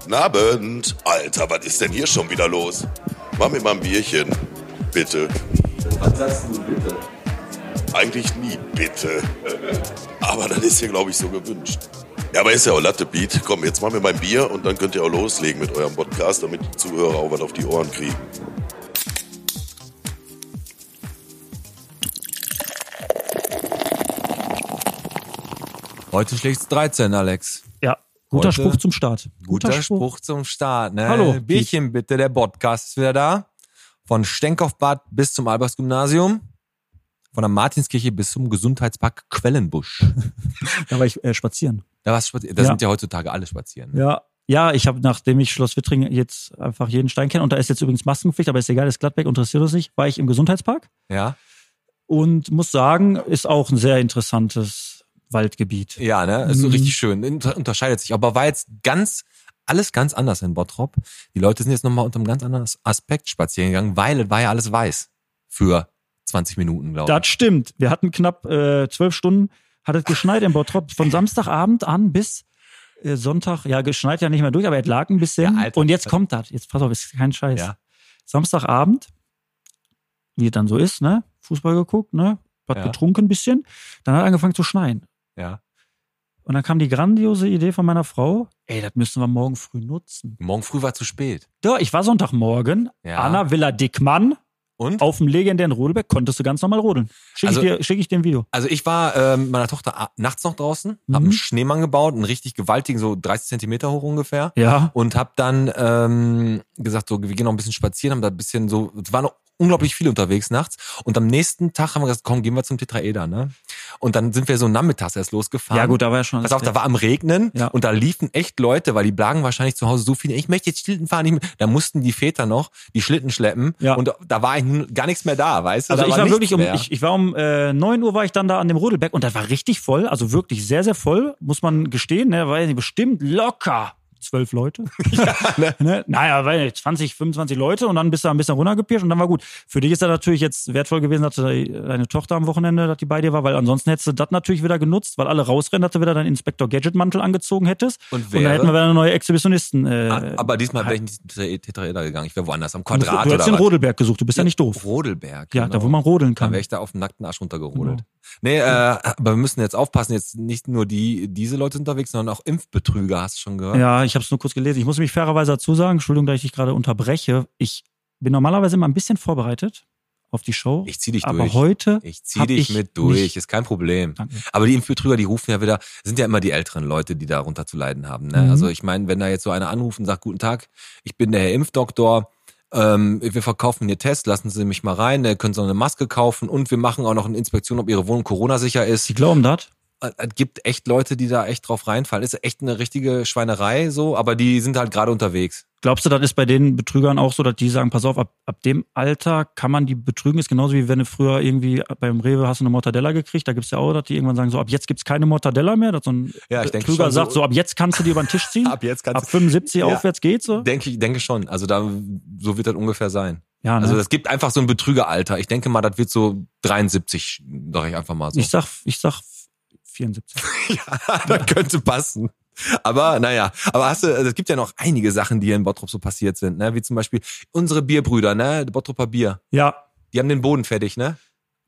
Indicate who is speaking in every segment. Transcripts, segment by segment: Speaker 1: Guten Abend. Alter, was ist denn hier schon wieder los? Mach mir mal ein Bierchen. Bitte.
Speaker 2: Was sagst du bitte?
Speaker 1: Eigentlich nie bitte. Aber das ist hier, glaube ich, so gewünscht. Ja, aber ist ja auch Latte Beat. Komm, jetzt machen wir mein Bier und dann könnt ihr auch loslegen mit eurem Podcast, damit die Zuhörer auch was auf die Ohren kriegen.
Speaker 3: Heute schlägt's 13, Alex.
Speaker 4: Ja, guter
Speaker 3: Heute-
Speaker 4: Spruch zum Start.
Speaker 3: Guter, Spruch zum Start, ne?
Speaker 4: Hallo.
Speaker 3: Bierchen bitte, der Podcast ist wieder da. Von Stenkopfbad bis zum Albertsgymnasium. Von der Martinskirche bis zum Gesundheitspark Quellenbusch.
Speaker 4: Da war ich äh, spazieren.
Speaker 3: Da, war's spazi- da
Speaker 4: Ja.
Speaker 3: sind ja heutzutage alle spazieren. Ne?
Speaker 4: Ja. Ja, ich habe, nachdem ich Schloss Wittringen jetzt einfach jeden Stein kenne, und da ist jetzt übrigens Maskenpflicht, aber ist egal, ist Gladbeck, interessiert uns nicht, war ich im Gesundheitspark
Speaker 3: Ja,
Speaker 4: und muss sagen, ist auch ein sehr interessantes Waldgebiet.
Speaker 3: ja ne? Ist so
Speaker 4: Mhm.
Speaker 3: richtig schön. Inter unterscheidet sich. Aber war jetzt ganz, alles ganz anders in Bottrop. Die Leute sind jetzt nochmal unter einem ganz anderen Aspekt spazieren gegangen, weil es war ja alles weiß. Für 20 Minuten, glaube ich.
Speaker 4: Das stimmt. Wir hatten knapp äh, zwölf Stunden, hat es geschneit in Bottrop von Samstagabend an bis äh, Sonntag. Ja, geschneit ja nicht mehr durch, aber es lag ein bisschen.
Speaker 3: Ja, Alter.
Speaker 4: und jetzt kommt das. Jetzt pass auf, ist kein Scheiß.
Speaker 3: Ja.
Speaker 4: Samstagabend, wie es dann so ist, ne? Fußball geguckt, ne? Was
Speaker 3: Ja.
Speaker 4: getrunken ein bisschen. Dann hat angefangen zu schneien.
Speaker 3: Ja.
Speaker 4: Und dann kam die grandiose Idee von meiner Frau, ey, das müssen wir morgen früh nutzen.
Speaker 3: Morgen früh war zu spät.
Speaker 4: Ja, ich war Sonntagmorgen,
Speaker 3: Ja.
Speaker 4: Anna Villa-Dickmann
Speaker 3: Und?
Speaker 4: auf dem legendären Rodelberg, konntest du ganz normal rodeln. Schicke
Speaker 3: Also-
Speaker 4: ich, dir- schick ich dir ein Video.
Speaker 3: Also ich war ähm, mit meiner Tochter a- nachts noch draußen, hab
Speaker 4: Mhm.
Speaker 3: einen Schneemann gebaut, einen richtig gewaltigen, so 30 Zentimeter hoch ungefähr.
Speaker 4: Ja.
Speaker 3: Und hab dann ähm, gesagt, so, wir gehen noch ein bisschen spazieren, haben da ein bisschen so, es waren noch unglaublich viele unterwegs nachts. Und am nächsten Tag haben wir gesagt, komm, gehen wir zum Tetraeder, ne? Und dann sind wir so nachmittags erst losgefahren.
Speaker 4: Ja, gut, da war ja schon.
Speaker 3: Pass auf, da war am Regnen
Speaker 4: Ja.
Speaker 3: und da liefen echt Leute, weil die blagen wahrscheinlich zu Hause so viele, ich möchte jetzt Schlitten fahren. Ich, mö- da mussten die Väter noch die Schlitten schleppen
Speaker 4: Ja.
Speaker 3: und da war eigentlich gar nichts mehr da, weißt du?
Speaker 4: also
Speaker 3: da
Speaker 4: ich war
Speaker 3: nichts
Speaker 4: wirklich um,
Speaker 3: mehr.
Speaker 4: ich, ich war um äh, 9 Uhr war ich dann da an dem Rodelberg und das war richtig voll, also wirklich sehr, sehr voll, muss man gestehen, ne? Weiß nicht, bestimmt locker zwölf Leute. ja, ne? Naja, weiß nicht, 20, 25 Leute und dann bist du ein bisschen runtergepirscht und dann war gut. Für dich ist das natürlich jetzt wertvoll gewesen, dass de- deine Tochter am Wochenende, dass die bei dir war, weil ansonsten hättest du das natürlich wieder genutzt, weil alle rausrennen, dass du wieder deinen Inspektor Gadget-Mantel angezogen hättest.
Speaker 3: Und
Speaker 4: und dann
Speaker 3: wäre? Ah,
Speaker 4: hätten wir wieder eine neue Exhibitionisten. Äh,
Speaker 3: Aber diesmal wäre ich nicht Tetra- Tetraeder gegangen. Ich wäre woanders am
Speaker 4: du, du
Speaker 3: Quadrat
Speaker 4: hättest den
Speaker 3: oder
Speaker 4: Rodelberg gesucht, du bist ja, nicht
Speaker 3: was.
Speaker 4: doof.
Speaker 3: Rodelberg.
Speaker 4: Ja,
Speaker 3: genau.
Speaker 4: da wo man rodeln
Speaker 3: Dann
Speaker 4: kann. Genau.
Speaker 3: wäre ich da auf dem nackten Arsch runtergerodelt. Nee, äh, aber wir müssen jetzt aufpassen. Jetzt nicht nur die, diese Leute sind unterwegs, sondern auch Impfbetrüger, hast du schon gehört?
Speaker 4: Ja, ich habe es nur kurz gelesen. Ich muss mich fairerweise dazu sagen, Entschuldigung, dass ich dich gerade unterbreche. Ich bin normalerweise immer ein bisschen vorbereitet auf die Show.
Speaker 3: Ich zieh dich
Speaker 4: aber
Speaker 3: durch.
Speaker 4: heute.
Speaker 3: Ich zieh
Speaker 4: hab
Speaker 3: dich
Speaker 4: ich
Speaker 3: mit durch,
Speaker 4: nicht-
Speaker 3: ist kein Problem.
Speaker 4: Danke.
Speaker 3: Aber die Impfbetrüger, die rufen ja wieder, sind ja immer die älteren Leute, die darunter zu leiden haben. Ne?
Speaker 4: Mhm.
Speaker 3: Also ich meine, wenn da jetzt so einer anruft und sagt, guten Tag, ich bin der Herr Impfdoktor, ähm, wir verkaufen hier Tests, lassen Sie mich mal rein, ne? können Sie noch eine Maske kaufen und wir machen auch noch eine Inspektion, ob Ihre Wohnung Corona-sicher ist.
Speaker 4: Sie glauben das?
Speaker 3: Äh, Es gibt echt Leute, die da echt drauf reinfallen. Ist echt eine richtige Schweinerei so, aber die sind halt gerade unterwegs.
Speaker 4: Glaubst du, das ist bei den Betrügern auch so, dass die sagen, pass auf, ab, ab dem Alter kann man die betrügen? Ist genauso wie wenn du früher irgendwie beim Rewe hast du eine Mortadella gekriegt. Da gibt's ja auch, dass die irgendwann sagen, so ab jetzt gibt's keine Mortadella mehr. Dass so ein
Speaker 3: Ja, ich denke
Speaker 4: Betrüger
Speaker 3: schon so.
Speaker 4: Äh, sagt, so ab jetzt kannst du die über den Tisch ziehen. ab,
Speaker 3: jetzt
Speaker 4: ab 75
Speaker 3: Ja.
Speaker 4: aufwärts geht's so.
Speaker 3: Denke ich, denke schon. Also da, so wird das ungefähr sein.
Speaker 4: Ja, ne?
Speaker 3: Also das gibt einfach so ein Betrügeralter. Ich denke mal, das wird so 73, sage ich einfach mal so.
Speaker 4: ich sag, ich sag 74.
Speaker 3: das könnte passen. Aber naja, aber hast du, also es gibt ja noch einige Sachen, die hier in Bottrop so passiert sind, ne? Wie zum Beispiel unsere Bierbrüder, ne? Bottroper Bier.
Speaker 4: ja,
Speaker 3: Die haben den Boden fertig, ne?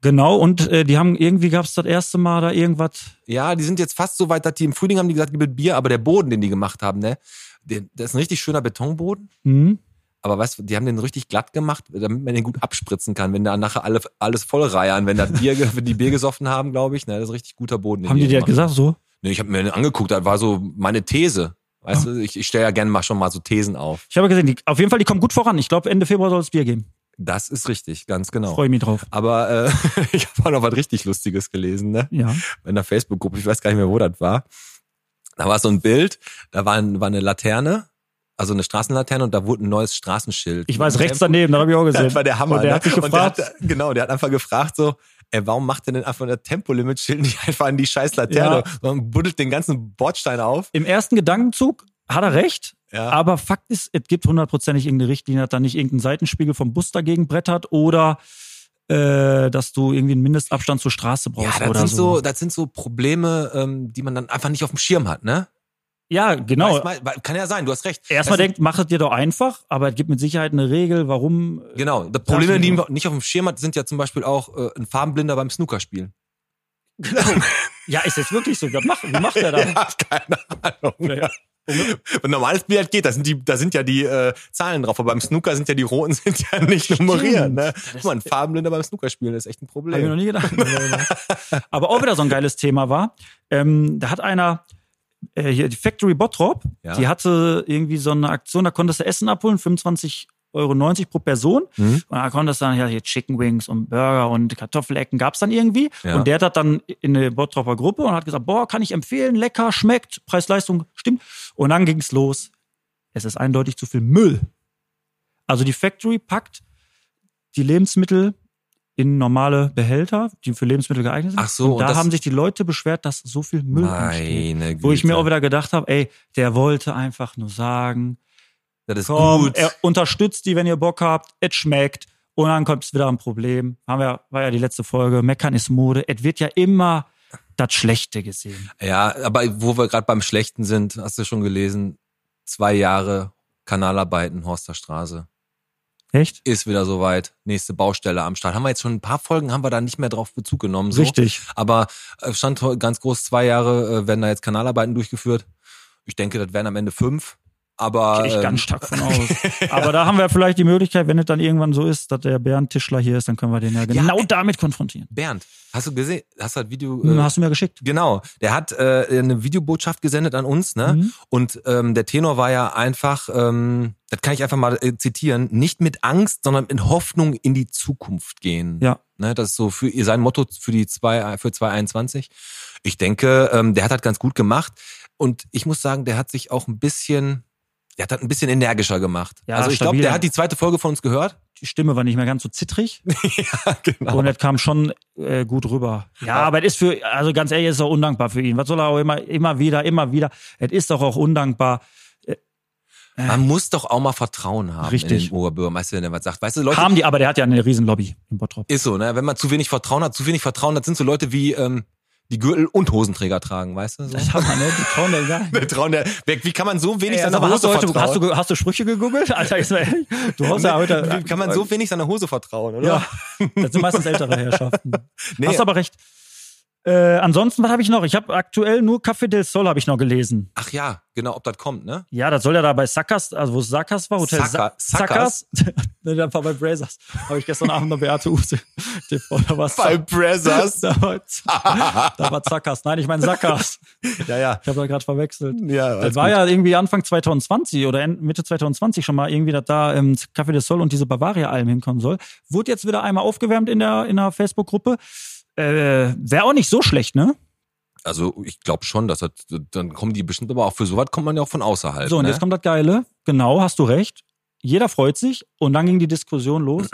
Speaker 4: Genau, und äh, die haben irgendwie gab's das erste Mal da irgendwas.
Speaker 3: Ja, die sind jetzt fast so weit, dass die im Frühling haben die gesagt, gibt Bier, aber der Boden, den die gemacht haben, ne? Der, das ist ein richtig schöner Betonboden.
Speaker 4: Hm?
Speaker 3: Aber weißt du, die haben den richtig glatt gemacht, damit man den gut abspritzen kann, wenn da nachher alle, alles voll reiern, wenn, das Bier, ge- wenn die Bier gesoffen haben, glaube ich. Ne, das ist richtig guter Boden. den
Speaker 4: Haben die halt dir das
Speaker 3: gemacht
Speaker 4: gesagt so?
Speaker 3: Nee, ich habe mir den angeguckt, das war so meine These.
Speaker 4: Ah.
Speaker 3: Weißt du, ich, ich stelle ja gerne mal schon mal so Thesen auf.
Speaker 4: Ich habe gesehen, die, auf jeden Fall, die kommen gut voran. Ich glaube, Ende Februar soll es Bier geben.
Speaker 3: Das ist richtig, ganz genau.
Speaker 4: Freue mich drauf.
Speaker 3: Aber äh, ich habe auch noch was richtig Lustiges gelesen, ne?
Speaker 4: Ja.
Speaker 3: In der Facebook-Gruppe, ich weiß gar nicht mehr, wo das war. Da war so ein Bild, da war, ein, war eine Laterne, also eine Straßenlaterne und da wurde ein neues Straßenschild.
Speaker 4: Ich weiß, rechts daneben, da habe ich auch gesehen.
Speaker 3: Das war der Hammer.
Speaker 4: Und der hat
Speaker 3: ne?
Speaker 4: sich
Speaker 3: Und der hat,
Speaker 4: gefragt.
Speaker 3: genau, der hat einfach gefragt so, ey, warum macht denn einfach das Tempolimit-Schild nicht einfach an die scheiß Laterne,
Speaker 4: Ja.
Speaker 3: sondern buddelt den ganzen Bordstein auf?
Speaker 4: Im ersten Gedankenzug hat er recht.
Speaker 3: Ja.
Speaker 4: Aber Fakt ist, es gibt hundertprozentig irgendeine Richtlinie, dass da nicht irgendein Seitenspiegel vom Bus dagegen brettert oder äh, dass du irgendwie einen Mindestabstand zur Straße
Speaker 3: Ja,
Speaker 4: brauchst
Speaker 3: das
Speaker 4: oder
Speaker 3: sind so,
Speaker 4: so.
Speaker 3: das sind so Probleme, ähm, die man also- dann einfach nicht auf dem Schirm hat, ne?
Speaker 4: Ja, genau.
Speaker 3: Weiß mal- Kann ja sein, du hast recht.
Speaker 4: Erstmal
Speaker 3: Das-
Speaker 4: denkt, mach es dir doch einfach, aber es gibt mit Sicherheit eine Regel, warum.
Speaker 3: Genau. Die Probleme, die
Speaker 4: mir
Speaker 3: man nicht auf dem Schirm hat, sind ja zum Beispiel auch äh, ein Farbenblinder beim Snookerspielen.
Speaker 4: Ja, ist jetzt wirklich so. Was macht, wie macht er das?
Speaker 3: keine Ahnung.
Speaker 4: Ja.
Speaker 3: Wenn normales Billard geht, da sind, die, da sind ja die äh, Zahlen drauf. Aber beim Snooker sind ja die roten sind ja nicht nummeriert. Ne? Guck mal, ein Farbenblinder beim Snooker spielen ist echt ein
Speaker 4: Hab ich mir noch
Speaker 3: Problem.
Speaker 4: nie gedacht. Aber auch wieder so ein geiles Thema war. Ähm, da hat einer, äh, hier, die Factory Bottrop,
Speaker 3: Ja.
Speaker 4: die hatte irgendwie so eine Aktion, da konntest du Essen abholen, 25 Euro 90 pro Person.
Speaker 3: Mhm.
Speaker 4: Und da konntest du dann ja hier Chicken Wings und Burger und Kartoffelecken gab's dann irgendwie.
Speaker 3: Ja.
Speaker 4: Und der hat das dann in eine Bottroper Gruppe und hat gesagt, boah, kann ich empfehlen, lecker, schmeckt, Preis-Leistung stimmt. Und dann ging's los. Es ist eindeutig zu viel Müll. Also die Factory packt die Lebensmittel in normale Behälter, die für Lebensmittel geeignet sind.
Speaker 3: Ach so,
Speaker 4: und
Speaker 3: und
Speaker 4: da
Speaker 3: das-
Speaker 4: haben sich die Leute beschwert, dass so viel Müll entsteht.
Speaker 3: Meine
Speaker 4: Wo ich mir
Speaker 3: Güte.
Speaker 4: auch wieder gedacht habe, ey, der wollte einfach nur sagen,
Speaker 3: Das ist
Speaker 4: komm,
Speaker 3: gut.
Speaker 4: er unterstützt die, wenn ihr Bock habt, es schmeckt. Und dann kommt es wieder ein Problem. Haben wir, war ja die letzte Folge, Meckern ist Mode. Es wird ja immer das Schlechte gesehen.
Speaker 3: Ja, aber wo wir gerade beim Schlechten sind, hast du schon gelesen, zwei Jahre Kanalarbeiten, Horster Straße.
Speaker 4: Echt?
Speaker 3: Ist wieder soweit. Nächste Baustelle am Start. Haben wir jetzt schon ein paar Folgen, haben wir da nicht mehr drauf Bezug genommen. So.
Speaker 4: Richtig.
Speaker 3: Aber äh, stand ho- ganz groß, zwei Jahre äh, werden da jetzt Kanalarbeiten durchgeführt. Ich denke, das wären am Ende fünf. Aber
Speaker 4: Gehe ich
Speaker 3: ähm,
Speaker 4: ganz stark von aus. Aber da haben wir vielleicht die Möglichkeit, wenn es dann irgendwann so ist, dass der Bernd Tischler hier ist, dann können wir den ja genau damit konfrontieren.
Speaker 3: Bernd, hast du gesehen, hast du das Video
Speaker 4: Hm,
Speaker 3: äh,
Speaker 4: Hast du mir geschickt.
Speaker 3: Genau, der hat äh, eine Videobotschaft gesendet an uns, ne?
Speaker 4: Mhm.
Speaker 3: Und ähm, der Tenor war ja einfach, ähm, das kann ich einfach mal äh, zitieren, nicht mit Angst, sondern mit Hoffnung in die Zukunft gehen.
Speaker 4: Ja.
Speaker 3: Ne, das ist so für ihr sein Motto für die zwei für 2021. Ich denke, ähm, der hat das ganz gut gemacht und ich muss sagen, der hat sich auch ein bisschen, der hat das ein bisschen energischer gemacht.
Speaker 4: Ja,
Speaker 3: also ich glaube,
Speaker 4: stabiler.
Speaker 3: der hat die zweite Folge von uns gehört.
Speaker 4: Die Stimme war nicht mehr ganz so zittrig
Speaker 3: genau.
Speaker 4: und das kam schon äh, gut rüber. Ja, aber es ist für, also ganz ehrlich, es ist auch undankbar für ihn. Was soll er auch immer, immer wieder, immer wieder. Es ist doch auch undankbar.
Speaker 3: Man muss doch auch mal Vertrauen haben
Speaker 4: Richtig.
Speaker 3: in den Oberbürgermeister, der was sagt. Weißt du, Leute,
Speaker 4: Haben die, aber der hat ja eine riesen Lobby im Bottrop.
Speaker 3: Ist so, ne? Wenn man zu wenig Vertrauen hat, zu wenig Vertrauen, das sind so Leute wie ähm, die Gürtel und Hosenträger tragen, weißt du? So.
Speaker 4: Das hat man, ne? Die trauen der gar nicht.
Speaker 3: Vertrauen der, wer- wie kann man so wenig
Speaker 4: Ey,
Speaker 3: seiner
Speaker 4: aber hast
Speaker 3: Hose
Speaker 4: du, heute, hast,
Speaker 3: vertrauen? Ne?
Speaker 4: du, hast du Sprüche gegoogelt? Alter, jetzt mal ehrlich. ne, Du hast ja heute.
Speaker 3: wie kann man so wenig seiner Hose vertrauen, oder?
Speaker 4: Ja, das sind meistens ältere Herrschaften.
Speaker 3: Nee.
Speaker 4: Hast aber recht. Äh, ansonsten, was habe ich noch? Ich habe aktuell nur Café del Sol habe ich noch gelesen.
Speaker 3: Ach ja, genau, ob das kommt, ne?
Speaker 4: Ja, das soll ja da bei Sackers, also wo es Sackers war, Hotel
Speaker 3: Sacker-
Speaker 4: Sa- Sackers. ne, dann war bei Brazers. Habe ich gestern Abend noch Beate Use TV, da war Sa-
Speaker 3: Brazzers.
Speaker 4: Da war, da war Sackers. Nein, ich meine Sackers.
Speaker 3: ja, ja.
Speaker 4: Ich habe da gerade verwechselt.
Speaker 3: Ja,
Speaker 4: Das war ja irgendwie Anfang 2020 oder End- Mitte 2020 schon mal irgendwie, dass da ähm, Café des Sol und diese Bavaria-Alm hinkommen soll. Wurde jetzt wieder einmal aufgewärmt in der, in der Facebook-Gruppe. Äh, Wäre auch nicht so schlecht, ne?
Speaker 3: Also ich glaube schon, dass das, dann kommen die bestimmt, aber auch für sowas kommt man ja auch von außerhalb.
Speaker 4: So, und
Speaker 3: ne?
Speaker 4: jetzt kommt das Geile. Genau, hast du recht. Jeder freut sich. Und dann ging die Diskussion los.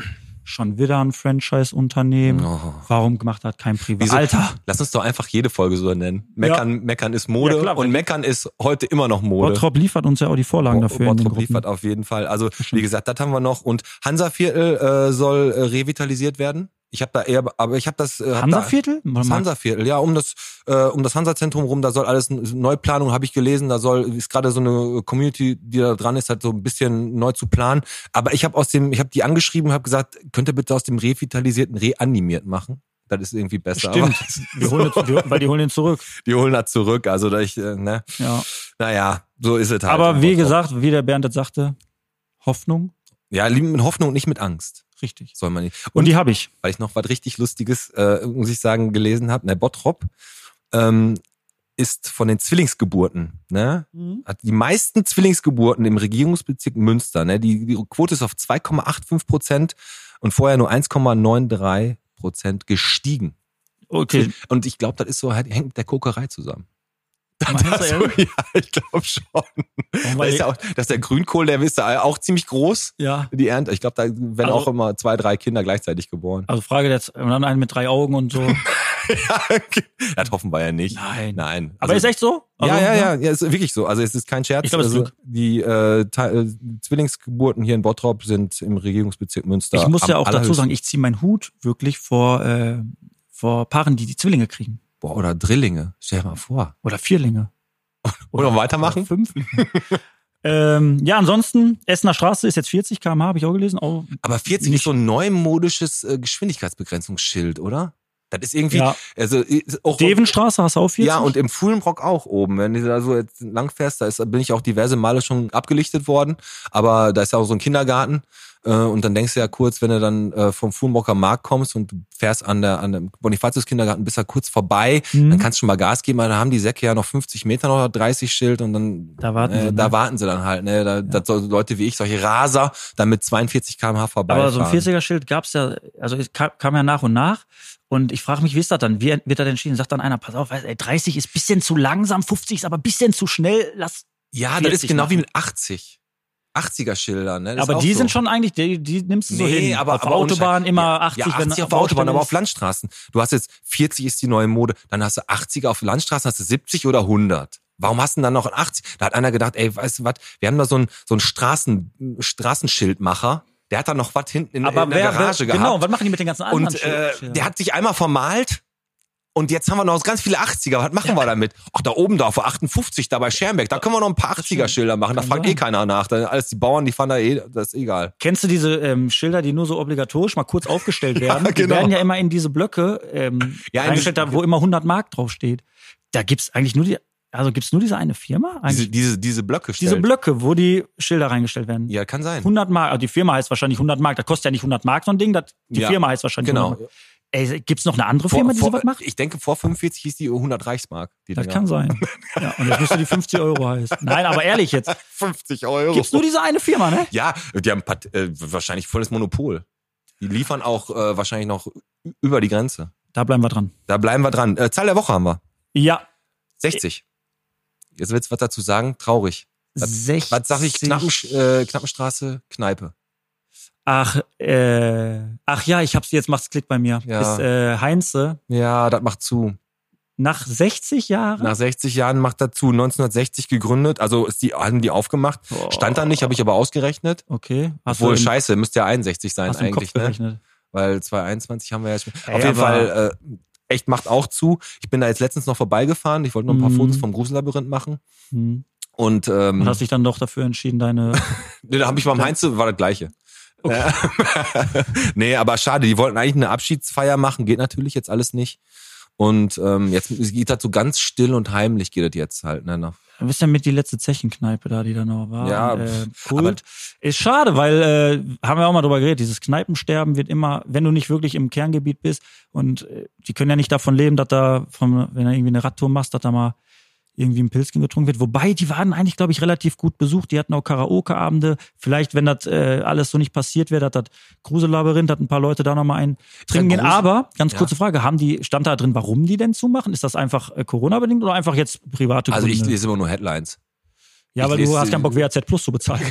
Speaker 4: Schon wieder ein Franchise-Unternehmen.
Speaker 3: Oh.
Speaker 4: Warum macht das kein Privat?
Speaker 3: Wieso?
Speaker 4: Alter,
Speaker 3: Lass uns doch einfach jede Folge so nennen. Meckern, meckern ist Mode
Speaker 4: Ja, klar,
Speaker 3: und
Speaker 4: wenn-
Speaker 3: meckern ist heute immer noch Mode.
Speaker 4: Bottrop liefert uns ja auch die Vorlagen dafür. in den
Speaker 3: Bottrop
Speaker 4: Gruppen.
Speaker 3: liefert auf jeden Fall. Also wie gesagt, das haben wir noch. Und Hansaviertel äh, soll äh, revitalisiert werden. Ich habe da eher, aber ich habe das äh, hab da-
Speaker 4: Hansa-Viertel? Man
Speaker 3: Das
Speaker 4: mag-
Speaker 3: Hansa-Viertel, ja, um das, äh, um das Hansa-Zentrum rum, da soll alles, Neuplanung habe ich gelesen, da soll, ist gerade so eine Community, die da dran ist, halt so ein bisschen neu zu planen. Aber ich habe aus dem, ich habe die angeschrieben, habe gesagt, könnt ihr bitte aus dem revitalisierten reanimiert machen? Das ist irgendwie besser.
Speaker 4: Stimmt.
Speaker 3: Aber,
Speaker 4: Die holen den, die, weil die holen den zurück.
Speaker 3: die holen das zurück, also da ich, äh, ne,
Speaker 4: Ja.
Speaker 3: naja, so ist es halt.
Speaker 4: Aber wie gesagt, wie der Bernd das sagte, Hoffnung,
Speaker 3: Ja, lieben mit Hoffnung, nicht mit Angst.
Speaker 4: richtig.
Speaker 3: Soll man nicht.
Speaker 4: Und die habe ich.
Speaker 3: weil ich noch was richtig Lustiges, äh, muss ich sagen, gelesen habe. Ne, Bottrop ähm, ist von den Zwillingsgeburten, ne? Hat die meisten Zwillingsgeburten im Regierungsbezirk Münster, ne? Die, die Quote ist auf 2,85 Prozent und vorher nur 1,93 Prozent gestiegen.
Speaker 4: Okay.
Speaker 3: Und ich glaube, das ist so, halt- hängt mit der Kokerei zusammen.
Speaker 4: Meinst du,
Speaker 3: Also,
Speaker 4: ehrlich?
Speaker 3: ja, ich glaube schon. Da
Speaker 4: weil-
Speaker 3: ist ja auch, dass der Grünkohl, der ist da auch ziemlich groß,
Speaker 4: Ja.
Speaker 3: die Ernte. Ich glaube, da werden
Speaker 4: Also-
Speaker 3: auch immer zwei, drei Kinder gleichzeitig geboren.
Speaker 4: Also Frage jetzt, und dann einen mit drei Augen und so.
Speaker 3: das hoffen wir ja nicht.
Speaker 4: Nein.
Speaker 3: Nein.
Speaker 4: Aber ist echt so? Also,
Speaker 3: ja, ja, ja, ja, ist wirklich so. Also es ist kein Scherz.
Speaker 4: Ich glaube, es ist
Speaker 3: also, die äh, Te- äh, Zwillingsgeburten hier in Bottrop sind im Regierungsbezirk Münster.
Speaker 4: Ich muss ja
Speaker 3: am
Speaker 4: auch dazu
Speaker 3: allerhöchsten.
Speaker 4: sagen, ich ziehe meinen Hut wirklich vor, äh, vor Paaren, die die Zwillinge kriegen.
Speaker 3: Boah, oder Drillinge. Stell dir mal vor.
Speaker 4: Oder Vierlinge.
Speaker 3: Oder weitermachen?
Speaker 4: Fünf. ähm, ja, ansonsten, Essener Straße ist jetzt 40 km/h, habe ich auch gelesen. Oh, Auch,
Speaker 3: Aber 40 ist
Speaker 4: Nicht-
Speaker 3: so ein neumodisches äh, Geschwindigkeitsbegrenzungsschild, oder? Das ist irgendwie,
Speaker 4: Ja.
Speaker 3: also ist auch
Speaker 4: Devenstraße hast du auch 40?
Speaker 3: Ja, und im Fuhlenbrock auch oben. Wenn du da so jetzt langfährst, da ist, da bin ich auch diverse Male schon abgelichtet worden. Aber da ist ja auch so ein Kindergarten. Äh, und dann denkst du ja kurz, wenn du dann äh, vom Fuhlenbrocker Markt kommst und du fährst an der, an dem Bonifatius-Kindergarten, bist da kurz vorbei,
Speaker 4: Mhm.
Speaker 3: dann kannst du schon mal Gas geben. Aber dann haben die Säcke ja noch 50 Meter noch 30 Schild und dann
Speaker 4: Da warten
Speaker 3: äh,
Speaker 4: sie, ne?
Speaker 3: da warten sie dann halt. Ne? Da, da so Leute wie ich, solche Raser, dann mit 42 km/h vorbeifahren.
Speaker 4: Aber so ein 40er-Schild gab's ja, also es kam, kam ja nach und nach. Und ich frage mich, wie ist das dann? Wie wird das entschieden? Sagt dann einer, pass auf, ey, 30 ist bisschen zu langsam, 50 ist aber bisschen zu schnell, lass.
Speaker 3: ja, das ist
Speaker 4: 40
Speaker 3: genau wie
Speaker 4: machen.
Speaker 3: mit 80. 80er-Schildern. Ne? Das ist
Speaker 4: ne? aber
Speaker 3: auch
Speaker 4: die
Speaker 3: so.
Speaker 4: sind schon eigentlich, die, die nimmst du so hin.
Speaker 3: aber
Speaker 4: auf der
Speaker 3: aber ohne
Speaker 4: Autobahn
Speaker 3: Scheiß.
Speaker 4: immer
Speaker 3: ja,
Speaker 4: 80,
Speaker 3: ja, 80
Speaker 4: wenn
Speaker 3: auf der Autobahn,
Speaker 4: Baustelle
Speaker 3: aber
Speaker 4: ist.
Speaker 3: auf Landstraßen. Du hast jetzt 40 ist die neue Mode, dann hast du 80 auf Landstraßen, hast du 70 oder 100. Warum hast du denn dann noch ein 80? Da hat einer gedacht, ey, weißt du was, wir haben da so einen so einen Straßen, Straßenschildmacher, der hat da noch was hinten in,
Speaker 4: Aber
Speaker 3: in
Speaker 4: wer,
Speaker 3: der Garage
Speaker 4: wer,
Speaker 3: gehabt.
Speaker 4: genau, was machen die mit den ganzen anderen
Speaker 3: Und äh,
Speaker 4: Schildern?
Speaker 3: der hat sich einmal vermalt und jetzt haben wir noch ganz viele 80er. Was machen wir damit? Ach, da oben da auf der 58, da bei Schermbeck, da können wir noch ein paar 80er-Schilder machen. Da
Speaker 4: Kann
Speaker 3: fragt
Speaker 4: sein.
Speaker 3: eh keiner nach. Dann alles die Bauern, die fahren da eh, das ist egal.
Speaker 4: Kennst du diese ähm, Schilder, die nur so obligatorisch mal kurz aufgestellt werden? Die
Speaker 3: genau.
Speaker 4: werden ja immer in diese Blöcke ähm,
Speaker 3: Ja, in
Speaker 4: eingestellt,
Speaker 3: diese-
Speaker 4: da, wo immer 100 Mark draufsteht. Da gibt's eigentlich nur die, also gibt's nur diese eine Firma?
Speaker 3: Diese,
Speaker 4: Eigentlich
Speaker 3: diese, diese Blöcke
Speaker 4: diese
Speaker 3: stellt.
Speaker 4: Blöcke, wo die Schilder reingestellt werden.
Speaker 3: Ja, kann sein.
Speaker 4: 100 Mark, also die Firma heißt wahrscheinlich 100 Mark, das kostet ja nicht 100 Mark so ein Ding, das, die
Speaker 3: Ja,
Speaker 4: Firma heißt wahrscheinlich
Speaker 3: genau.
Speaker 4: 100 Mark. Ey, gibt's noch eine andere Firma, die
Speaker 3: vor,
Speaker 4: sowas macht?
Speaker 3: Ich denke, vor 45 hieß die 100 Reichsmark. Die
Speaker 4: Das
Speaker 3: Dinger.
Speaker 4: kann sein. Ja, und das müsste die 50 Euro heißen. Nein, aber ehrlich jetzt,
Speaker 3: 50 Euro.
Speaker 4: gibt's nur diese eine Firma, ne?
Speaker 3: ja, die haben Pat äh, wahrscheinlich volles Monopol. Die liefern auch äh, wahrscheinlich noch ü- über die Grenze.
Speaker 4: Da bleiben wir dran.
Speaker 3: Da bleiben wir dran. Äh, Zahl der Woche haben wir.
Speaker 4: Ja,
Speaker 3: 60. Jetzt willst du was dazu sagen? Traurig. Was-
Speaker 4: 60.
Speaker 3: Was sag ich? Knappen, äh, Knappenstraße, Kneipe.
Speaker 4: Ach, äh, ach ja, ich hab's jetzt, macht's Klick bei mir.
Speaker 3: Ja.
Speaker 4: Ist äh, Heinze
Speaker 3: Ja, das macht zu.
Speaker 4: nach 60 Jahren.
Speaker 3: Nach 60 Jahren macht das zu. 1960 gegründet. Also ist die, haben die aufgemacht.
Speaker 4: Boah.
Speaker 3: Stand da nicht, habe ich aber ausgerechnet.
Speaker 4: Okay. Hast
Speaker 3: Obwohl,
Speaker 4: du im,
Speaker 3: scheiße, müsste ja 61 sein
Speaker 4: hast du im Kopf
Speaker 3: eigentlich. Ne?
Speaker 4: gerechnet.
Speaker 3: weil 2021 haben wir ja schon.
Speaker 4: Ey,
Speaker 3: auf jeden
Speaker 4: aber-
Speaker 3: Fall äh, echt macht auch zu. Ich bin da jetzt letztens noch vorbeigefahren. Ich wollte noch ein paar
Speaker 4: Mhm.
Speaker 3: Fotos vom Grusellabyrinth machen.
Speaker 4: Hm.
Speaker 3: Und, ähm,
Speaker 4: Und hast dich dann doch dafür entschieden, deine.
Speaker 3: nee, da habe ich beim Heinz war das gleiche. nee, aber schade, die wollten eigentlich eine Abschiedsfeier machen, geht natürlich jetzt alles nicht. Und ähm, jetzt geht das so ganz still und heimlich, geht das jetzt halt. Ne? nach-
Speaker 4: Du bist ja mit die letzte Zechenkneipe da, die da noch war.
Speaker 3: Ja,
Speaker 4: und, äh,
Speaker 3: pff, aber-
Speaker 4: Kult. Ist schade, weil äh, haben wir auch mal drüber geredet. Dieses Kneipensterben wird immer, wenn du nicht wirklich im Kerngebiet bist und äh, die können ja nicht davon leben, dass da, vom, wenn du irgendwie eine Radtour machst, dass da mal irgendwie ein Pilzchen getrunken wird. Wobei, die waren eigentlich, glaube ich, relativ gut besucht. Die hatten auch Karaoke-Abende. Vielleicht, wenn das äh, alles so nicht passiert wäre, dass das Grusel-Labyrinth, dass ein paar Leute da nochmal einen trinken gehen.
Speaker 3: Grusel-
Speaker 4: Aber, ganz
Speaker 3: Ja.
Speaker 4: kurze Frage, haben die, stand da drin, warum die denn zumachen? Ist das einfach äh, Corona-bedingt oder einfach jetzt private
Speaker 3: Also ich
Speaker 4: Gründe?
Speaker 3: lese immer nur Headlines.
Speaker 4: Ja,
Speaker 3: Ich
Speaker 4: weil du
Speaker 3: lese-
Speaker 4: hast keinen Bock, WAZ Plus zu bezahlen.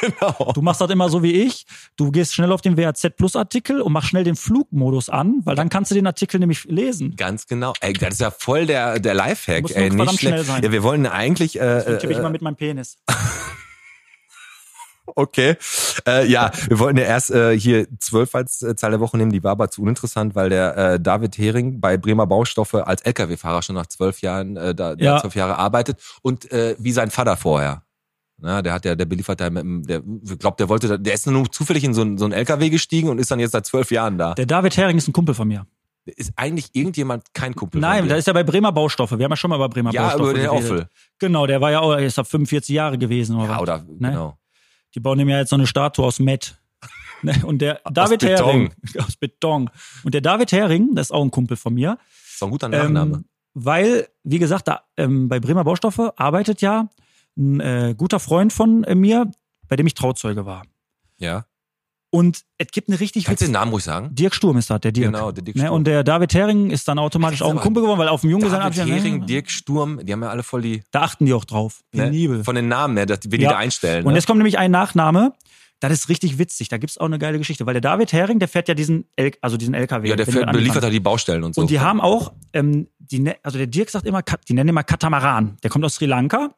Speaker 3: Genau.
Speaker 4: Du machst das immer so wie ich. Du gehst schnell auf den WAZ Plus Artikel und machst schnell den Flugmodus an, weil dann kannst du den Artikel nämlich lesen.
Speaker 3: Ganz genau. Ey, das ist ja voll der, der Lifehack.
Speaker 4: Muss nur
Speaker 3: Ey, nicht
Speaker 4: verdammt
Speaker 3: schlecht.
Speaker 4: schnell sein.
Speaker 3: Ja, wir wollen eigentlich äh,
Speaker 4: Dann tippe ich
Speaker 3: äh,
Speaker 4: immer mit meinem Penis.
Speaker 3: Okay. Äh, ja, wir wollten ja erst äh, hier zwölf als äh, Zahl der Woche nehmen, die war aber zu uninteressant, weil der äh, David Hering bei Bremer Baustoffe als Lkw-Fahrer schon nach zwölf Jahren, äh, da,
Speaker 4: Ja.
Speaker 3: da zwölf Jahre arbeitet und äh, wie sein Vater vorher. Na, der hat ja, der beliefert da mit dem, der glaubt, der wollte, da- der ist nur zufällig in so einen, so einen LKW gestiegen und ist dann jetzt seit zwölf Jahren da.
Speaker 4: Der David Hering ist ein Kumpel von mir.
Speaker 3: Ist eigentlich irgendjemand kein Kumpel? von
Speaker 4: Nein,
Speaker 3: dir?
Speaker 4: da ist ja bei Bremer Baustoffe. Wir haben ja schon mal über Bremer
Speaker 3: ja
Speaker 4: Baustoffe
Speaker 3: über den
Speaker 4: geredet.
Speaker 3: Offel.
Speaker 4: Genau, der war ja auch, er ist ab 45 Jahre gewesen. Oder?
Speaker 3: Ja,
Speaker 4: was.
Speaker 3: oder genau.
Speaker 4: Die bauen ihm ja jetzt so eine Statue aus Met. Ne? Und der David
Speaker 3: Beton.
Speaker 4: Hering. Aus Beton. Und der David Hering, das ist auch ein Kumpel von mir,
Speaker 3: Ist doch ein guter Nachname.
Speaker 4: Ähm, weil, wie gesagt, da, ähm, bei Bremer Baustoffe arbeitet ja ein äh, guter Freund von äh, mir, bei dem ich Trauzeuge war.
Speaker 3: ja.
Speaker 4: Und es gibt eine richtig
Speaker 3: Kannst du
Speaker 4: witzige-
Speaker 3: den Namen ruhig sagen?
Speaker 4: Dirk Sturm ist da, der Dirk.
Speaker 3: Genau, der Dirk
Speaker 4: Ne,
Speaker 3: Sturm.
Speaker 4: und der David Hering ist dann
Speaker 3: Das
Speaker 4: automatisch
Speaker 3: ist
Speaker 4: auch ein
Speaker 3: aber-
Speaker 4: Kumpel geworden, weil auf dem
Speaker 3: David
Speaker 4: Junggesellenabschied
Speaker 3: Hering, Dirk Sturm, die haben ja alle voll die
Speaker 4: ne, da achten die auch drauf.
Speaker 3: ne?
Speaker 4: Penibel.
Speaker 3: Von den Namen, ne? dass wir die
Speaker 4: Ja.
Speaker 3: da einstellen.
Speaker 4: Und
Speaker 3: ne?
Speaker 4: jetzt kommt nämlich ein Nachname. Das ist richtig witzig. Da gibt's auch eine geile Geschichte, weil der David Hering, der fährt ja diesen, L also diesen LKW.
Speaker 3: ja, der
Speaker 4: wenn
Speaker 3: fährt,
Speaker 4: wir
Speaker 3: beliefert
Speaker 4: anfangen.
Speaker 3: da die Baustellen und so.
Speaker 4: Und die haben auch, ähm, die, ne- also der Dirk sagt immer, Kat- die nennen immer Katamaran. Der kommt aus Sri Lanka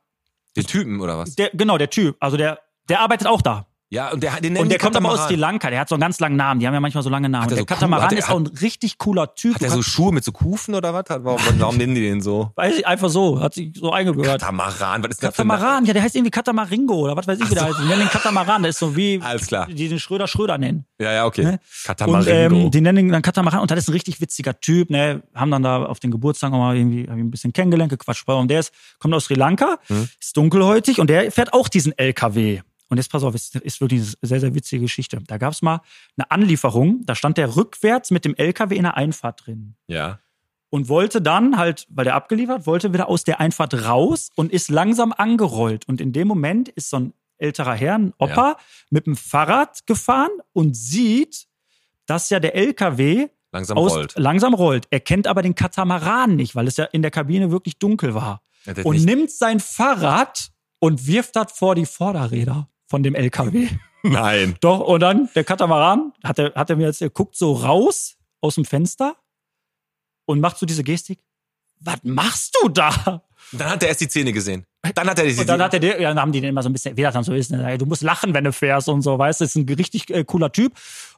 Speaker 3: den Typen oder was?
Speaker 4: Der, genau, der Typ. Also der, der arbeitet auch da.
Speaker 3: Ja, und der, den nennen
Speaker 4: Und der
Speaker 3: die
Speaker 4: kommt aber aus
Speaker 3: Katamaran.
Speaker 4: Sri Lanka. Der hat so einen ganz langen Namen. Die haben ja manchmal so lange Namen.
Speaker 3: Hat der
Speaker 4: der
Speaker 3: so Kuh-
Speaker 4: Katamaran
Speaker 3: hat der-
Speaker 4: ist auch ein richtig cooler Typ.
Speaker 3: Hat
Speaker 4: Du
Speaker 3: der so
Speaker 4: kannst-
Speaker 3: Schuhe mit so Kufen oder was? Hat, warum, warum nennen die den so?
Speaker 4: weiß ich, einfach so. Hat sich so eingehört.
Speaker 3: Katamaran, was ist das für ein-
Speaker 4: Katamaran, ja, der heißt irgendwie Katamaringo oder was weiß ich, wie der heißt. Die nennen den Katamaran. Der ist so wie
Speaker 3: Alles klar.
Speaker 4: die den Schröder Schröder nennen.
Speaker 3: Ja, ja, okay.
Speaker 4: Ne? Und ähm, die nennen ihn dann Katamaran und das ist ein richtig witziger Typ, ne? Haben dann da auf den Geburtstag auch mal irgendwie hab ihn ein bisschen kennengelernt, gequatscht. Und der ist, kommt aus Sri Lanka, ist dunkelhäutig und der fährt auch diesen LKW. Und jetzt pass auf, es ist wirklich eine sehr, sehr witzige Geschichte. Da gab es mal eine Anlieferung, da stand der rückwärts mit dem LKW in der Einfahrt drin.
Speaker 3: ja.
Speaker 4: Und wollte dann halt, weil der abgeliefert, wollte wieder aus der Einfahrt raus und ist langsam angerollt. Und in dem Moment ist so ein älterer Herr, ein Opa, mit dem Fahrrad gefahren und sieht, dass ja der LKW
Speaker 3: Langsam
Speaker 4: aus,
Speaker 3: rollt.
Speaker 4: langsam rollt. Er kennt aber den Katamaran nicht, weil es ja in der Kabine wirklich dunkel war.
Speaker 3: Ja, das
Speaker 4: Und
Speaker 3: nicht-
Speaker 4: nimmt sein Fahrrad und wirft das vor die Vorderräder von dem LKW.
Speaker 3: Nein.
Speaker 4: Doch, und dann der Katamaran, hat er, hat er mir jetzt, er guckt so raus aus dem Fenster und macht so diese Gestik. Was machst du da?
Speaker 3: Dann hat er erst die Zähne gesehen. Dann hat er die
Speaker 4: Und dann hat er, den- ja, dann haben die den immer so ein bisschen, wie das dann so ist, ne? du musst lachen, wenn du fährst und so, weißt du, ist ein richtig äh, cooler Typ.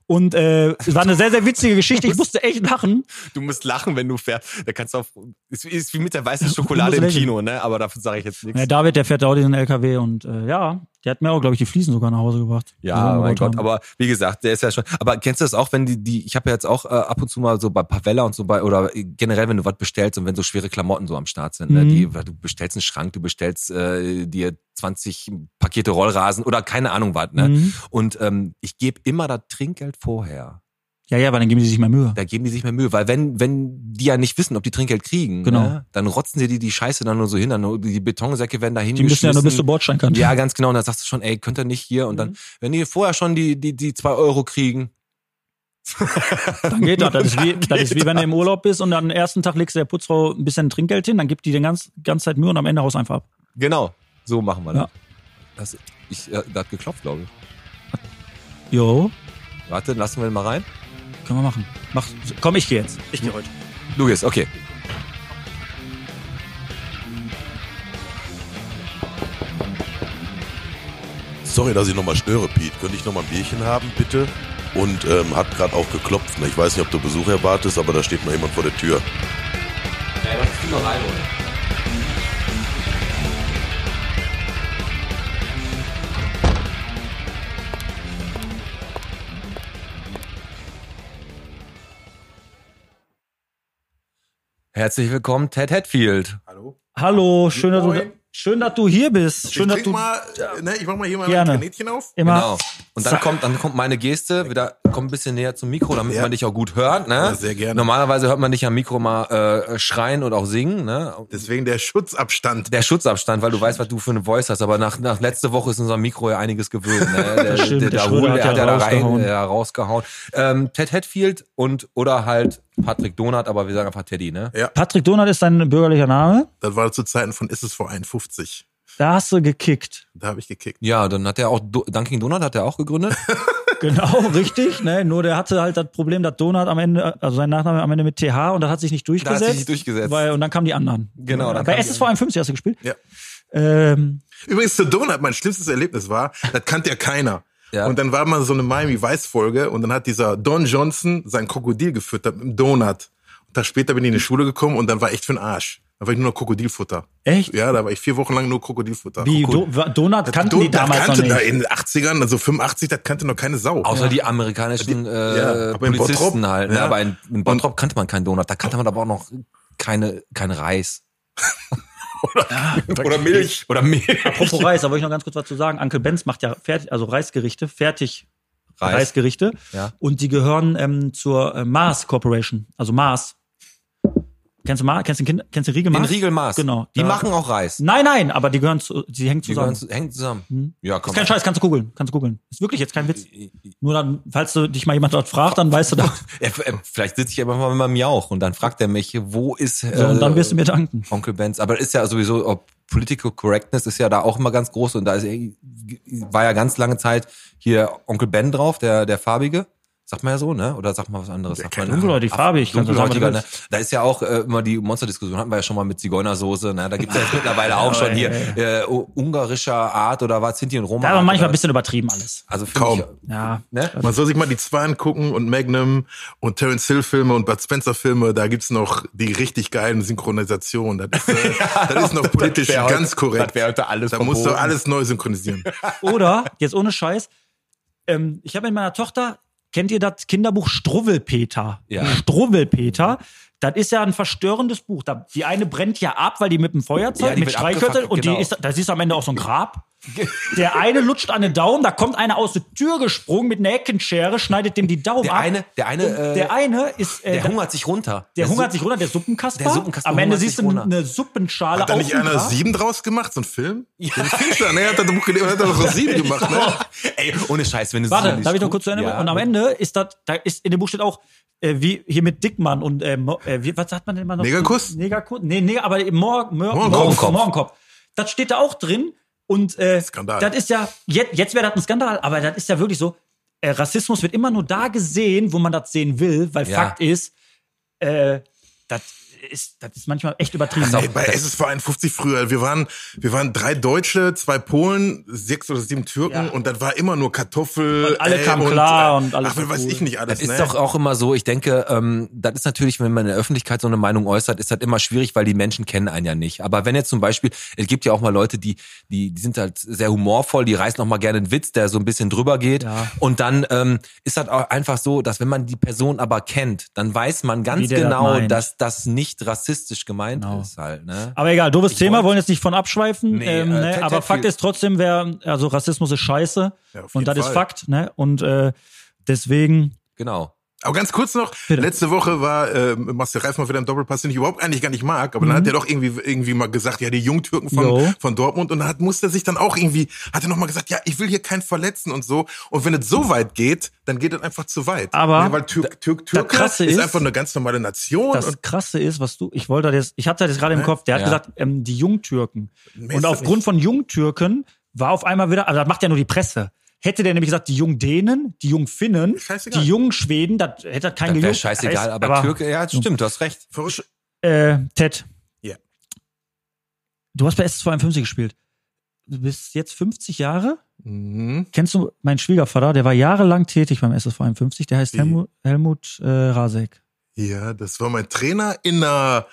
Speaker 4: Und äh, es war eine sehr, sehr witzige Geschichte. Ich musste echt lachen.
Speaker 3: Du musst lachen, wenn du fährst. Da kannst du auf. Ist, ist wie mit der weißen Schokolade
Speaker 4: musst
Speaker 3: im
Speaker 4: lächeln.
Speaker 3: Kino, ne? Aber davon sage ich jetzt nichts.
Speaker 4: Ja, David, der fährt auch diesen LKW und äh, ja, der hat mir auch, glaube ich, die Fliesen sogar nach Hause gebracht. Die wir
Speaker 3: Ja, oh mein
Speaker 4: gebaut
Speaker 3: Gott,
Speaker 4: haben.
Speaker 3: aber wie gesagt, der ist ja schon. Aber kennst du das auch, wenn die, die, ich habe ja jetzt auch äh, ab und zu mal so bei Pavella und so bei, oder generell, wenn du was bestellst und wenn so schwere Klamotten so am Start sind, ne,
Speaker 4: Mhm.
Speaker 3: die, du bestellst einen Schrank, du bestellst äh, dir 20 Pakete Rollrasen oder keine Ahnung was, ne?
Speaker 4: Mhm.
Speaker 3: Und ähm, ich gebe immer das Trinkgeld vorher.
Speaker 4: Ja, ja, aber dann geben die sich mehr Mühe.
Speaker 3: Da geben die sich mehr Mühe, weil wenn, wenn die ja nicht wissen, ob die Trinkgeld kriegen,
Speaker 4: Genau.
Speaker 3: ne, dann rotzen sie die, die Scheiße dann nur so hin, dann, die Betonsäcke werden da
Speaker 4: Die müssen ja nur bis zur Bordsteinkante.
Speaker 3: ja, ganz genau. Und dann Mhm. sagst du schon, ey, könnt ihr nicht hier? Und dann, wenn die vorher schon die, die, die zwei Euro kriegen.
Speaker 4: Dann geht das. Das ist, wie,
Speaker 3: Dann
Speaker 4: das ist
Speaker 3: geht
Speaker 4: wie wenn du im Urlaub bist und am ersten Tag legst du der Putzfrau ein bisschen Trinkgeld hin, dann gibt die den ganz, ganze Zeit Mühe und am Ende haust du einfach ab.
Speaker 3: Genau. So machen wir
Speaker 4: Ja.
Speaker 3: das. das ich, äh, da hat geklopft, glaube ich.
Speaker 4: Jo,
Speaker 3: Warte, lassen wir ihn mal rein.
Speaker 4: können wir machen. Mach, komm, ich gehe jetzt. Ich gehe heute.
Speaker 3: Du gehst, okay.
Speaker 1: Sorry, dass ich nochmal störe, Pete. Könnte ich nochmal ein Bierchen haben, bitte? Und ähm, hat gerade auch geklopft. ne? Ich weiß nicht, ob du Besuch erwartest, aber da steht mal jemand vor der Tür.
Speaker 3: Herzlich willkommen, Ted Hatfield.
Speaker 4: Hallo, schön dass, du,
Speaker 5: Moin.
Speaker 4: schön, dass du hier bist. Schön, dass
Speaker 5: ich trink
Speaker 4: du
Speaker 5: mal, äh, ne, ich mach mal hier mal
Speaker 4: Gerne.
Speaker 5: ein Planetchen auf.
Speaker 4: immer.
Speaker 3: Genau. Und dann
Speaker 4: Zack.
Speaker 3: kommt, dann kommt meine Geste wieder, komm ein bisschen näher zum Mikro, damit
Speaker 5: Ja.
Speaker 3: man dich auch gut hört. Ne?
Speaker 5: Ja, sehr gerne.
Speaker 3: Normalerweise hört man dich am Mikro mal äh, schreien und auch singen. Ne?
Speaker 5: Deswegen der Schutzabstand.
Speaker 3: Der Schutzabstand, weil du weißt, was du für eine Voice hast. Aber nach, nach letzter Woche ist unser Mikro ja einiges gewöhnt. Ne? Der,
Speaker 4: stimmt, der
Speaker 3: der
Speaker 4: Schröder
Speaker 3: Raoul,
Speaker 4: hat
Speaker 3: der
Speaker 4: ja
Speaker 3: hat ja da rein,
Speaker 4: rausgehauen.
Speaker 3: äh, rausgehauen. Ähm, Ted Hatfield und oder halt Patrick Donat, aber wir sagen einfach Teddy, ne?
Speaker 4: Patrick Donat ist dein bürgerlicher Name.
Speaker 5: Das war zu Zeiten von ISSV 51.
Speaker 4: Da hast du gekickt.
Speaker 5: Da habe ich gekickt.
Speaker 3: Ja, dann hat er auch Do Dunkin Donut hat er auch gegründet.
Speaker 4: Genau, richtig. Ne? Nur der hatte halt das Problem, dass Donat am Ende, also sein Nachname am Ende mit TH und das hat sich nicht
Speaker 3: Da hat
Speaker 4: durchgesetzt.
Speaker 3: sich nicht durchgesetzt.
Speaker 4: Weil, und dann kamen die anderen.
Speaker 3: Genau, dann
Speaker 4: Bei
Speaker 3: kamen die
Speaker 4: SSV 51 hast du gespielt.
Speaker 5: Ja.
Speaker 4: Ähm,
Speaker 5: Übrigens zu Donut, mein schlimmstes Erlebnis war, das kannte ja keiner.
Speaker 3: Ja.
Speaker 5: Und dann war mal so eine Miami Vice Folge und dann hat dieser Don Johnson sein Krokodil gefüttert mit einem Donut. Und Tag später bin ich in die Schule gekommen und dann war echt für den Arsch. Da war ich nur noch Krokodilfutter.
Speaker 4: echt?
Speaker 5: Ja, da war ich vier Wochen lang nur Krokodilfutter.
Speaker 4: Wie, Do wa- Donut kannten die
Speaker 5: das
Speaker 4: damals
Speaker 5: kannte
Speaker 4: noch
Speaker 5: da
Speaker 3: eh
Speaker 4: nicht.
Speaker 5: in den 80ern, also 85, das kannte noch keine Sau.
Speaker 3: Außer die amerikanischen äh,
Speaker 5: ja, aber in
Speaker 3: Polizisten
Speaker 5: Bottrop,
Speaker 3: halt. Ne?
Speaker 5: ja.
Speaker 3: Aber in, in Bottrop kannte man keinen Donut, da kannte man aber auch noch keine, kein Reis.
Speaker 5: Oder Milch.
Speaker 3: Oder Mehl.
Speaker 4: Apropos Reis, da wollte ich noch ganz kurz was zu sagen. Uncle Benz macht ja fertig, also Reisgerichte, fertig
Speaker 3: Reis.
Speaker 4: Reisgerichte.
Speaker 3: Ja.
Speaker 4: Und die gehören ähm, zur äh, Mars Corporation, also Mars. Kennst du Mars? Kennst du den, kind, kennst du Riegel
Speaker 3: Den
Speaker 4: Mars?
Speaker 3: Riegelmaß.
Speaker 4: Genau.
Speaker 3: Die
Speaker 4: Ja.
Speaker 3: machen auch Reis.
Speaker 4: Nein, nein, aber die gehören zu, die hängen
Speaker 3: Die
Speaker 4: zusammen.
Speaker 3: gehören zu, hängen zusammen.
Speaker 4: Hm.
Speaker 3: Ja, komm.
Speaker 4: ist kein Scheiß, kannst du googeln, kannst du googeln. Ist wirklich jetzt kein Witz. Nur dann, falls du dich mal jemand dort fragt, dann weißt du das.
Speaker 3: Er, er, äh, vielleicht sitze ich einfach mal mit meinem Jauch und dann fragt er mich, wo ist äh,
Speaker 4: So, und dann wirst du mir danken.
Speaker 3: Onkel Benz. Aber ist ja sowieso, ob Political Correctness ist ja da äh, auch immer ganz groß und da ist, war ja ganz lange Zeit hier Onkel Ben drauf, der, der Farbige. Sagt man ja so, ne? Oder sagt man was anderes?
Speaker 5: Ja,
Speaker 3: Sagt
Speaker 5: keine
Speaker 3: man,
Speaker 4: Ahnung, Leute, die Farbe, ich kann so sagen, was
Speaker 3: dunkelhäutiger,
Speaker 4: du
Speaker 3: ne? Da ist ja auch äh, immer die Monsterdiskussion, hatten wir ja schon mal mit Zigeunersoße, ne? Da gibt's ja jetzt mittlerweile auch schon hier äh, u- ungarischer Art oder was, Sinti und Roma.
Speaker 4: Da war
Speaker 3: Art
Speaker 4: manchmal ein
Speaker 3: oder,
Speaker 4: bisschen übertrieben alles.
Speaker 3: also find
Speaker 5: Kaum.
Speaker 3: Ich,
Speaker 4: Ja.
Speaker 3: ne?
Speaker 5: Man soll sich mal die zwei angucken und Magnum und Terence Hill Filme und Bud Spencer Filme, da gibt's noch die richtig geilen Synchronisationen. Das ist, äh, das ist noch politisch
Speaker 3: wär heute-
Speaker 5: ganz korrekt.
Speaker 3: das wär heute alles
Speaker 5: da musst du
Speaker 3: verboten.
Speaker 5: alles neu synchronisieren.
Speaker 4: Oder, jetzt ohne Scheiß, ähm, ich habe mit meiner Tochter, kennt ihr das Kinderbuch Struwwelpeter?
Speaker 3: Ja.
Speaker 4: Struwwelpeter. Das ist ja ein verstörendes Buch. Da, die eine brennt ja ab, weil die mit dem Feuerzeug,
Speaker 3: Ja, die
Speaker 4: mit
Speaker 3: wird
Speaker 4: Streichhölzel
Speaker 3: abgefackelt,
Speaker 4: und
Speaker 3: genau.
Speaker 4: die ist, da siehst du am Ende auch so ein Grab. Der eine lutscht an den Daumen, da kommt einer aus der Tür gesprungen mit einer Heckenschere, schneidet dem die Daumen
Speaker 3: Der
Speaker 4: Um ab.
Speaker 3: eine- der eine,
Speaker 4: Und
Speaker 3: äh,
Speaker 4: der eine ist, äh,
Speaker 3: Der hungert sich runter.
Speaker 4: der hungert
Speaker 3: Supp-
Speaker 4: sich runter, der Suppenkasper.
Speaker 3: Der Suppenkasper
Speaker 4: Am Ende
Speaker 3: hungert
Speaker 4: siehst
Speaker 3: sich
Speaker 4: du
Speaker 3: runter.
Speaker 4: eine Suppenschale
Speaker 5: Hat da
Speaker 4: auf
Speaker 5: nicht
Speaker 4: dem
Speaker 5: einer
Speaker 4: Grab.
Speaker 5: sieben draus gemacht, so ein Film? Ja. Den Fischer, ne? Hat er Buch gelesen, hat er doch sieben gemacht, ne?
Speaker 3: Ey, ohne Scheiß, wenn du so
Speaker 4: Warte,
Speaker 3: liest,
Speaker 4: darf ich noch
Speaker 3: guck-
Speaker 4: kurz zu Ende?
Speaker 3: Ja.
Speaker 4: Und am Ende ist das, da ist in dem Buch steht auch, äh, wie hier mit Dickmann und äh, Mo- äh, wie, was sagt man denn immer noch?
Speaker 5: Negerkuss?
Speaker 4: Negerkuss? Nee, nee, aber Mor Mor
Speaker 5: Mohrenkopf.
Speaker 4: Mohrenkopf. Mohrenkopf. Das steht da auch drin. Und äh,
Speaker 5: Skandal.
Speaker 4: das ist ja, jetzt, jetzt wäre das ein Skandal, aber das ist ja wirklich so, äh, Rassismus wird immer nur da gesehen, wo man das sehen will, weil
Speaker 3: Ja.
Speaker 4: Fakt ist, äh, das ist, das ist manchmal echt übertrieben.
Speaker 5: Ey, bei SSV 51 früher, wir waren, wir waren drei Deutsche, zwei Polen, sechs oder sieben Türken
Speaker 4: Ja.
Speaker 5: und das war immer nur Kartoffel.
Speaker 4: Und alle
Speaker 5: ey,
Speaker 4: kamen klar
Speaker 5: äh,
Speaker 4: und alles
Speaker 5: Ach, was
Speaker 4: war
Speaker 5: weiß
Speaker 4: cool.
Speaker 5: ich nicht alles,
Speaker 3: Das ist
Speaker 5: ne?
Speaker 3: doch auch immer so, ich denke, ähm, das ist natürlich, wenn man in der Öffentlichkeit so eine Meinung äußert, ist das immer schwierig, weil die Menschen kennen einen ja nicht. Aber wenn jetzt zum Beispiel, es gibt ja auch mal Leute, die, die, die sind halt sehr humorvoll, die reißen auch mal gerne einen Witz, der so ein bisschen drüber geht.
Speaker 4: Ja.
Speaker 3: Und dann ähm, ist das auch einfach so, dass wenn man die Person aber kennt, dann weiß man
Speaker 4: Wie
Speaker 3: ganz
Speaker 4: der das
Speaker 3: genau,
Speaker 4: meint.
Speaker 3: dass das nicht rassistisch gemeint
Speaker 4: Genau.
Speaker 3: ist halt. Ne?
Speaker 4: Aber egal, doofes Thema,
Speaker 3: wollt-
Speaker 4: wollen jetzt nicht von abschweifen.
Speaker 3: Nee,
Speaker 4: ähm,
Speaker 3: äh,
Speaker 4: ne,
Speaker 3: Ted
Speaker 4: aber
Speaker 3: Ted
Speaker 4: Fakt
Speaker 3: viel-
Speaker 4: ist trotzdem, wer, also Rassismus ist scheiße.
Speaker 5: Ja, auf
Speaker 4: und
Speaker 5: jeden
Speaker 4: das ist
Speaker 5: Fall.
Speaker 4: Fakt, ne? Und äh, deswegen.
Speaker 3: Genau.
Speaker 5: Aber ganz kurz noch,
Speaker 4: Bitte.
Speaker 5: letzte Woche war äh, Marcel Reif mal wieder im Doppelpass, den ich überhaupt eigentlich gar nicht mag, aber dann hat er doch irgendwie irgendwie mal gesagt, ja, die Jungtürken
Speaker 4: Mhm. Jo.
Speaker 5: von, von Dortmund und dann hat, musste er sich dann auch irgendwie, hat er nochmal gesagt, ja, ich will hier keinen verletzen und so. Und wenn es so weit geht, dann geht es einfach zu weit.
Speaker 4: Aber
Speaker 5: ja, weil Türk, Türk,
Speaker 4: das
Speaker 5: Türke ist,
Speaker 4: Krasse ist,
Speaker 5: einfach eine ganz normale Nation und Ne?
Speaker 4: Das Krasse ist, was du, ich wollte das jetzt, ich hatte das gerade im Kopf, der hat
Speaker 3: Ja.
Speaker 4: gesagt, ähm, die Jungtürken.
Speaker 5: Mehr ist
Speaker 4: und
Speaker 5: das
Speaker 4: aufgrund von Jungtürken war auf einmal wieder, also das macht ja nur die Presse. Hätte der nämlich gesagt, die Jungdänen, die Jungfinnen,
Speaker 5: Scheißegal.
Speaker 4: die Jungschweden, das hätte das kein
Speaker 3: Das wäre
Speaker 4: gejuckt.
Speaker 3: scheißegal,
Speaker 4: Heißt,
Speaker 3: aber, Türke, ja, stimmt, du hast recht.
Speaker 5: verrückt.
Speaker 4: Äh, Ted.
Speaker 5: Ja.
Speaker 4: Du hast bei SS52 gespielt. Du bist jetzt 50 Jahre?
Speaker 5: Mhm.
Speaker 4: Kennst du meinen Schwiegervater? Der war jahrelang tätig beim SS51. Der heißt
Speaker 5: Wie?
Speaker 4: Helmut, Helmut äh, Rasek.
Speaker 5: Ja, das war mein Trainer in der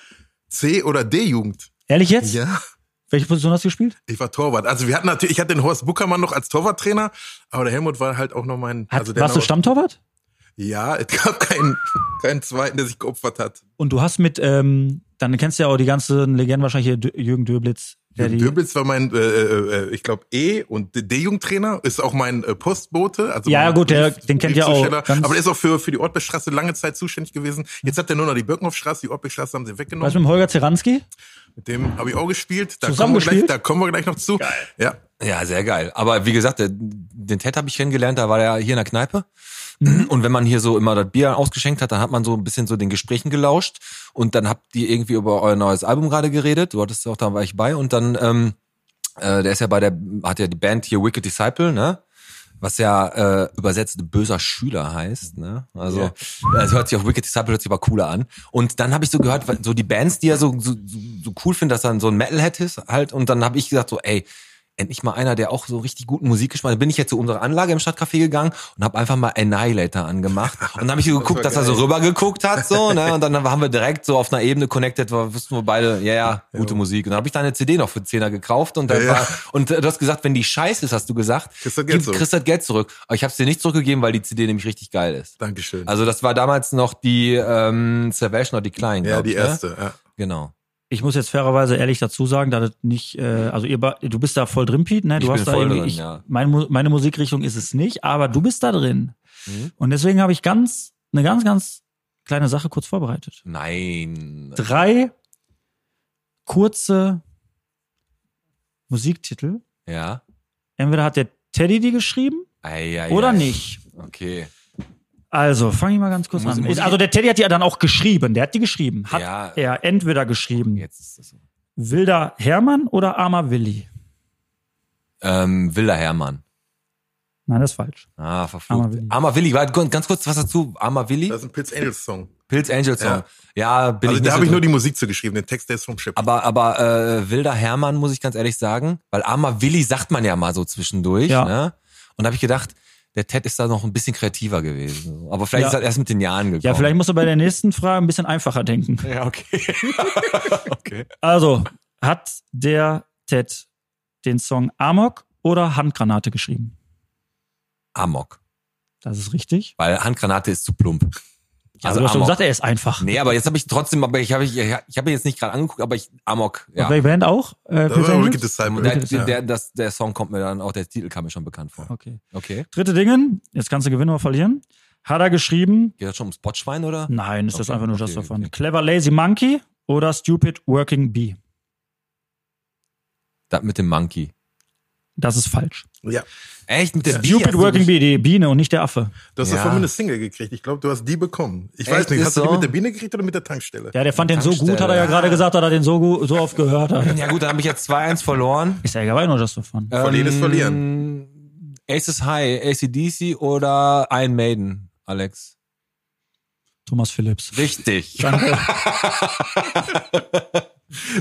Speaker 5: C- oder D-Jugend.
Speaker 4: Ehrlich jetzt?
Speaker 5: Ja.
Speaker 4: Welche Position hast du gespielt?
Speaker 5: Ich war Torwart. Also wir hatten natürlich, ich hatte den Horst Buckermann noch als Torwarttrainer, aber der Helmut war halt auch noch mein.
Speaker 4: Hat,
Speaker 5: also der
Speaker 4: warst du
Speaker 5: noch-
Speaker 4: Stammtorwart?
Speaker 5: Ja, es gab keinen, keinen zweiten, der sich geopfert hat.
Speaker 4: Und du hast mit, ähm, dann kennst du ja auch die ganzen Legenden wahrscheinlich hier, Dö- Jürgen Döblitz. Der die,
Speaker 5: Döblitz war mein, äh, äh, äh, ich glaube, E- und D-Jugendtrainer, ist auch mein äh, Postbote. Also
Speaker 4: Ja,
Speaker 5: mein
Speaker 4: ja, gut, der-
Speaker 5: Brief-
Speaker 4: den kennt ihr auch
Speaker 5: Briefzusteller.
Speaker 4: ganz-
Speaker 5: Aber der ist auch für, für die Ortbestraße lange Zeit zuständig gewesen. Jetzt hat er nur noch die Birkenhofstraße, die Ortbestraße haben sie weggenommen.
Speaker 4: Weißt du, mit dem Holger Zeranski?
Speaker 5: Mit dem habe ich auch gespielt. Da
Speaker 4: Zusammen
Speaker 5: kommen, wir gleich,
Speaker 4: gespielt?
Speaker 5: da kommen wir gleich noch zu. Ja,
Speaker 3: Ja, sehr geil. Aber wie gesagt, der, den Ted habe ich kennengelernt, da war er hier in der Kneipe. Und wenn man hier so immer das Bier ausgeschenkt hat, dann hat man so ein bisschen so den Gesprächen gelauscht und dann habt ihr irgendwie über euer neues Album gerade geredet. Du hattest auch, da war ich bei und dann, ähm, äh, der ist ja bei der, hat ja die Band hier Wicked Disciple, ne? Was ja äh, übersetzt böser Schüler heißt, ne? Also
Speaker 5: Ja.
Speaker 3: es hört sich auf Wicked Disciple hört sich aber cooler an. Und dann habe ich so gehört, so die Bands, die er so, so, so cool findet, dass dann so ein Metalhead ist halt. Und dann habe ich gesagt so, ey, endlich mal einer, der auch so richtig guten Musikgeschmack hat. Bin ich jetzt zu unserer Anlage im Stadtcafé gegangen und habe einfach mal Annihilator angemacht. Und dann habe ich so geguckt, dass er so rüber geguckt hat so, ne? Und dann haben wir direkt so auf einer Ebene connected, war- wussten wir beide, ja, ja, gute Musik. Und dann habe ich deine CD noch für 10er gekauft und dann
Speaker 5: Ja, ja.
Speaker 3: war, und äh, du hast gesagt, wenn die scheiße ist, hast du gesagt,
Speaker 5: Kriegst das Geld
Speaker 3: gib-
Speaker 5: zurück.
Speaker 3: kriegst das Geld zurück. Aber ich habe es dir nicht zurückgegeben, weil die CD nämlich richtig geil ist.
Speaker 5: Dankeschön.
Speaker 3: Also das war damals noch die ähm, Salvation oder die Kleinen.
Speaker 5: ja,
Speaker 3: glaub
Speaker 5: die
Speaker 3: ich, Ne?
Speaker 5: erste. Ja.
Speaker 3: Genau.
Speaker 4: Ich muss jetzt fairerweise ehrlich dazu sagen, da das nicht, äh, also ihr, ba- du bist da voll drin, Pete, ne? Du
Speaker 3: Ich
Speaker 4: hast
Speaker 3: bin
Speaker 4: da
Speaker 3: voll
Speaker 4: irgendwie,
Speaker 3: drin,
Speaker 4: ich,
Speaker 3: ja.
Speaker 4: meine, Mu- meine Musikrichtung ist es nicht, aber du bist da drin.
Speaker 3: Mhm.
Speaker 4: Und deswegen habe ich ganz, eine ganz, ganz kleine Sache kurz vorbereitet.
Speaker 3: Nein.
Speaker 4: Drei kurze Musiktitel.
Speaker 3: Ja.
Speaker 4: Entweder hat der Teddy die geschrieben
Speaker 3: Ei, ei,
Speaker 4: oder
Speaker 3: ei.
Speaker 4: nicht.
Speaker 3: Okay.
Speaker 4: Also, fange ich mal ganz kurz
Speaker 3: Muss-
Speaker 4: an.
Speaker 3: muss ich-
Speaker 4: also, der Teddy hat die ja dann auch geschrieben. Der hat die geschrieben. Hat
Speaker 3: Ja.
Speaker 4: er entweder geschrieben,
Speaker 3: Jetzt ist das so.
Speaker 4: Wilder Hermann oder Armer Willi?
Speaker 3: Ähm, Wilder Hermann.
Speaker 4: Nein, das ist falsch.
Speaker 3: Ah,
Speaker 4: Armer
Speaker 3: verflucht.
Speaker 4: Willi.
Speaker 3: Armer Willi, warte, ganz kurz was dazu. Armer Willi,
Speaker 5: Das ist ein Pilz Angels Song.
Speaker 3: Pilz Angel Song.
Speaker 5: Ja.
Speaker 3: Ja, bin ich
Speaker 5: Also da
Speaker 3: nicht so
Speaker 5: habe ich nur
Speaker 3: drin.
Speaker 5: die Musik zu geschrieben, den Text, der ist vom Chip.
Speaker 3: aber aber äh, wilder Hermann muss ich ganz ehrlich sagen, weil armer Willi sagt man ja mal so zwischendurch,
Speaker 4: Ja.
Speaker 3: ne? Und da habe ich gedacht, der Ted ist da noch ein bisschen kreativer gewesen. Aber vielleicht
Speaker 4: Ja.
Speaker 3: ist das erst mit den Jahren gekommen.
Speaker 4: Ja, vielleicht musst du bei der nächsten Frage ein bisschen einfacher denken.
Speaker 3: Ja, okay. okay.
Speaker 4: Also, hat der Ted den Song Amok oder Handgranate geschrieben?
Speaker 3: Amok,
Speaker 4: Das ist richtig.
Speaker 3: weil Handgranate ist zu plump.
Speaker 4: Ja, also du hast schon gesagt, er ist einfach.
Speaker 3: Nee, aber jetzt habe ich trotzdem, aber ich habe ich, ich habe jetzt nicht gerade angeguckt, aber ich Amok, ja.
Speaker 4: Und welche Band auch? Äh, Pilz
Speaker 5: Das war aber
Speaker 4: Angels?
Speaker 5: Wicked Disciple.
Speaker 3: Der,
Speaker 5: ja.
Speaker 3: der, das, der Song kommt mir dann auch, der Titel kam mir schon bekannt vor.
Speaker 4: okay.
Speaker 3: Okay.
Speaker 4: Dritte Dingen, jetzt kannst du gewinnen oder verlieren. Hat er geschrieben?
Speaker 3: Geht das schon ums Botschwein oder?
Speaker 4: Nein, ist das
Speaker 3: Okay,
Speaker 4: einfach nur
Speaker 3: okay,
Speaker 4: Just for Fun.
Speaker 3: okay.
Speaker 4: Clever Lazy Monkey oder Stupid Working Bee?
Speaker 3: Das mit dem Monkey.
Speaker 4: Das ist falsch.
Speaker 5: ja.
Speaker 3: Echt? Mit der
Speaker 4: Stupid Working Bee, die Biene und nicht der Affe.
Speaker 5: Du hast
Speaker 3: Ja.
Speaker 5: ja. vorhin eine Single gekriegt. Ich glaube, du hast die bekommen. Ich weiß
Speaker 3: Echt,
Speaker 5: nicht,
Speaker 3: ist
Speaker 5: hast du die
Speaker 3: so? ne?
Speaker 5: mit der Biene gekriegt oder mit der Tankstelle?
Speaker 4: Ja, der fand den so
Speaker 3: Tankstelle.
Speaker 4: gut, hat er ja gerade gesagt, hat er den so, gu- so oft gehört. Hat.
Speaker 3: Ja gut, dann habe ich jetzt 2-1 verloren. Ähm,
Speaker 4: Ist ja egal, war ja nur Just for Fun.
Speaker 5: Verlieren ist verlieren.
Speaker 3: Aces High, ACDC oder Iron Maiden, Alex?
Speaker 4: Thomas Phillips.
Speaker 3: Richtig.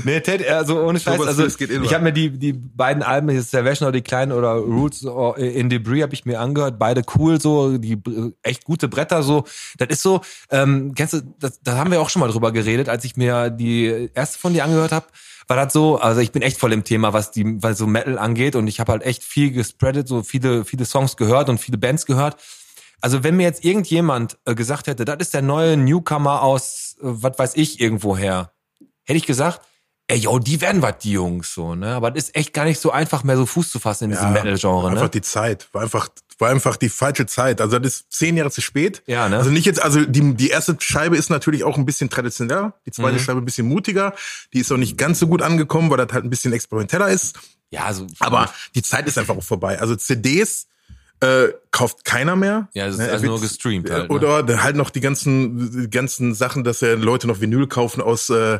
Speaker 3: nee, Ted, also ohne Scheiß,
Speaker 5: Sowas
Speaker 3: also
Speaker 5: Süßes geht immer.
Speaker 3: ich habe mir die, die beiden Alben, jetzt Salvation oder die kleinen oder Roots or- in Debris habe ich mir angehört, beide cool so, die äh, echt gute Bretter so. Das ist so, ähm, kennst du, das, da haben wir auch schon mal drüber geredet, als ich mir die erste von dir angehört habe, war das so, also ich bin echt voll im Thema, was die, was so Metal angeht und ich habe halt echt viel gespreadet, so viele, viele Songs gehört und viele Bands gehört. Also wenn mir jetzt irgendjemand äh, gesagt hätte, das ist der neue Newcomer aus, äh, was weiß ich, irgendwoher, hätte ich gesagt, ey, yo, die werden was, die Jungs, so, ne? Aber das ist echt gar nicht so einfach, mehr so Fuß zu fassen in diesem Metal-Genre,
Speaker 5: Einfach
Speaker 3: ne?
Speaker 5: die Zeit. War einfach, war einfach die falsche Zeit. Also das ist zehn Jahre zu spät.
Speaker 3: Ja, ne?
Speaker 5: Also nicht jetzt, also die, die erste Scheibe ist natürlich auch ein bisschen traditioneller, die zweite
Speaker 3: Mhm.
Speaker 5: Scheibe ein bisschen mutiger. Die ist auch nicht ganz so gut angekommen, weil das halt ein bisschen experimenteller ist.
Speaker 3: Ja, so.
Speaker 5: Aber die Zeit ist einfach auch vorbei. Also CDs äh, kauft keiner mehr.
Speaker 3: Ja, es ist
Speaker 5: Ne,
Speaker 3: also
Speaker 5: wird-
Speaker 3: nur gestreamt
Speaker 5: äh,
Speaker 3: halt, ne?
Speaker 5: Oder dann halt noch die ganzen, die ganzen Sachen, dass ja Leute noch Vinyl kaufen aus äh,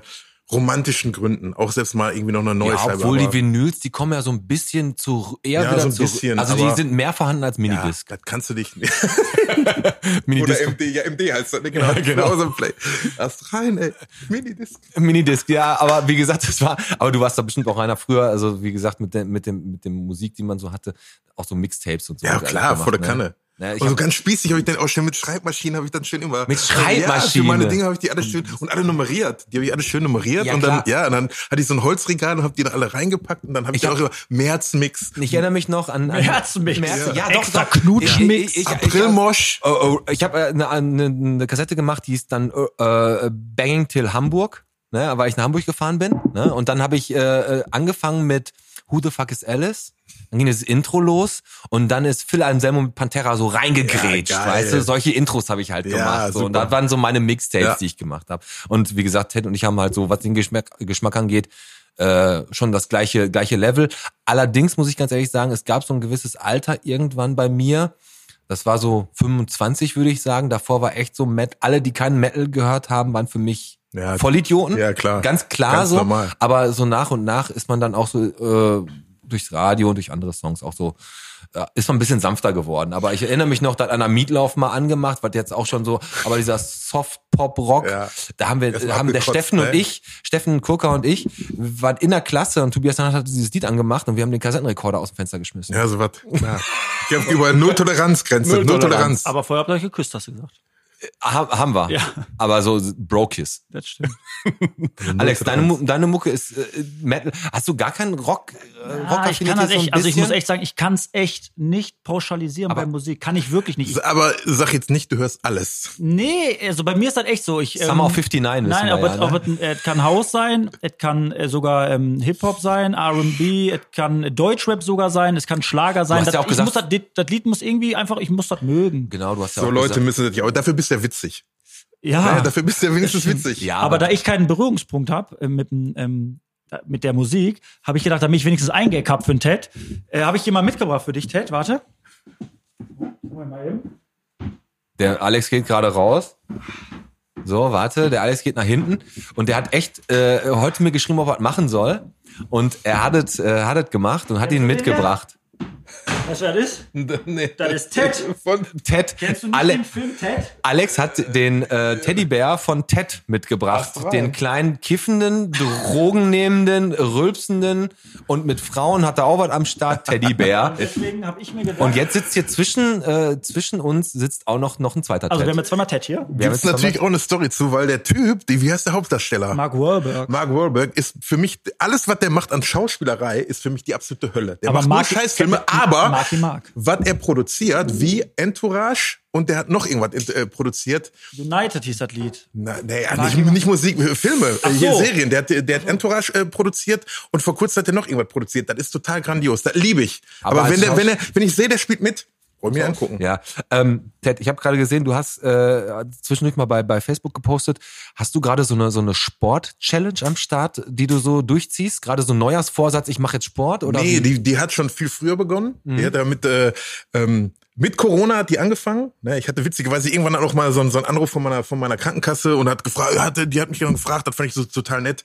Speaker 5: romantischen Gründen. Auch selbst mal irgendwie noch eine neue
Speaker 3: Ja,
Speaker 5: Scheibe.
Speaker 3: obwohl die
Speaker 5: aber-
Speaker 3: Vinyls, die kommen ja so ein bisschen zu, eher
Speaker 5: Ja,
Speaker 3: wieder
Speaker 5: so ein
Speaker 3: zu,
Speaker 5: bisschen,
Speaker 3: also die
Speaker 5: aber-
Speaker 3: sind mehr vorhanden als
Speaker 5: ja,
Speaker 3: Minidisc.
Speaker 5: das kannst du dich
Speaker 3: Minidisc,
Speaker 5: Oder MD, ja, MD heißt das, ne? Genau, genau. so ein Play. Erst rein, ey. Minidisc.
Speaker 3: Minidisc, ja, aber wie gesagt, das war, aber du warst da bestimmt auch einer früher, also wie gesagt, mit der, mit dem, mit dem Musik, die man so hatte, auch so Mixtapes und so.
Speaker 5: Ja,
Speaker 3: alles
Speaker 5: klar,
Speaker 3: gemacht,
Speaker 5: vor der
Speaker 3: ne?
Speaker 5: Kanne.
Speaker 3: Ja, ich
Speaker 5: und so
Speaker 3: hab-
Speaker 5: ganz spießig habe ich dann auch schön mit Schreibmaschinen habe ich dann schön immer.
Speaker 3: Mit
Speaker 5: Ja, für
Speaker 3: Schreibmaschine.
Speaker 5: meine Dinge habe ich die alle schön und alle nummeriert. Die habe ich alle schön nummeriert
Speaker 3: Ja,
Speaker 5: und dann,
Speaker 3: klar.
Speaker 5: ja, und dann hatte ich so ein Holzregal und habe die dann alle reingepackt und dann habe ich,
Speaker 3: Ich
Speaker 5: auch immer Märzmix,
Speaker 3: Ich erinnere mich noch an, an
Speaker 4: Herzmix.
Speaker 3: März, ja,
Speaker 4: Ja,
Speaker 3: doch,
Speaker 4: Extra
Speaker 3: doch.
Speaker 4: Knutschmix.
Speaker 3: Ich- ich- ich-
Speaker 5: Aprilmosch.
Speaker 3: Oh, oh, ich habe eine, eine, eine Kassette gemacht, die ist dann äh, äh, Banging Till Hamburg, ne, weil ich nach Hamburg gefahren bin. Ne, und dann habe ich äh, äh, angefangen mit Who the fuck is Alice? Dann ging das Intro los und dann ist Phil Anselmo mit Pantera so reingegrätscht,
Speaker 5: Ja, geil.
Speaker 3: weißt du? Solche Intros habe ich halt
Speaker 5: Ja,
Speaker 3: gemacht. So. Und
Speaker 5: super.
Speaker 3: da waren so meine Mixtapes,
Speaker 5: Ja.
Speaker 3: die ich gemacht habe. Und wie gesagt, Ted und ich haben halt so, was den Geschmack, Geschmack angeht, äh, schon das gleiche, gleiche Level. Allerdings muss ich ganz ehrlich sagen, es gab so ein gewisses Alter irgendwann bei mir, das war so 25, würde ich sagen. Davor war echt so Metal. Alle, die keinen Metal gehört haben, waren für mich
Speaker 5: Ja.
Speaker 3: Vollidioten.
Speaker 5: Ja, klar.
Speaker 3: Ganz klar
Speaker 5: Ganz
Speaker 3: so.
Speaker 5: normal.
Speaker 3: Aber so nach und nach ist man dann auch so äh, durchs Radio und durch andere Songs auch so äh, ist man ein bisschen sanfter geworden. Aber ich erinnere mich noch, da hat einer Mietlauf mal angemacht, was jetzt auch schon so, aber dieser Soft-Pop-Rock,
Speaker 5: Ja.
Speaker 3: da haben wir,
Speaker 5: Erstmal
Speaker 3: haben der
Speaker 5: abgekotzt,
Speaker 3: Steffen und
Speaker 5: ne?
Speaker 3: ich, Steffen Kurka und ich, waren in der Klasse und Tobias Nannert hat dieses Lied angemacht und wir haben den Kassettenrekorder aus dem Fenster geschmissen.
Speaker 5: Ja, so was. Klar. Ich habe über Null Toleranzgrenze. Null, Toleranz.
Speaker 4: Aber vorher habt ihr euch geküsst, hast du gesagt.
Speaker 3: Ha haben wir.
Speaker 4: Ja.
Speaker 3: Aber so Bro-Kiss.
Speaker 4: Das stimmt.
Speaker 3: Alex, deine, Mu- deine Mucke ist äh, Metal. Hast du gar keinen Rock? Äh, Rock
Speaker 4: Ah, ich kann das echt, also ich muss echt sagen, ich kann es echt nicht pauschalisieren
Speaker 3: Aber-
Speaker 4: bei Musik. Kann ich wirklich nicht. Ich,
Speaker 5: Aber sag jetzt nicht, du hörst alles.
Speaker 4: nee, also bei mir ist das echt so. Ich, ähm,
Speaker 3: Summer of 59
Speaker 4: Nein,
Speaker 3: wissen wir
Speaker 4: aber
Speaker 3: ja,
Speaker 4: es-
Speaker 3: ne?
Speaker 4: aber es- es kann House sein, es kann äh, sogar ähm, Hip-Hop sein, R&B, es kann Deutschrap sogar sein, es kann Schlager sein.
Speaker 3: hast
Speaker 4: Das,
Speaker 3: ja auch
Speaker 4: ich
Speaker 3: gesagt-
Speaker 4: muss das, Lied- das Lied muss irgendwie einfach, ich muss das mögen.
Speaker 3: Genau, du hast ja
Speaker 5: So
Speaker 3: auch
Speaker 5: Leute
Speaker 3: gesagt,
Speaker 5: müssen das ja. Aber dafür bist du ja witzig.
Speaker 4: Ja,
Speaker 5: Ja, dafür bist du ja wenigstens witzig.
Speaker 3: ja,
Speaker 4: aber da ich keinen Berührungspunkt habe äh, mit, dem, ähm, äh, mit der Musik, habe ich gedacht, damit ich wenigstens einen Gag hab für den Ted. Äh, habe ich hier mal mitgebracht für dich, Ted, warte. Moment mal eben.
Speaker 3: der Alex geht gerade raus. So, warte, der Alex geht nach hinten und der hat echt äh, heute mir geschrieben, ob er was machen soll und er hat es äh, hat es gemacht und hat ihn mitgebracht.
Speaker 4: Weißt du, wer das ist?
Speaker 5: nee,
Speaker 4: Das ist Ted.
Speaker 5: ne. Von,
Speaker 3: Ted.
Speaker 4: Kennst du nicht
Speaker 3: Alle,
Speaker 4: den Film Ted?
Speaker 3: Alex hat den äh, Teddybär von Ted mitgebracht.
Speaker 5: Ach,
Speaker 3: den kleinen, kiffenden, drogennehmenden, rülpsenden und mit Frauen hat er auch was am Start, Teddybär.
Speaker 4: Deswegen habe ich mir gedacht.
Speaker 3: Und jetzt sitzt hier zwischen, äh, zwischen uns sitzt auch noch, noch ein zweiter
Speaker 4: also, wir
Speaker 3: Ted.
Speaker 4: haben jetzt zweimal Ted hier.
Speaker 3: Wir haben
Speaker 5: gibt's
Speaker 3: jetzt
Speaker 5: natürlich auch eine Story zu, weil der Typ, die, wie heißt der Hauptdarsteller?
Speaker 4: Mark Wahlberg.
Speaker 5: Mark Wahlberg ist für mich, alles, was der macht an Schauspielerei, ist für mich die absolute Hölle. Der
Speaker 4: Aber
Speaker 5: macht
Speaker 4: Mark-
Speaker 5: nur Scheißfilme,
Speaker 4: Mark-
Speaker 5: aber
Speaker 4: Marky Mark.
Speaker 5: was er produziert, wie Entourage und der hat noch irgendwas äh, produziert.
Speaker 4: United hieß das Lied.
Speaker 5: Na, nee, ja, nicht, nicht Musik, äh, Filme, äh, hier
Speaker 4: so.
Speaker 5: Serien. Der hat, der hat Entourage äh, produziert und vor kurzem hat er noch irgendwas produziert. Das ist total grandios, das liebe ich.
Speaker 3: Aber
Speaker 5: Aber,
Speaker 3: als
Speaker 5: wenn, der, wenn,
Speaker 3: Schaus-
Speaker 5: er, wenn ich sehe, der spielt mit, wollen wir angucken.
Speaker 3: Ja, ähm, Ted, ich habe gerade gesehen, du hast äh, zwischendurch mal bei, bei Facebook gepostet. Hast du gerade so eine, so eine Sport-Challenge am Start, die du so durchziehst? Gerade so ein Neujahrsvorsatz, ich mache jetzt Sport? Oder
Speaker 5: Nee,
Speaker 3: wie? Mhm.
Speaker 5: die, die hat schon viel früher begonnen. Die hat ja mit, äh, ähm, mit Corona hat die angefangen. Ne, ich hatte witzigerweise irgendwann auch mal so, einen- so einen Anruf von meiner, von meiner Krankenkasse und hat gefragt, äh, hatte, die hat mich dann gefragt, das fand ich so total nett.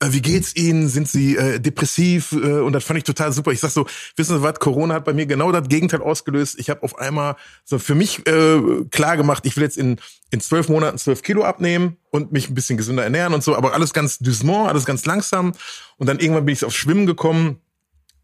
Speaker 5: Äh, wie geht's Ihnen? Sind Sie äh, depressiv? Äh, und das fand ich total super. Ich sag so, wissen Sie was, Corona hat bei mir genau das Gegenteil ausgelöst. Ich habe auf einmal so für mich äh, klar gemacht, ich will jetzt in in zwölf Monaten zwölf Kilo abnehmen und mich ein bisschen gesünder ernähren und so, aber alles ganz doucement, alles ganz langsam. Und dann irgendwann bin ich aufs Schwimmen gekommen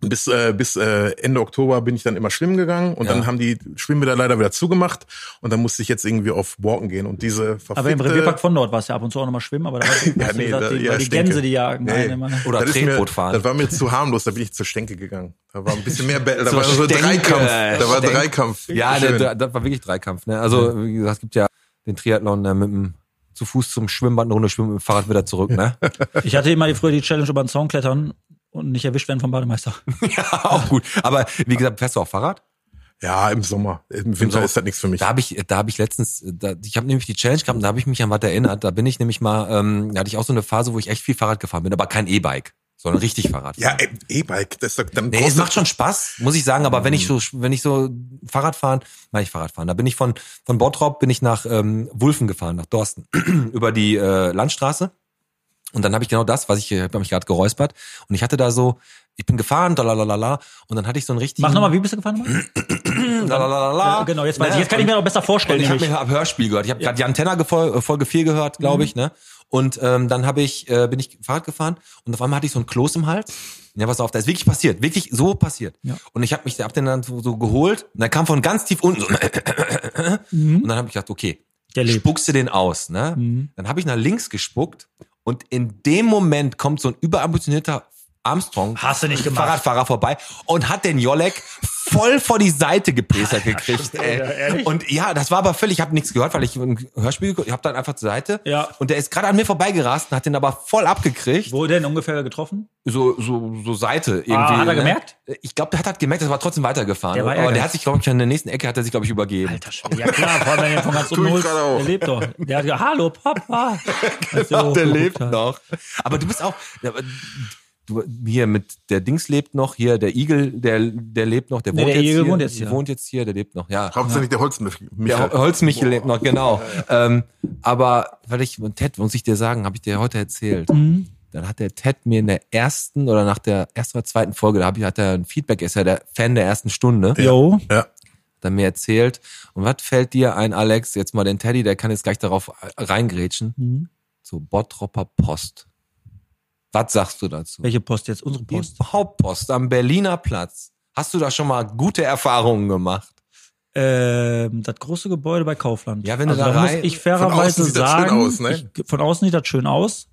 Speaker 5: bis äh, bis äh, Ende Oktober bin ich dann immer schwimmen gegangen und dann haben die Schwimmbäder leider wieder zugemacht und dann musste ich jetzt irgendwie auf Walken gehen und diese verfickte,
Speaker 4: Aber im Revierpark von Nord war es ja ab und zu auch nochmal schwimmen, aber da war
Speaker 5: Ja, nee, da- ja,
Speaker 4: die
Speaker 5: Stinke.
Speaker 4: Gänse, die jagen.
Speaker 5: Nee.
Speaker 4: einen immer. ne?
Speaker 3: Oder
Speaker 5: das ist mir,
Speaker 3: Tretboot fahren.
Speaker 5: Das war mir zu harmlos, da bin ich zur Stänke gegangen. Da war ein bisschen mehr Battle, da
Speaker 3: Zur
Speaker 5: war so
Speaker 3: Stänke. äh,
Speaker 5: Dreikampf, da war
Speaker 3: Stänke.
Speaker 5: Dreikampf.
Speaker 3: ja, da,
Speaker 5: Schön.
Speaker 3: da, das war wirklich Dreikampf. Ne? Also, wie gesagt, es gibt ja den Triathlon äh, mit dem zu Fuß zum Schwimmbad eine Runde schwimmen, mit dem Fahrrad wieder zurück. Ne?
Speaker 4: Ich hatte immer die früher die Challenge über den Zaun klettern und nicht erwischt werden vom Bademeister.
Speaker 3: auch gut. Aber wie gesagt, fährst du auch Fahrrad?
Speaker 5: ja, im Sommer, im Winter
Speaker 3: Sommer.
Speaker 5: ist das nichts für mich.
Speaker 3: Da habe ich, da habe ich letztens, äh, da, ich habe nämlich die Challenge gehabt und da habe ich mich an was erinnert. Da bin ich nämlich mal, ähm, da hatte ich auch so eine Phase, wo ich echt viel Fahrrad gefahren bin, aber kein E-Bike, sondern richtig Fahrrad.
Speaker 5: ja, ey, E-Bike, das ist doch dann
Speaker 3: Nee,
Speaker 5: brauchst
Speaker 3: es
Speaker 5: du-
Speaker 3: macht schon Spaß, muss ich sagen, aber wenn ich so, wenn ich so Fahrrad fahren, mache ich Fahrrad fahren. Da bin ich von, von Bottrop bin ich nach ähm, Wulfen gefahren, nach Dorsten, über die äh, Landstraße. Und dann habe ich genau das, was ich, ich habe mich gerade geräuspert. Und ich hatte da so, ich bin gefahren, dalalala, und dann hatte ich so Mm, einen richtigen.
Speaker 4: Mach nochmal, wie bist du gefahren? Mann?
Speaker 3: dalalala.
Speaker 5: Ah.
Speaker 4: Ja, genau, jetzt weiß ich.
Speaker 3: Ne?
Speaker 4: Jetzt kann ich mir noch besser vorstellen.
Speaker 3: Und ich habe
Speaker 4: nämlich. Mhm.
Speaker 3: mir hab Hörspiel gehört. Ich habe gerade Jan Tenner Gefol- äh, Folge 4 gehört, glaube ich, ne? Und ähm, dann habe ich äh, bin ich Fahrrad gefahren und auf einmal hatte ich so einen Kloß im Hals. Ja, pass auf, da ist wirklich passiert, wirklich so passiert.
Speaker 4: Ja.
Speaker 3: Und ich habe mich hab den dann so, so geholt und dann kam von ganz tief unten so und dann habe ich gedacht, okay,
Speaker 4: Mhm. Der lebt. Mhm.
Speaker 3: spuckst du den aus, ne? Dann habe ich nach links gespuckt und in dem Moment kommt so ein überambitionierter Armstrong
Speaker 4: Hast du nicht gemacht.
Speaker 3: Fahrradfahrer vorbei und hat den Jolek voll vor die Seite gepäsert gekriegt, ey. Und ja, das war aber völlig, ich habe nichts gehört, weil ich ein Hörspiel geguckt, ich habe dann einfach zur Seite
Speaker 4: Ja.
Speaker 3: und der ist gerade an mir vorbeigerast und hat den aber voll abgekriegt,
Speaker 4: Wo denn ungefähr getroffen?
Speaker 3: so so so Seite irgendwie.
Speaker 4: Ah,
Speaker 3: ne?
Speaker 4: hat er gemerkt?
Speaker 3: Ich glaube, der hat halt gemerkt, das war trotzdem weitergefahren.
Speaker 4: Der war
Speaker 3: aber
Speaker 4: ärgerlich.
Speaker 3: der hat sich glaube ich an der nächsten Ecke hat er sich glaube ich übergeben.
Speaker 4: Alter Schwede. Ja klar, vor allem wenn er von ganz oben
Speaker 5: ich
Speaker 4: holst,
Speaker 5: gerade auch.
Speaker 4: der lebt doch. Der hat gesagt, hallo Papa. genau,
Speaker 3: der lebt noch. Aber du bist auch. ja, aber Du, hier mit der Dings lebt noch, hier der Igel, der, der lebt noch, der
Speaker 4: Nee,
Speaker 3: wohnt,
Speaker 4: der
Speaker 3: jetzt,
Speaker 4: Igel
Speaker 3: hier,
Speaker 4: wohnt jetzt hier.
Speaker 3: wohnt jetzt hier, der lebt noch, ja.
Speaker 5: Hauptsächlich der Holzmichel.
Speaker 3: Der Holzmichel lebt noch, genau. Ähm, aber weil ich, Ted, muss ich dir sagen, habe ich dir heute erzählt.
Speaker 4: Hm,
Speaker 3: Dann hat der Ted mir in der ersten oder nach der ersten oder zweiten Folge, da hab ich, hat er ein Feedback, ist ja der Fan der ersten Stunde,
Speaker 4: Jo.
Speaker 5: Ja.
Speaker 3: hat er mir erzählt. Und was fällt dir ein, Alex? Jetzt mal den Teddy, der kann jetzt gleich darauf äh, reingrätschen.
Speaker 4: Hm,
Speaker 3: So Bottropper Post. Was sagst du dazu?
Speaker 4: Welche Post jetzt? Unsere
Speaker 3: Die
Speaker 4: Post.
Speaker 3: Hauptpost am Berliner Platz. Hast du da schon mal gute Erfahrungen gemacht?
Speaker 4: Ähm, das große Gebäude bei Kaufland. Also
Speaker 3: Ja, wenn du da
Speaker 4: muss
Speaker 3: rein-
Speaker 4: ich
Speaker 5: Von
Speaker 4: fairerweise
Speaker 5: außen sieht das schön
Speaker 4: sagen,
Speaker 5: aus, ne?
Speaker 4: ich, von außen sieht das schön aus.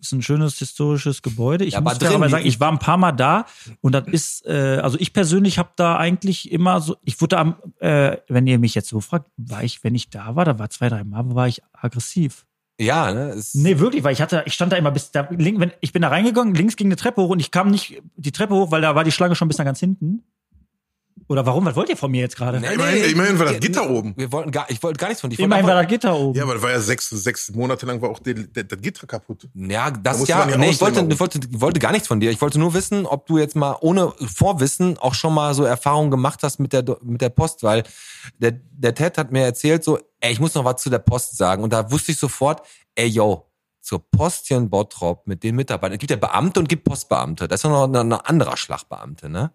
Speaker 4: Ist ein schönes historisches Gebäude. Ich
Speaker 3: Ja, aber
Speaker 4: muss
Speaker 3: drin
Speaker 4: fairerweise sagen,
Speaker 3: die-
Speaker 4: ich war ein paar Mal da und das ist, äh, also ich persönlich habe da eigentlich immer so, ich wurde am, äh, wenn ihr mich jetzt so fragt, war ich, wenn ich da war, da war zwei, drei Mal, war ich aggressiv.
Speaker 3: Ja, ne? Es-
Speaker 4: Nee, wirklich, weil ich hatte, ich stand da immer bis da, link, wenn, ich bin da reingegangen, links ging eine Treppe hoch und ich kam nicht die Treppe hoch, weil da war die Schlange schon bis da ganz hinten. Oder warum? Was wollt ihr von mir jetzt gerade?
Speaker 3: Nee,
Speaker 5: Immerhin,
Speaker 3: nee,
Speaker 5: immerhin war das
Speaker 3: wir-
Speaker 5: Gitter oben.
Speaker 3: Wir wollten gar, ich wollte gar nichts von dir. Ich wollte
Speaker 4: Immerhin war
Speaker 3: einfach-
Speaker 4: das Gitter oben.
Speaker 5: Ja, aber das war ja sechs, sechs Monate lang war auch der, der, das Gitter kaputt.
Speaker 3: ja, das
Speaker 5: musste
Speaker 3: ja.
Speaker 5: man ja
Speaker 3: nee, ich wollte,
Speaker 5: Ausnahme
Speaker 3: ich wollte, ich wollte gar nichts von dir. Ich wollte nur wissen, ob du jetzt mal ohne Vorwissen auch schon mal so Erfahrungen gemacht hast mit der, mit der Post, weil der, der Ted hat mir erzählt so, ey, ich muss noch was zu der Post sagen. Und da wusste ich sofort, ey, yo, zur Post hier in Bottrop mit den Mitarbeitern. Es gibt ja Beamte und gibt Postbeamte. Das ist ja noch ein, ein anderer Schlagbeamte, ne?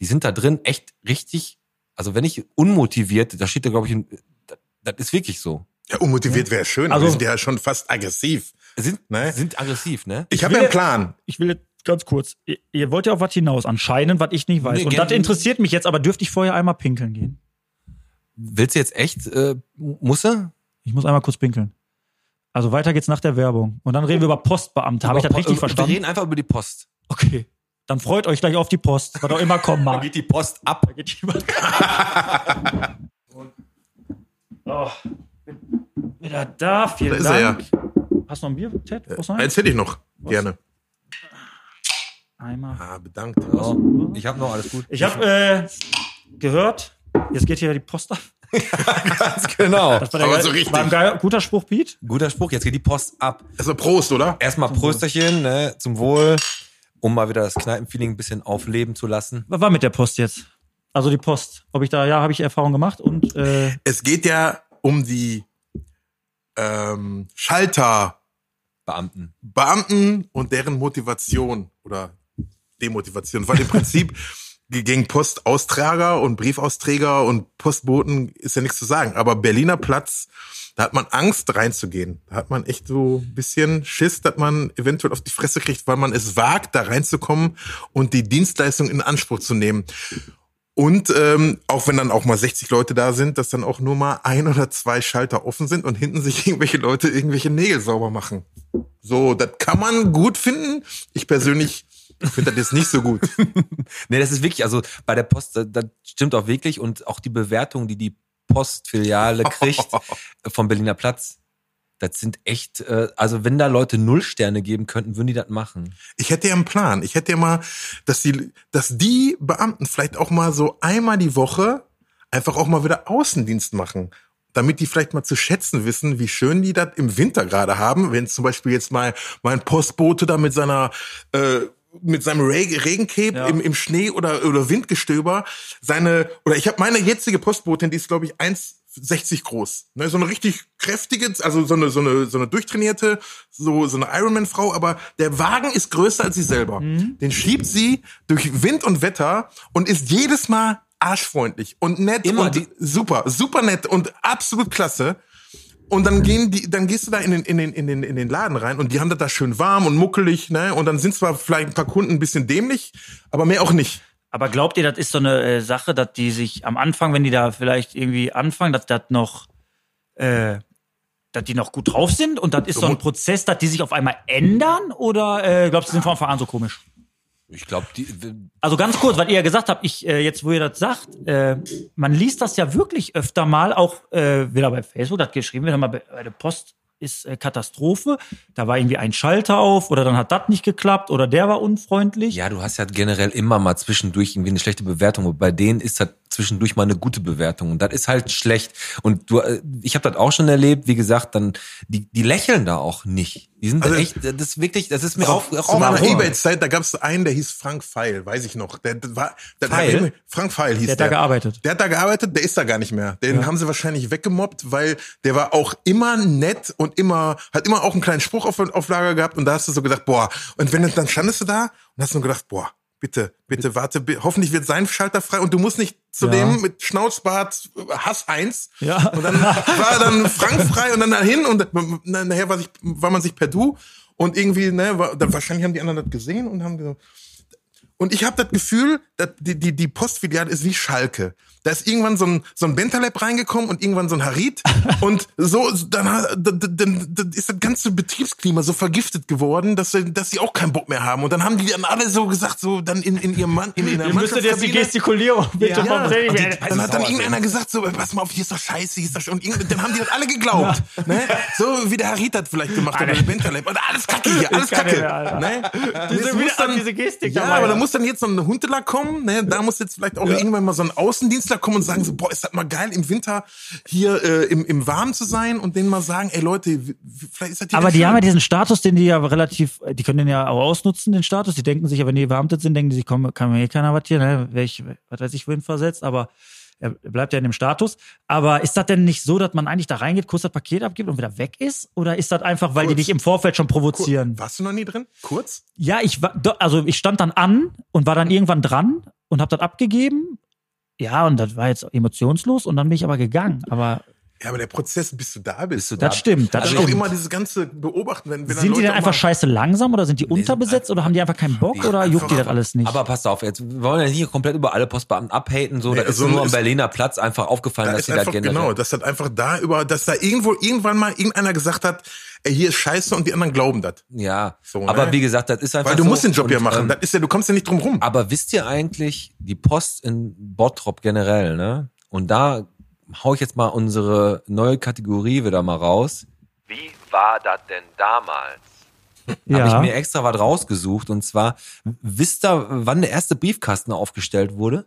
Speaker 3: die sind da drin echt richtig, also wenn ich unmotiviert, da steht da glaube ich, ein- das- das ist wirklich so.
Speaker 5: Ja, unmotiviert wäre schön, aber
Speaker 4: Also-
Speaker 5: die sind ja schon fast aggressiv.
Speaker 3: Sind,
Speaker 5: Ne?
Speaker 3: sind aggressiv, ne?
Speaker 5: Ich habe ja
Speaker 4: will-
Speaker 5: einen Plan.
Speaker 4: Ich will jetzt ganz kurz. Ihr, ihr wollt ja auf was hinaus, anscheinend, was ich nicht weiß.
Speaker 3: Nee,
Speaker 4: Und
Speaker 3: gern-
Speaker 4: das interessiert mich jetzt, aber dürfte ich vorher einmal pinkeln gehen?
Speaker 3: Willst du jetzt echt, äh, muss er?
Speaker 4: Ich muss einmal kurz pinkeln. Also weiter geht's nach der Werbung. Und dann reden wir über Postbeamte. Habe ich das richtig
Speaker 3: äh, Wir
Speaker 4: verstanden?
Speaker 3: reden einfach über die Post.
Speaker 4: Okay. Dann freut euch gleich auf die Post, was auch immer kommen
Speaker 3: Da
Speaker 4: mag.
Speaker 3: geht die Post ab.
Speaker 4: Da geht jemand. oh, bin wieder da,
Speaker 5: Da
Speaker 4: vielen
Speaker 5: ist er ja.
Speaker 4: Dank. Hast du noch ein Bier, Ted? Brauchst du noch eins?
Speaker 5: Eins hätte ich noch. Gerne.
Speaker 4: Einmal.
Speaker 5: Ah, bedankt.
Speaker 3: So, ich habe noch alles gut.
Speaker 4: Ich habe äh, gehört, jetzt geht hier die Post ab.
Speaker 3: genau.
Speaker 4: Das war
Speaker 5: Aber
Speaker 4: geil-
Speaker 5: so richtig.
Speaker 4: War ein geiler, guter Spruch, Pete.
Speaker 3: Guter Spruch, jetzt geht die Post ab.
Speaker 5: Also Prost, oder?
Speaker 3: Erstmal Prösterchen, ne, zum Wohl, um mal wieder das Kneipenfeeling ein bisschen aufleben zu lassen.
Speaker 4: Was war mit der Post jetzt? Also die Post. Ob ich da, ja, habe ich Erfahrung gemacht und äh,
Speaker 5: Es geht ja um die ähm, Schalterbeamten
Speaker 3: Beamten.
Speaker 5: und deren Motivation oder Demotivation. Weil im Prinzip gegen Postaustrager und Briefausträger und Postboten ist ja nichts zu sagen. Aber Berliner Platz, da hat man Angst reinzugehen. Da hat man echt so ein bisschen Schiss, dass man eventuell auf die Fresse kriegt, weil man es wagt, da reinzukommen und die Dienstleistung in Anspruch zu nehmen. Und ähm, auch wenn dann auch mal 60 Leute da sind, dass dann auch nur mal ein oder zwei Schalter offen sind und hinten sich irgendwelche Leute irgendwelche Nägel sauber machen. So, das kann man gut finden. Ich persönlich finde das jetzt nicht so gut.
Speaker 3: Nee, das ist wirklich, also bei der Post, das, das stimmt auch wirklich und auch die Bewertung, die die Postfiliale kriegt vom Berliner Platz, das sind echt, äh, also wenn da Leute null Sterne geben könnten, würden die das machen.
Speaker 5: Ich hätte ja einen Plan. Ich hätte ja mal, dass die, dass die Beamten vielleicht auch mal so einmal die Woche einfach auch mal wieder Außendienst machen. Damit die vielleicht mal zu schätzen wissen, wie schön die das im Winter gerade haben, wenn zum Beispiel jetzt mal mein Postbote da mit seiner, äh, mit seinem Reg- Regencape im, im Schnee oder, oder Windgestöber seine, oder ich habe meine jetzige Postbotin, die ist, glaube ich, 1,60 groß. Ne, so eine richtig kräftige, also so eine, so eine, so eine durchtrainierte, so, so eine Ironman-Frau, aber der Wagen ist größer als sie selber.
Speaker 3: Mhm.
Speaker 5: Den schiebt sie durch Wind und Wetter und ist jedes Mal arschfreundlich und nett
Speaker 3: Immer
Speaker 5: und
Speaker 3: die-
Speaker 5: super, super nett und absolut klasse. Und dann gehen die, dann gehst du da in den, in den, in den, in den Laden rein und die haben das da schön warm und muckelig, ne? Und dann sind zwar vielleicht ein paar Kunden ein bisschen dämlich, aber mehr auch nicht.
Speaker 6: Aber glaubt ihr, das ist so eine äh, Sache, dass die sich am Anfang, wenn die da vielleicht irgendwie anfangen, dass das noch, äh, dass die noch gut drauf sind und das ist so ein Prozess, dass die sich auf einmal ändern oder äh, glaubst du, die sind von Anfang an so komisch?
Speaker 3: Ich glaube, die,
Speaker 6: Also ganz kurz, was ihr ja gesagt habt, ich äh, jetzt, wo ihr das sagt, äh, man liest das ja wirklich öfter mal, auch äh, wieder bei Facebook, das geschrieben wird, mal bei, bei der Post ist äh, Katastrophe, da war irgendwie ein Schalter auf oder dann hat das nicht geklappt oder der war unfreundlich.
Speaker 3: Ja, du hast ja generell immer mal zwischendurch irgendwie eine schlechte Bewertung. Und bei denen ist das zwischendurch mal eine gute Bewertung. Und das ist halt schlecht. Und du, äh, ich habe das auch schon erlebt, wie gesagt, dann, die, die lächeln da auch nicht. Die sind
Speaker 5: Also-
Speaker 3: echt, das ist wirklich, das ist mir
Speaker 5: Auf,
Speaker 3: auch,
Speaker 5: auf meiner Ebay-Zeit, da gab es einen, der hieß Frank Feil, weiß ich noch. Der, der war, der, der-
Speaker 3: Feil?
Speaker 5: Frank Feil hieß
Speaker 4: der
Speaker 5: der.
Speaker 4: hat da gearbeitet.
Speaker 5: Der hat da gearbeitet, der ist da gar nicht mehr. Den haben sie wahrscheinlich weggemobbt, weil der war auch immer nett und immer, hat immer auch einen kleinen Spruch auf, auf Lager gehabt und da hast du so gedacht, boah. Und wenn dann standest du da und hast nur gedacht, boah, bitte, bitte, warte, bi- hoffentlich wird sein Schalter frei und du musst nicht zu dem mit Schnauzbart Hass 1.
Speaker 4: Ja.
Speaker 5: Und dann war dann Frank frei und dann dahin und na- nachher war, sich, war man sich per Du und irgendwie, ne, war, dann wahrscheinlich haben die anderen das gesehen und haben gesagt, und ich habe das Gefühl, dass die, die, die Postfiliale ist wie Schalke. Da ist irgendwann so ein, so ein Bentaleb reingekommen und irgendwann so ein Harit. und so, dann, hat- dann, dann, dann ist das ganze Betriebsklima so vergiftet geworden, dass, sie- dass sie auch keinen Bock mehr haben. Und dann haben die dann alle so gesagt, so dann in, in ihrem Mann, in, in der
Speaker 4: Ihr müsstet jetzt die
Speaker 5: Mannschaftskabine-
Speaker 4: Gestikulierung bitte
Speaker 5: Ja.
Speaker 4: vom Training
Speaker 5: Und die-
Speaker 4: werden.
Speaker 5: dann hat dann irgendeiner gesagt, so, pass mal auf, hier ist doch scheiße, hier ist doch schon, irgend- dann haben die das alle geglaubt. Ne? So wie der Harit das vielleicht gemacht hat, oder der Bentaleb. Und alles kacke hier, alles
Speaker 4: kann
Speaker 5: kacke.
Speaker 4: nicht mehr, Alter.
Speaker 5: ne?
Speaker 4: Diese-
Speaker 5: Es muss
Speaker 4: wieder an diese Gestik
Speaker 5: Ja,
Speaker 4: dabei,
Speaker 5: aber
Speaker 4: ja.
Speaker 5: da muss dann jetzt so ein Huntelack kommen, ne? Da muss jetzt vielleicht auch irgendwann mal so ein Außendienstler kommen und sagen so, boah, ist das mal geil, im Winter hier äh, im, im Warmen zu sein und denen mal sagen, ey Leute, w- w- vielleicht ist das hier
Speaker 4: Aber
Speaker 5: ganz
Speaker 4: die
Speaker 5: schön.
Speaker 4: haben ja diesen Status, den die ja relativ, die können den ja auch ausnutzen, den Status. Die denken sich ja, wenn die verhaftet sind, denken die sich, komm, kann mir eh keiner was hier, ne? Wär ich, was weiß ich, wohin versetzt, aber er bleibt ja in dem Status. Aber ist das denn nicht so, dass man eigentlich da reingeht, kurz das Paket abgibt und wieder weg ist? Oder ist das einfach, weil die
Speaker 5: Kurz.
Speaker 4: dich im Vorfeld schon provozieren?
Speaker 5: Warst du noch nie drin? Kurz?
Speaker 4: Ja, ich war, do- also ich stand dann an und war dann irgendwann dran und habe das abgegeben. Ja, und das war jetzt emotionslos und dann bin ich aber gegangen. Aber
Speaker 5: Ja, aber der Prozess, bis du da bist.
Speaker 3: du da
Speaker 4: das stimmt. Das
Speaker 5: Also auch
Speaker 4: stimmt.
Speaker 5: immer dieses ganze Beobachten, wenn, wenn
Speaker 4: sind die
Speaker 5: Leute
Speaker 4: dann
Speaker 5: auch
Speaker 4: einfach
Speaker 5: mal-
Speaker 4: scheiße langsam oder sind die unterbesetzt oder haben die einfach keinen Bock oder juckt die das alles nicht?
Speaker 3: Aber pass auf, jetzt wir wollen ja hier komplett über alle Postbeamten abhaten, so,
Speaker 5: Nee,
Speaker 3: das ist
Speaker 5: so
Speaker 3: nur am
Speaker 5: ist-
Speaker 3: Berliner Platz einfach aufgefallen,
Speaker 5: Da
Speaker 3: dass
Speaker 5: ist
Speaker 3: die da
Speaker 5: einfach,
Speaker 3: generell.
Speaker 5: genau, dass das einfach da über, dass da irgendwo irgendwann mal irgendeiner gesagt hat, ey, hier ist Scheiße und die anderen glauben das.
Speaker 3: Ja,
Speaker 5: So,
Speaker 3: aber
Speaker 5: ne?
Speaker 3: wie gesagt, das ist einfach
Speaker 5: Weil du
Speaker 3: so.
Speaker 5: musst den Job
Speaker 3: Und,
Speaker 5: ja machen.
Speaker 3: ähm,
Speaker 5: das ist ja, du kommst ja nicht drum rum.
Speaker 3: aber wisst ihr eigentlich, die Post in Bottrop generell, ne? Und da hau ich jetzt mal unsere neue Kategorie wieder mal raus. Wie war das denn damals? Habe ich
Speaker 4: ja.
Speaker 3: mir extra was rausgesucht. Und zwar, wisst ihr, wann der erste Briefkasten aufgestellt wurde?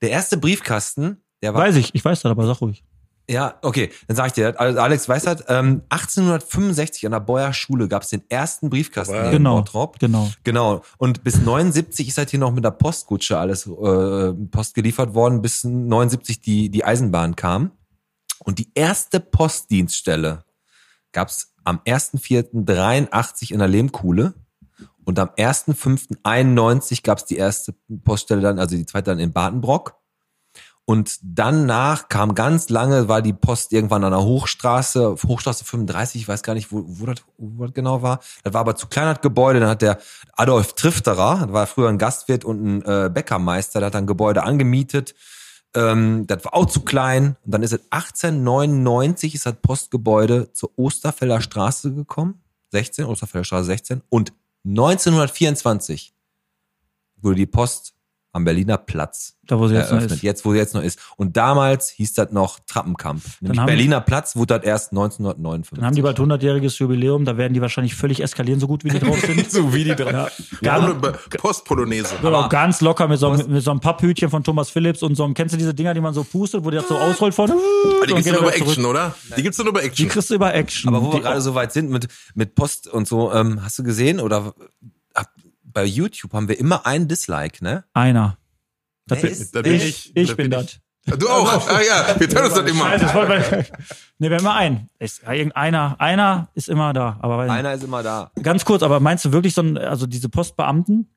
Speaker 3: Der erste Briefkasten, der war
Speaker 4: Weiß ich, ich weiß das, aber sag ruhig.
Speaker 3: Ja, okay, dann sag ich dir, das. also Alex weiß das, ähm, 1865 an der Beuer Schule gab's den ersten Briefkasten hier
Speaker 4: Genau.
Speaker 3: in äh, Bottrop.
Speaker 4: Genau.
Speaker 3: Genau. Und bis 79 ist halt hier noch mit der Postkutsche alles äh, Post geliefert worden, bis 79 die, die Eisenbahn kam. Und die erste Postdienststelle gab's am 1.4.83 in der Lehmkuhle. Und am 1.5.91 gab's die erste Poststelle dann, also die zweite dann in Badenbrock. Und danach kam ganz lange, war die Post irgendwann an der Hochstraße, Hochstraße 35, ich weiß gar nicht, wo, wo, das, wo das genau war. Das war aber zu klein, das Gebäude. Dann hat der Adolf Trifterer, das war früher ein Gastwirt und ein äh, Bäckermeister, der hat dann Gebäude angemietet. Ähm, das war auch zu klein. Und dann ist es 1899, ist das Postgebäude zur Osterfelder Straße gekommen. 16, Osterfelder Straße 16. Und 1924 wurde die Post am Berliner Platz
Speaker 4: Da wo sie jetzt noch
Speaker 3: eröffnet,
Speaker 4: ist.
Speaker 3: jetzt wo sie jetzt noch ist. Und damals hieß das noch Trappenkampf. Nämlich
Speaker 4: haben-
Speaker 3: Berliner Platz wurde das erst
Speaker 4: Dann haben
Speaker 3: 1959.
Speaker 4: die bald 100-jähriges Jubiläum, da werden die wahrscheinlich völlig eskalieren, so gut wie die drauf sind.
Speaker 3: so wie die drei.
Speaker 4: ja.
Speaker 5: Ohne
Speaker 4: Ganz,
Speaker 5: Be- Postpolonaise.
Speaker 4: genau, ganz locker mit so,
Speaker 3: Was?
Speaker 4: einem- mit so einem Papphütchen von Thomas Phillips und so einem, kennst du diese Dinger, die man so pustet, wo die das so ausrollt von?
Speaker 5: Die
Speaker 4: und
Speaker 5: gibt's
Speaker 4: geht
Speaker 5: doch
Speaker 4: er
Speaker 5: nur
Speaker 4: wieder
Speaker 5: bei
Speaker 4: zurück.
Speaker 5: Action, oder? Die gibt's doch nur bei
Speaker 4: Die
Speaker 5: Action.
Speaker 4: kriegst du über Action.
Speaker 3: Aber wo wir
Speaker 4: Die-
Speaker 3: gerade so weit sind mit, mit Post und so, ähm, hast du gesehen oder hab, bei YouTube haben wir immer einen Dislike, ne?
Speaker 4: Einer.
Speaker 3: Wer
Speaker 4: Das bin-
Speaker 3: ist-
Speaker 5: da bin
Speaker 3: wer-
Speaker 5: ich.
Speaker 4: Ich
Speaker 5: Da
Speaker 4: bin
Speaker 5: bin
Speaker 4: das.
Speaker 5: Du auch. Ah ja, wir teilen uns das immer.
Speaker 4: Scheiße, das wollte man- Ne, wir haben immer einen. Ist, ja, irgendeiner, einer ist immer da. Aber weiß nicht.
Speaker 3: Einer ist immer da.
Speaker 4: ganz kurz, aber meinst du wirklich so ein, also diese Postbeamten,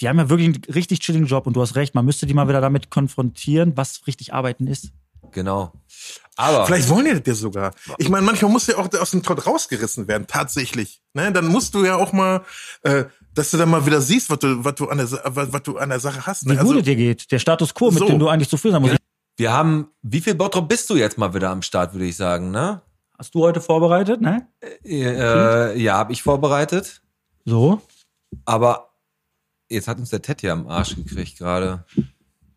Speaker 4: die haben ja wirklich einen richtig chilligen Job und du hast recht, man müsste die mal wieder damit konfrontieren, was richtig arbeiten ist.
Speaker 3: Genau. Aber
Speaker 5: Vielleicht wollen die das ja sogar. Ich meine, manchmal musst du ja auch aus dem Trott rausgerissen werden, tatsächlich. Ne? Dann musst du ja auch mal, äh, dass du dann mal wieder siehst, was du, was du, an, der, Sa- was, was du an der Sache hast.
Speaker 4: Wie
Speaker 5: Ne?
Speaker 4: gut es dir geht, der Status quo, mit
Speaker 5: So.
Speaker 4: dem du eigentlich zufrieden sein musst.
Speaker 3: wir haben, wie viel Bottrop bist du jetzt mal wieder am Start, würde ich sagen, ne?
Speaker 4: Hast du heute vorbereitet, ne?
Speaker 3: Äh, ja, habe ich vorbereitet.
Speaker 4: So,
Speaker 3: Aber jetzt hat uns der Ted hier am Arsch gekriegt gerade.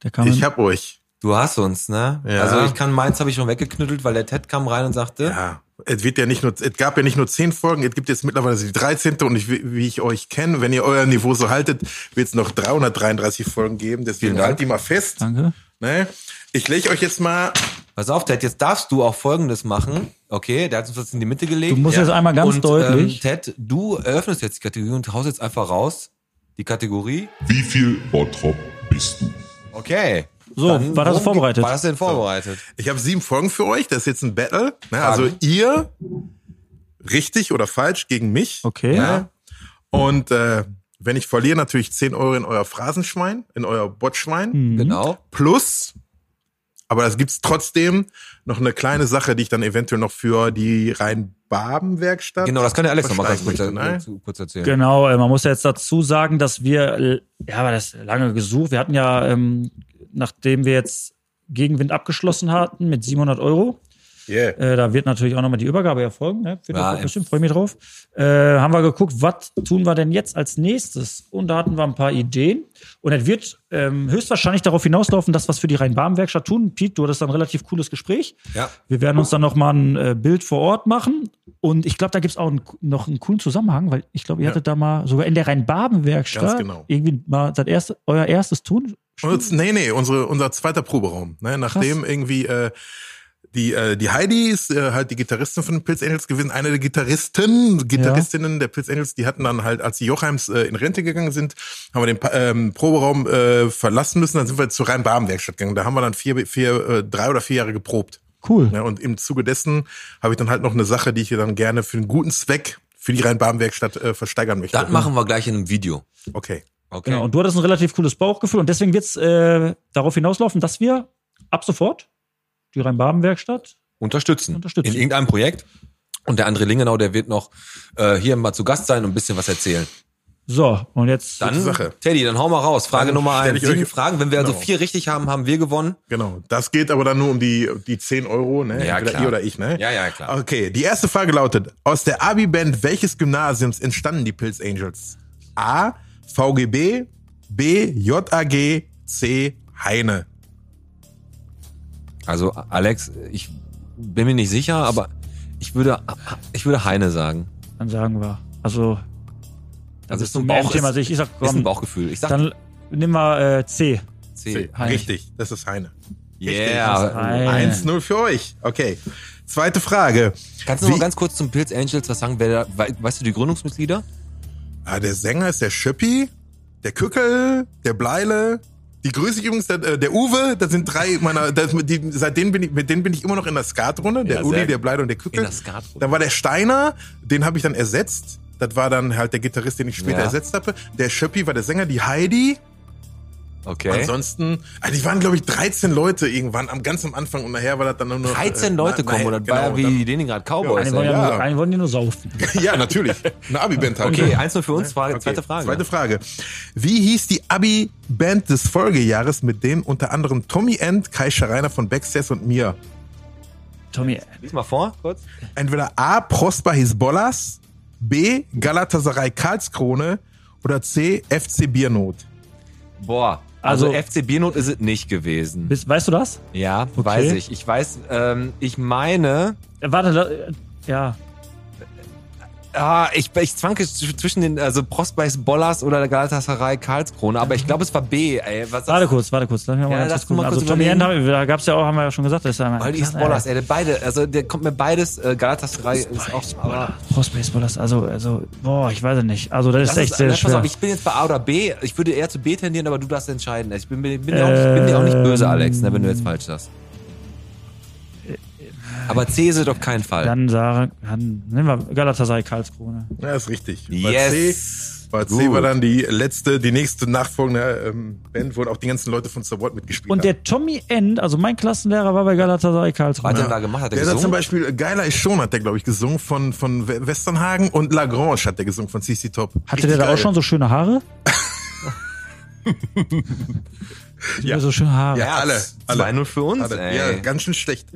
Speaker 4: der kam.
Speaker 5: ich hab euch.
Speaker 3: Du hast uns, ne?
Speaker 5: Ja.
Speaker 3: Also ich kann meins habe ich schon weggeknüttelt, weil der Ted kam rein und sagte,
Speaker 5: Ja, es wird ja nicht nur, es gab ja nicht nur zehn Folgen, es gibt jetzt mittlerweile die 13. und ich, wie ich euch kenne, wenn ihr euer Niveau so haltet, wird es noch 333 Folgen geben. Deswegen
Speaker 3: Dank.
Speaker 5: halt die mal fest.
Speaker 4: danke.
Speaker 5: Ne? Ich lege euch jetzt mal.
Speaker 3: pass auf, Ted, jetzt darfst du auch Folgendes machen. Okay, der hat uns das in die Mitte gelegt.
Speaker 4: Du musst jetzt einmal ganz
Speaker 3: und,
Speaker 4: deutlich-
Speaker 3: Ähm, Ted, du eröffnest jetzt die Kategorie und haust jetzt einfach raus. Die Kategorie.
Speaker 1: Wie viel Bottrop bist du?
Speaker 3: Okay.
Speaker 4: So, war das
Speaker 3: worum
Speaker 4: vorbereitet?
Speaker 3: geht- War das denn vorbereitet?
Speaker 5: Ich habe sieben Folgen für euch. Das ist jetzt ein Battle. Ne? Also ihr richtig oder falsch gegen mich.
Speaker 4: Okay.
Speaker 5: Ne? Und äh, wenn ich verliere, natürlich 10 Euro in euer Phrasenschwein, in euer Botschwein.
Speaker 4: Hm. Mhm.
Speaker 3: Genau.
Speaker 5: Plus, aber das gibt's trotzdem, noch eine kleine Sache, die ich dann eventuell noch für die Rhein-Baben-Werkstatt.
Speaker 3: Genau, das kann der Alex nochmal ganz kurz,
Speaker 5: Versteigen möchte,
Speaker 3: kurz- kurz erzählen.
Speaker 4: Genau, äh, man muss ja jetzt dazu sagen, dass wir, äh, ja, aber das lange gesucht. Wir hatten ja, ähm, nachdem wir jetzt Gegenwind abgeschlossen hatten mit 700 Euro,
Speaker 5: Yeah.
Speaker 4: Äh, da wird natürlich auch nochmal die Übergabe erfolgen. Ne? Wird
Speaker 3: Ja,
Speaker 4: auch bestimmt, freue mich drauf. Äh, haben wir geguckt, was tun wir denn jetzt als nächstes? Und da hatten wir ein paar Ideen. Und es wird ähm, höchstwahrscheinlich darauf hinauslaufen, dass was für die Rhein-Baben-Werkstatt tun. Piet, du hattest da ein relativ cooles Gespräch.
Speaker 3: Ja.
Speaker 4: Wir werden uns dann nochmal ein äh, Bild vor Ort machen. Und ich glaube, da gibt es auch einen, noch einen coolen Zusammenhang, weil ich glaube, ihr hattet da mal sogar in der Rhein-Baben-Werkstatt
Speaker 5: Ganz genau.
Speaker 4: irgendwie mal das erste, euer erstes Tun.
Speaker 5: Uns, nee, nee, unsere, unser zweiter Proberaum. Ne? Nachdem irgendwie äh, die, äh, die Heidi ist äh, halt die Gitarristin von den Pilz Angels gewesen, eine der Gitarristen, Gitarristinnen der Pilz Angels, die hatten dann halt, als die Jochheims äh, in Rente gegangen sind, haben wir den Pa- ähm, Proberaum äh, verlassen müssen, dann sind wir zur Rhein-Baben-Werkstatt gegangen. Da haben wir dann vier, vier, äh, drei oder vier Jahre geprobt.
Speaker 4: Cool.
Speaker 5: Ne? Und im Zuge dessen habe ich dann halt noch eine Sache, die ich hier dann gerne für einen guten Zweck für die Rhein-Baben-Werkstatt äh, versteigern möchte.
Speaker 3: Das machen wir gleich in einem Video.
Speaker 5: Okay.
Speaker 3: Okay.
Speaker 4: Mhm. Genau. Und du hattest ein relativ cooles Bauchgefühl und deswegen wird es äh, darauf hinauslaufen, dass wir ab sofort die Rhein-Baden-Werkstatt
Speaker 3: unterstützen.
Speaker 4: Unterstützen.
Speaker 3: In irgendeinem Projekt. Und der André Lingenau, der wird noch äh, hier mal zu Gast sein und ein bisschen was erzählen.
Speaker 4: so und jetzt
Speaker 3: Dann,
Speaker 5: Sache.
Speaker 3: Teddy, dann hau mal raus. Frage
Speaker 5: Dann
Speaker 3: Nummer
Speaker 5: stell
Speaker 3: eins.
Speaker 5: ich euch-
Speaker 3: Sieben Fragen. Wenn wir also
Speaker 5: Genau.
Speaker 3: vier richtig haben, haben wir gewonnen.
Speaker 5: Genau. Das geht aber dann nur um die, die 10 Euro, ne?
Speaker 3: Ja,
Speaker 5: Entweder
Speaker 3: klar.
Speaker 5: ihr oder ich, ne?
Speaker 3: Ja, ja, klar.
Speaker 5: Okay, die erste Frage lautet: Aus der Abi-Band welches Gymnasiums entstanden die Pilz Angels? A. VGB, B. JAG, C. Heine.
Speaker 3: Also Alex, ich bin mir nicht sicher, aber ich würde, ich würde Heine sagen.
Speaker 4: dann sagen wir, also
Speaker 3: Also ist
Speaker 4: zum
Speaker 3: ein Bauch,
Speaker 4: Thema
Speaker 3: ist,
Speaker 4: sich. Ich sag,
Speaker 3: ist ein
Speaker 4: komm,
Speaker 3: Bauchgefühl. Ich sag
Speaker 4: dann nehmen wir äh, C.
Speaker 3: C.
Speaker 4: Heine.
Speaker 5: Richtig, das ist Heine.
Speaker 3: Yeah.
Speaker 4: Heine.
Speaker 5: 1-0 für euch. Okay. Zweite Frage.
Speaker 3: Kannst du noch
Speaker 5: Wie-
Speaker 3: mal ganz kurz zum Pilz Angels was sagen? Wer da, we, weißt du die Gründungsmitglieder?
Speaker 5: Ah, der Sänger ist der Schöppi, der Kückel, der Bleile. Die grüße ich übrigens, der, äh, der Uwe, das sind drei meiner, das, die, seitdem bin ich, mit denen bin ich immer noch in der Skatrunde, der
Speaker 3: Ja, sehr
Speaker 5: Uli,
Speaker 3: gut.
Speaker 5: der Bleile und der
Speaker 3: In
Speaker 5: Kückel.
Speaker 3: der Skatrunde.
Speaker 5: Dann war der Steiner, den habe ich dann ersetzt. Das war dann halt der Gitarrist, den ich später
Speaker 3: Ja.
Speaker 5: ersetzt habe. Der Schöppi war der Sänger, die Heidi.
Speaker 3: Okay.
Speaker 5: Ansonsten, also die waren glaube ich 13 Leute irgendwann, am ganz am Anfang und nachher war das dann nur noch
Speaker 3: 13
Speaker 5: äh,
Speaker 3: Leute
Speaker 5: na-
Speaker 3: kommen
Speaker 5: na-
Speaker 3: oder
Speaker 5: genau,
Speaker 3: war ja wie die Leningrad Cowboys.
Speaker 4: Einen wollen,
Speaker 3: ey.
Speaker 4: ja
Speaker 5: Ja.
Speaker 4: nur, einen wollen die nur saufen.
Speaker 5: dann, ja natürlich, eine Abi-Band halt.
Speaker 3: Okay, eins nur für uns. Frage, Zweite
Speaker 5: Okay,
Speaker 3: Frage.
Speaker 5: Zweite Frage. Wie hieß die Abi-Band des Folgejahres, mit denen unter anderem Tommy End, Kai Schreiner von Backstairs und mir?
Speaker 4: Tommy,
Speaker 3: Lies mal vor, kurz.
Speaker 5: Entweder A. Prosper Hisbollas, B. Galatasaray Karlskrone oder C. FC Biernot.
Speaker 3: Boah. Also,
Speaker 4: Also-
Speaker 3: FC Biernot ist es nicht gewesen.
Speaker 4: bist, weißt du das?
Speaker 3: Ja, weiß ich. Ich weiß, ähm, ich meine,
Speaker 4: Äh, Warte, da, äh, ja.
Speaker 3: ah, ich, ich zwanke zw- zwischen den, also Prospeis Bollers oder der Galatasaray Karlskrone, aber ich glaube, es war B, ey. Was
Speaker 4: Warte kurz, warte kurz. Lass mich
Speaker 3: Ja,
Speaker 4: mal ganz
Speaker 3: lass
Speaker 4: kurz
Speaker 3: du mal
Speaker 4: gucken. Also
Speaker 3: kurz
Speaker 4: Tommy
Speaker 3: überlegen.
Speaker 4: End, haben wir- da gab's ja auch, haben wir ja schon gesagt, das ist ja mein
Speaker 3: Weil die Bollers, ey, der beide, also der kommt mir beides, äh, Galatasaray ist auch, aber,
Speaker 4: Prospect Ballers, also, also, boah, ich weiß es nicht. Also, das,
Speaker 3: Das
Speaker 4: ist echt
Speaker 3: ist- ne,
Speaker 4: sehr
Speaker 3: pass
Speaker 4: schwer.
Speaker 3: auf, ich bin jetzt bei A oder B. Ich würde eher zu B tendieren, aber du darfst entscheiden. Ich bin, bin, bin, dir, auch nicht, bin dir auch nicht böse, Alex, ne, wenn du jetzt falsch sagst. Aber C ist es auf keinen Fall.
Speaker 4: Ähm, Dann sagen, dann nehmen wir Galatasaray ne? Karlskrone.
Speaker 5: Ja, ist richtig. Bei
Speaker 3: yes.
Speaker 5: C, bei C
Speaker 3: Gut.
Speaker 5: war dann die letzte, die nächste nachfolgende ähm, Band, wo auch die ganzen Leute von Support mitgespielt
Speaker 4: Und der Tommy End, also mein Klassenlehrer war bei Galatasaray ne?
Speaker 3: Was hat
Speaker 4: Karlskrone.
Speaker 3: er da gemacht? Hat er
Speaker 5: Der hat zum
Speaker 3: gesungen?
Speaker 5: Beispiel, äh, Geiler ist schon, hat der, glaube ich, gesungen von, von We- Westernhagen und Lagrange hat der gesungen von CC Top.
Speaker 4: Hatte der da auch schon so schöne Haare? ja. So schöne Haare.
Speaker 5: Ja, alle. alle.
Speaker 3: 2-0 für uns,
Speaker 5: Alle.
Speaker 3: ey.
Speaker 5: Ja, ganz schön schlecht.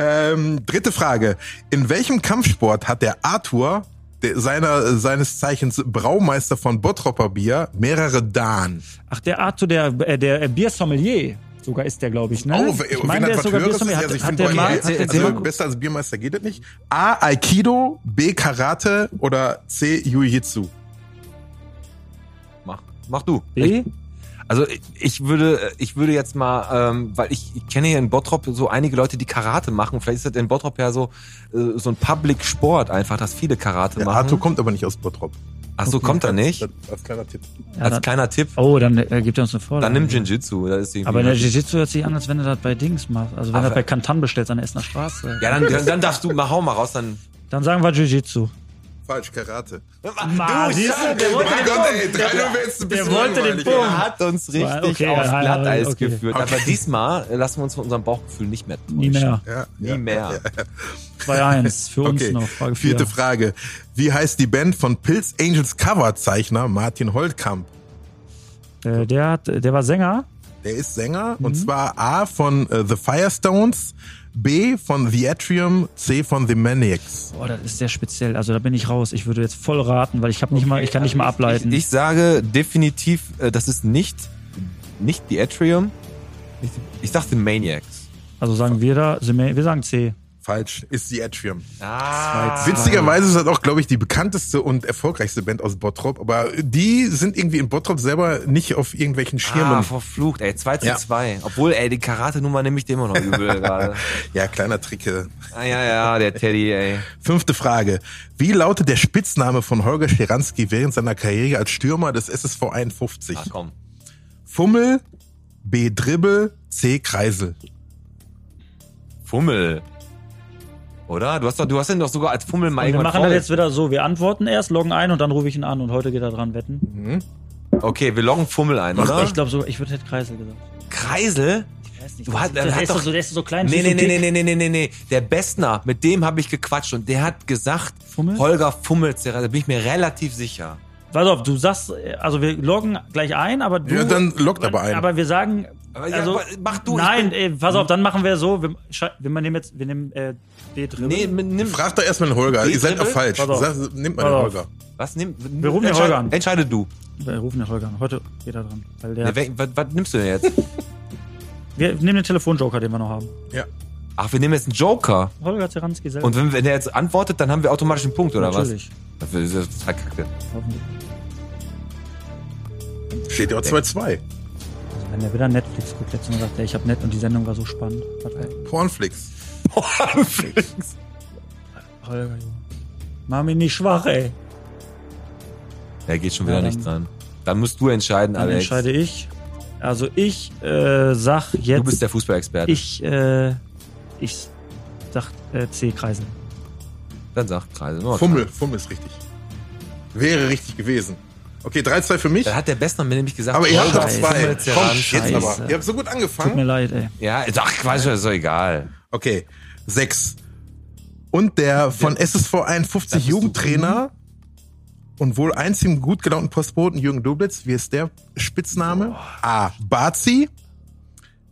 Speaker 5: Ähm, dritte Frage. In welchem Kampfsport hat der Arthur, der, seiner, seines Zeichens Braumeister von Bottropper Bier, mehrere Dan?
Speaker 4: Ach, der Arthur, der, äh, der äh, Biersommelier sogar ist der, glaube ich, ne?
Speaker 5: Oh,
Speaker 4: ich meine, der ist sogar Biersommelier. Hat,
Speaker 5: also ich
Speaker 4: hat
Speaker 5: finde,
Speaker 4: der mal, hat
Speaker 5: also,
Speaker 4: der
Speaker 5: also,
Speaker 4: mal,
Speaker 5: besser als Biermeister geht es nicht. A. Aikido, B. Karate oder C. Jiu-Jitsu.
Speaker 3: Mach, mach du.
Speaker 4: B?
Speaker 3: Also ich- ich würde, ich würde jetzt mal, ähm, weil ich, ich kenne hier in Bottrop so einige Leute, die Karate machen. Vielleicht ist das in Bottrop ja so äh, so ein Public Sport einfach, dass viele Karate
Speaker 5: Der Arthur
Speaker 3: machen.
Speaker 5: kommt aber nicht aus Bottrop.
Speaker 3: Ach so, kommt er nicht?
Speaker 5: Das, als kleiner Tipp.
Speaker 4: Ja,
Speaker 3: Als
Speaker 4: dann,
Speaker 3: kleiner Tipp.
Speaker 4: oh, dann äh, gibt er uns eine Vorlage.
Speaker 3: Dann nimm Jinjitsu. Da ist die
Speaker 4: Aber in der Jiu-Jitsu hört sich an, als wenn du das bei Dings machst. Also wenn
Speaker 3: Aber-
Speaker 4: du das bei Kantan bestellst an der Essener Straße.
Speaker 3: ja, dann, dann, dann darfst du mal hau mal raus, dann
Speaker 4: Dann sagen wir Jiu-Jitsu.
Speaker 3: Oh,
Speaker 5: Falsch, Karate. Oh
Speaker 4: Mann, siehst du, der wollte
Speaker 5: Mein
Speaker 4: den
Speaker 5: Gott,
Speaker 4: Punkt.
Speaker 5: ey, 3-0 wäre jetzt ein bisschen
Speaker 4: wollte den
Speaker 5: langweilig,
Speaker 4: Punkt.
Speaker 5: ey.
Speaker 3: Er hat uns richtig
Speaker 4: Okay, ja,
Speaker 3: aufs
Speaker 4: ja,
Speaker 3: Glatteis
Speaker 4: okay.
Speaker 3: geführt.
Speaker 5: Okay.
Speaker 3: Aber diesmal lassen wir uns von unserem Bauchgefühl nicht mehr täuschen.
Speaker 4: Nie mehr.
Speaker 5: Ja,
Speaker 3: Nie
Speaker 5: ja.
Speaker 3: mehr.
Speaker 4: 2-1 für uns
Speaker 5: Okay,
Speaker 4: noch. Frage
Speaker 5: vierte
Speaker 4: vier.
Speaker 5: Frage. Wie heißt die Band von Pilz Angels Coverzeichner Martin Holtkamp?
Speaker 4: Äh, der, hat, der war Sänger.
Speaker 5: Der ist Sänger
Speaker 4: Mhm.
Speaker 5: und zwar A von äh, The Firestones, B von The Atrium, C von The Maniacs.
Speaker 4: Boah, das ist sehr speziell. Also da bin ich raus. Ich würde jetzt voll raten, weil ich habe nicht mal, ich kann nicht mal ableiten.
Speaker 3: also Ich sage definitiv, äh, das ist nicht, nicht die Atrium. Nicht die- Ich dachte Maniacs.
Speaker 4: also sagen wir da, sind wir wir sagen C.
Speaker 5: Falsch, ist The Atrium.
Speaker 3: Ah.
Speaker 5: Witzigerweise ist das auch, glaube ich, die bekannteste und erfolgreichste Band aus Bottrop, aber die sind irgendwie in Bottrop selber nicht auf irgendwelchen Schirmen.
Speaker 3: Ah, verflucht, ey, 2 zu
Speaker 5: Ja.
Speaker 3: 2. Obwohl, ey, die Karate-Nummer nehme ich dir immer noch übel gerade.
Speaker 5: ja, kleiner Trick. äh.
Speaker 3: Ah, ja, ja, der Teddy, ey.
Speaker 5: Fünfte Frage. Wie lautet der Spitzname von Holger Scheranski während seiner Karriere als Stürmer des SSV 51?
Speaker 3: Ach Ah, komm.
Speaker 5: Fummel, B. Dribbel, C. Kreisel.
Speaker 3: Fummel. Oder? Du hast doch, du hast ihn doch sogar als Fummel mal
Speaker 4: Und wir
Speaker 3: irgendwann
Speaker 4: machen das
Speaker 3: vorge-
Speaker 4: jetzt wieder so. Wir antworten erst, loggen ein und dann rufe ich ihn an und heute geht er dran wetten.
Speaker 3: Okay, wir loggen Fummel ein,
Speaker 5: Macht
Speaker 3: oder?
Speaker 5: das.
Speaker 4: Ich glaube sogar, ich würde Ted Kreisel gesagt.
Speaker 3: Kreisel?
Speaker 4: Ich weiß nicht.
Speaker 3: Du hast-
Speaker 4: der,
Speaker 3: hat
Speaker 4: ist doch,
Speaker 3: doch-
Speaker 4: so, der ist doch so klein.
Speaker 3: Nee,
Speaker 4: süß
Speaker 3: nee,
Speaker 4: und
Speaker 3: nee,
Speaker 4: dick.
Speaker 3: nee, nee, nee, nee, nee, nee. Der Bestner, mit dem habe ich gequatscht und der hat gesagt,
Speaker 4: Fummel?
Speaker 3: Holger fummelt, da bin ich mir relativ sicher.
Speaker 4: Pass auf, du sagst, äh, also wir loggen gleich ein, aber du.
Speaker 5: Ja, dann lockt aber ein.
Speaker 4: Aber wir sagen.
Speaker 3: Aber ja,
Speaker 4: also,
Speaker 3: aber mach du, ich Hm?
Speaker 4: Nein, ey, pass auf, dann machen wir so. Wir, scha- wir nehmen jetzt, wir nehmen äh, B drin.
Speaker 3: Nee, m- nimm,
Speaker 5: Frag doch erstmal den Holger.
Speaker 3: Die
Speaker 5: Ihr seid doch
Speaker 3: Dribbel?
Speaker 5: falsch.
Speaker 4: Pass auf.
Speaker 5: Sag, nimmt mal den
Speaker 4: Pass auf.
Speaker 5: Holger.
Speaker 3: was nimm?
Speaker 4: Wir rufen den
Speaker 3: entscheide-
Speaker 4: Holger an.
Speaker 3: Entscheide du.
Speaker 4: Wir rufen den Holger an. Heute geht er dran. Weil der,
Speaker 3: Ja. Wer, was, was nimmst du denn jetzt?
Speaker 4: wir nehmen den Telefonjoker, den wir noch haben.
Speaker 5: Ja.
Speaker 3: Ach, wir nehmen jetzt einen Joker.
Speaker 4: Holger Zeranski selbst.
Speaker 3: Und wenn, wenn er jetzt antwortet, dann haben wir automatisch einen Punkt, oder
Speaker 4: Natürlich.
Speaker 3: was? Das ist total kacke.
Speaker 4: Hoffentlich.
Speaker 5: Steht ja auch 2-2.
Speaker 4: Wenn er wieder Netflix guckt, jetzt und sagt, ey, ich hab net und die Sendung war so spannend. Warte, ey,
Speaker 5: Pornflix.
Speaker 4: Holger, Junge. Mach mich nicht schwach, ey.
Speaker 3: Da geht schon wieder
Speaker 4: Ja, dann-
Speaker 3: nichts an. Dann musst du entscheiden,
Speaker 4: Dann
Speaker 3: Alex.
Speaker 4: entscheide ich. Also ich äh, sag jetzt.
Speaker 3: Du bist der Fußballexperte.
Speaker 4: Ich, äh, ich sag äh, C-Kreisel.
Speaker 3: Dann sag Kreise. Nur
Speaker 5: Fummel. Fummel ist richtig. Wäre richtig gewesen. Okay, 3-2 für mich.
Speaker 3: Dann hat der Bestner mir nämlich gesagt,
Speaker 5: Aber ihr habt
Speaker 3: Holger
Speaker 5: noch zwei.
Speaker 3: fummelt's ja
Speaker 5: Komm,
Speaker 3: ran.
Speaker 5: jetzt
Speaker 4: Scheiße.
Speaker 5: aber. Ihr habt so gut
Speaker 4: Tut mir
Speaker 5: angefangen.
Speaker 4: leid, ey.
Speaker 3: Ja, ach, Quatsch, ist doch egal.
Speaker 5: Okay, 6. Und der von SSV 51 Jugendtrainer und wohl einzigen gut gelaunten Postboten Jürgen Dublitz. Wie ist der Spitzname? A. Bazi.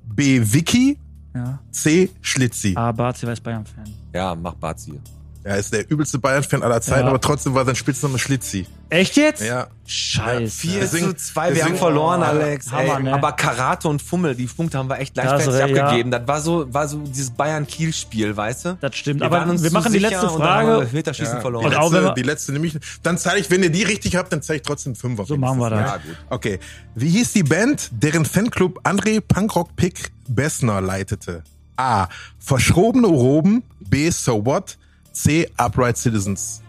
Speaker 5: B. Vicky.
Speaker 4: Ja.
Speaker 5: C. Schlitzi.
Speaker 4: Aber sie weiß Bayern-Fan.
Speaker 3: Ja, mach Bazi.
Speaker 5: Er ist der übelste Bayern-Fan aller Zeiten,
Speaker 4: Ja.
Speaker 5: aber trotzdem war sein Spitzname Schlitzi.
Speaker 4: Echt jetzt?
Speaker 5: Ja.
Speaker 4: Scheiße.
Speaker 5: Ja,
Speaker 3: 4
Speaker 5: deswegen-
Speaker 3: zu 2, wir
Speaker 5: deswegen-
Speaker 3: haben verloren,
Speaker 4: Oh,
Speaker 3: Alex.
Speaker 4: Hammer,
Speaker 3: ey.
Speaker 4: ne?
Speaker 3: Aber Karate und Fummel, die Punkte haben wir echt
Speaker 4: Das,
Speaker 3: leichtfertig
Speaker 4: ja.
Speaker 3: abgegeben. Das war so, war so dieses Bayern-Kiel-Spiel, weißt du?
Speaker 4: Das stimmt.
Speaker 3: Wir
Speaker 4: aber
Speaker 3: waren uns
Speaker 4: wir
Speaker 3: zu
Speaker 4: machen die
Speaker 3: sicher
Speaker 4: letzte
Speaker 3: und dann haben wir
Speaker 4: Frage.
Speaker 3: Elfmeterschießen
Speaker 5: Ja,
Speaker 3: verloren.
Speaker 5: Ah, Die,
Speaker 4: Und auch wenn
Speaker 5: letzte,
Speaker 4: wir-
Speaker 5: die letzte nehme ich. Dann zeige ich, wenn ihr die richtig habt, dann zeige ich trotzdem fünf auf
Speaker 4: So
Speaker 5: jeden
Speaker 4: machen wir
Speaker 5: Fall.
Speaker 4: das.
Speaker 3: Ja, gut.
Speaker 5: Okay. Wie hieß die Band, deren Fanclub André Punkrock Pick Bessner leitete? A. Verschrobene Roben. B. So What. C. Upright Citizens.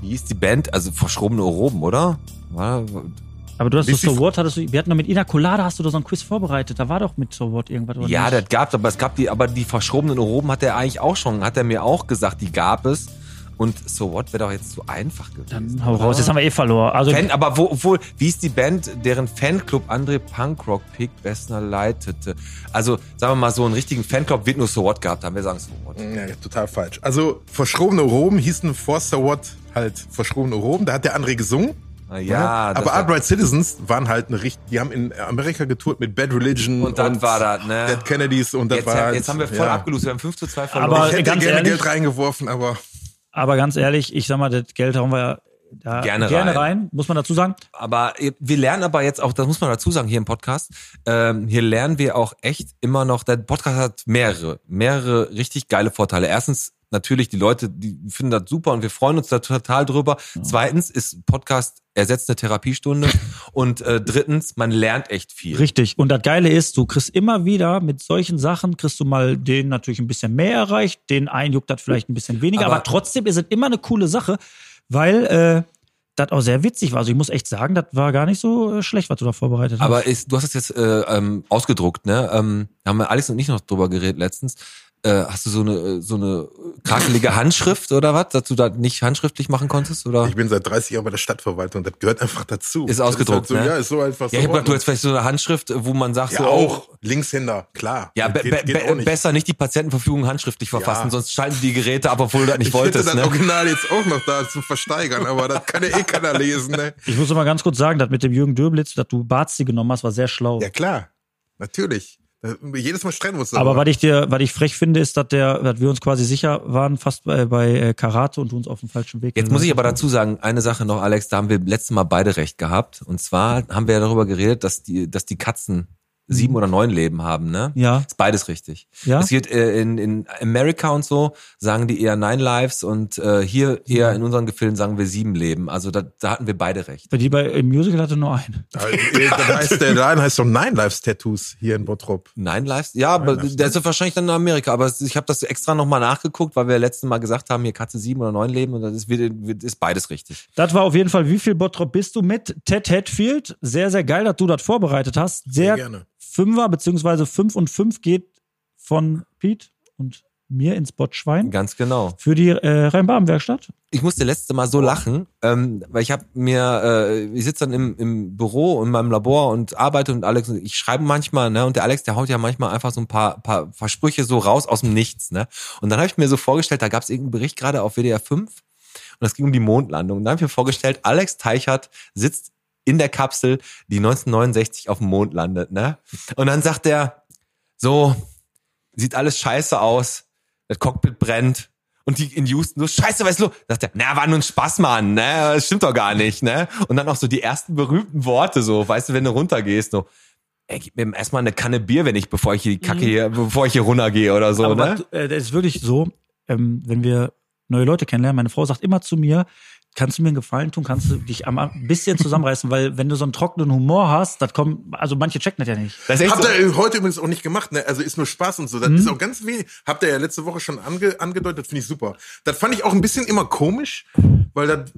Speaker 3: Wie hieß die Band? Also verschrobene Oroben, oder? War,
Speaker 4: Aber du hast doch
Speaker 5: Ist die
Speaker 4: So
Speaker 5: Fra-
Speaker 4: What, hattest du, wir hatten doch mit Ina Colada, hast du da so einen Quiz vorbereitet. Da war doch mit So What irgendwas. oder
Speaker 3: ja,
Speaker 4: nicht?
Speaker 3: das gab's, aber es gab die, aber die verschrobenen Oroben hat er eigentlich auch schon, hat er mir auch gesagt, die gab es. Und so what wäre doch jetzt zu einfach gewesen.
Speaker 4: Dann hau raus, jetzt haben wir eh verloren. Also,
Speaker 3: Fan, aber wo, obwohl, wie ist die Band, deren Fanclub André Punkrock Pick Bessner leitete? Also, sagen wir mal, so einen richtigen Fanclub wird nur So What gehabt haben. Wir sagen So What.
Speaker 5: Ja, total falsch. Also, verschrobene Roben hießen vor So What halt verschrobene Roben. Da hat der André gesungen.
Speaker 3: Na Ah,
Speaker 5: Ja,
Speaker 3: Ja, das
Speaker 5: aber
Speaker 3: war-
Speaker 5: Upright Citizens waren halt eine richtig, die haben in Amerika getourt mit Bad Religion
Speaker 3: Und dann war das, ne?
Speaker 5: Dead Kennedys und das
Speaker 3: Jetzt,
Speaker 5: war halt,
Speaker 3: jetzt haben wir voll
Speaker 5: ja.
Speaker 3: abgelost. Wir haben 5 zu 2
Speaker 5: Ich
Speaker 3: verloren.
Speaker 4: Aber
Speaker 5: hätte
Speaker 4: ganz
Speaker 5: gerne
Speaker 4: ehrlich-
Speaker 5: Geld reingeworfen, aber
Speaker 4: aber ganz ehrlich, ich sag mal, das Geld hauen wir da
Speaker 3: Gerne
Speaker 4: gerne
Speaker 3: rein.
Speaker 4: rein, muss man dazu sagen.
Speaker 3: Aber, wir lernen aber jetzt auch, das muss man dazu sagen, hier im Podcast, ähm, hier lernen wir auch echt immer noch, der Podcast hat mehrere, mehrere richtig geile Vorteile. Erstens, natürlich, die Leute, die finden das super und wir freuen uns da total drüber. Zweitens ist Podcast ersetzt eine Therapiestunde. und äh, drittens, man lernt echt viel.
Speaker 4: Richtig. Und das Geile ist, du kriegst immer wieder mit solchen Sachen, kriegst du mal den natürlich ein bisschen mehr erreicht, den einen juckt das vielleicht ein bisschen weniger, aber,
Speaker 3: Aber-
Speaker 4: trotzdem ist es immer eine coole Sache, weil äh, das auch sehr witzig war. Also ich muss echt sagen, das war gar nicht so äh, schlecht, was du da vorbereitet hast.
Speaker 3: Aber ist, du hast es jetzt äh, ähm, ausgedruckt, ne? Ähm, da haben wir Alex und ich noch drüber geredet letztens. Äh, hast du so eine äh, so eine krakelige Handschrift oder was, dass du da nicht handschriftlich machen konntest oder?
Speaker 5: ich bin seit 30 Jahren bei der Stadtverwaltung, das gehört einfach dazu.
Speaker 3: Ist
Speaker 5: Das
Speaker 3: ausgedruckt,
Speaker 5: halt so,
Speaker 3: ne?
Speaker 5: Ja, ist so einfach
Speaker 3: Ja, ich
Speaker 5: so.
Speaker 3: hab gedacht, du
Speaker 5: Ordnung.
Speaker 3: hast vielleicht so eine Handschrift, wo man sagt
Speaker 5: ja,
Speaker 3: so oh,
Speaker 5: auch. Linkshänder, klar.
Speaker 3: Ja,
Speaker 5: Das
Speaker 3: be be
Speaker 5: auch
Speaker 3: be
Speaker 5: nicht.
Speaker 3: besser nicht die Patientenverfügung handschriftlich verfassen, sonst schalten die Geräte ab, obwohl du das nicht
Speaker 5: Ich hätte
Speaker 3: wolltest.
Speaker 5: das
Speaker 3: Ne?
Speaker 5: Original jetzt auch noch da zu versteigern, aber das kann ja eh keiner lesen, ne?
Speaker 4: ich muss mal ganz kurz sagen, das mit dem Jürgen Döblitz, dass du Barzi genommen hast, war sehr schlau.
Speaker 5: Ja, klar. Natürlich. Da- Jedes Mal streiten wir uns
Speaker 4: aber
Speaker 5: darüber.
Speaker 4: was ich dir, was ich frech finde, ist, dass der, dass wir uns quasi sicher waren, fast bei, bei äh, Karate und du uns auf dem falschen Weg.
Speaker 3: Jetzt muss ich aber dazu sagen, eine Sache noch, Alex, da haben wir letztes Mal beide recht gehabt. Und zwar haben wir ja darüber geredet, dass die, dass die Katzen
Speaker 5: Mhm.
Speaker 3: sieben oder neun Leben haben, ne?
Speaker 4: Ja.
Speaker 3: Ist beides richtig.
Speaker 4: Ja?
Speaker 3: Es geht äh, in, in America und so, sagen die eher Nine Lives und äh, hier eher in unseren Gefilden sagen wir sieben Leben. Also da, da hatten wir beide recht.
Speaker 4: Bei dir bei im Musical hatte nur einen.
Speaker 5: Da- da Äh, heißt der Laden heißt doch Nine Lives Tattoos hier in Bottrop.
Speaker 3: Nine Lives? Ja, aber der ist ja wahrscheinlich dann in Amerika. Aber es- ich habe das extra nochmal nachgeguckt, weil wir letztes Mal gesagt haben, hier Katze sieben oder neun Leben und das ist, wird- wird- ist beides richtig.
Speaker 4: Das war auf jeden Fall, wie viel Bottrop bist du mit Ted Hatfield? Sehr, sehr geil, dass du das vorbereitet hast.
Speaker 5: Sehr
Speaker 4: Der
Speaker 5: gerne.
Speaker 4: Fünfer beziehungsweise 5 und 5 geht von Pete und mir ins Bottschwein
Speaker 3: Ganz genau.
Speaker 4: für die äh, Rhein-Baden-Werkstatt.
Speaker 3: Ich musste letzte Mal so lachen, ähm, weil ich habe mir, äh, ich sitze dann im, im Büro in meinem Labor und arbeite und Alex, und ich schreibe manchmal, ne, und der Alex, der haut ja manchmal einfach so ein paar, paar Versprüche so raus aus dem Nichts, ne. Und dann habe ich mir so vorgestellt, da gab es irgendeinen Bericht gerade auf WDR 5 und es ging um die Mondlandung. Und da habe ich mir vorgestellt, Alex Teichert sitzt in der Kapsel, die 1969 auf dem Mond landet, ne. Und dann sagt er, so, sieht alles scheiße aus, das Cockpit brennt. Und die in Houston so, scheiße, weißt du, sagt er, na, war nur ein Spaß, Mann, ne, das stimmt doch gar nicht, ne. Und dann auch so die ersten berühmten Worte, so, weißt du, wenn du runtergehst, so, ey, gib mir erstmal eine Kanne Bier, wenn ich, bevor ich hier die Kacke hier, bevor ich hier runtergehe oder so,
Speaker 4: Aber
Speaker 3: ne.
Speaker 4: was- äh, das ist wirklich so, ähm, wenn wir neue Leute kennenlernen, meine Frau sagt immer zu mir, kannst du mir einen Gefallen tun, kannst du dich am, ein bisschen zusammenreißen, weil wenn du so einen trockenen Humor hast, das kommt, also manche checken das ja nicht.
Speaker 3: Das ist echt
Speaker 5: Habt
Speaker 3: so,
Speaker 5: ihr heute übrigens auch nicht gemacht, ne? Also ist nur Spaß und so. Das
Speaker 4: Mhm.
Speaker 5: ist auch ganz wenig. Habt ihr ja letzte Woche schon ange angedeutet, finde ich super. Das fand ich auch ein bisschen immer komisch, weil das,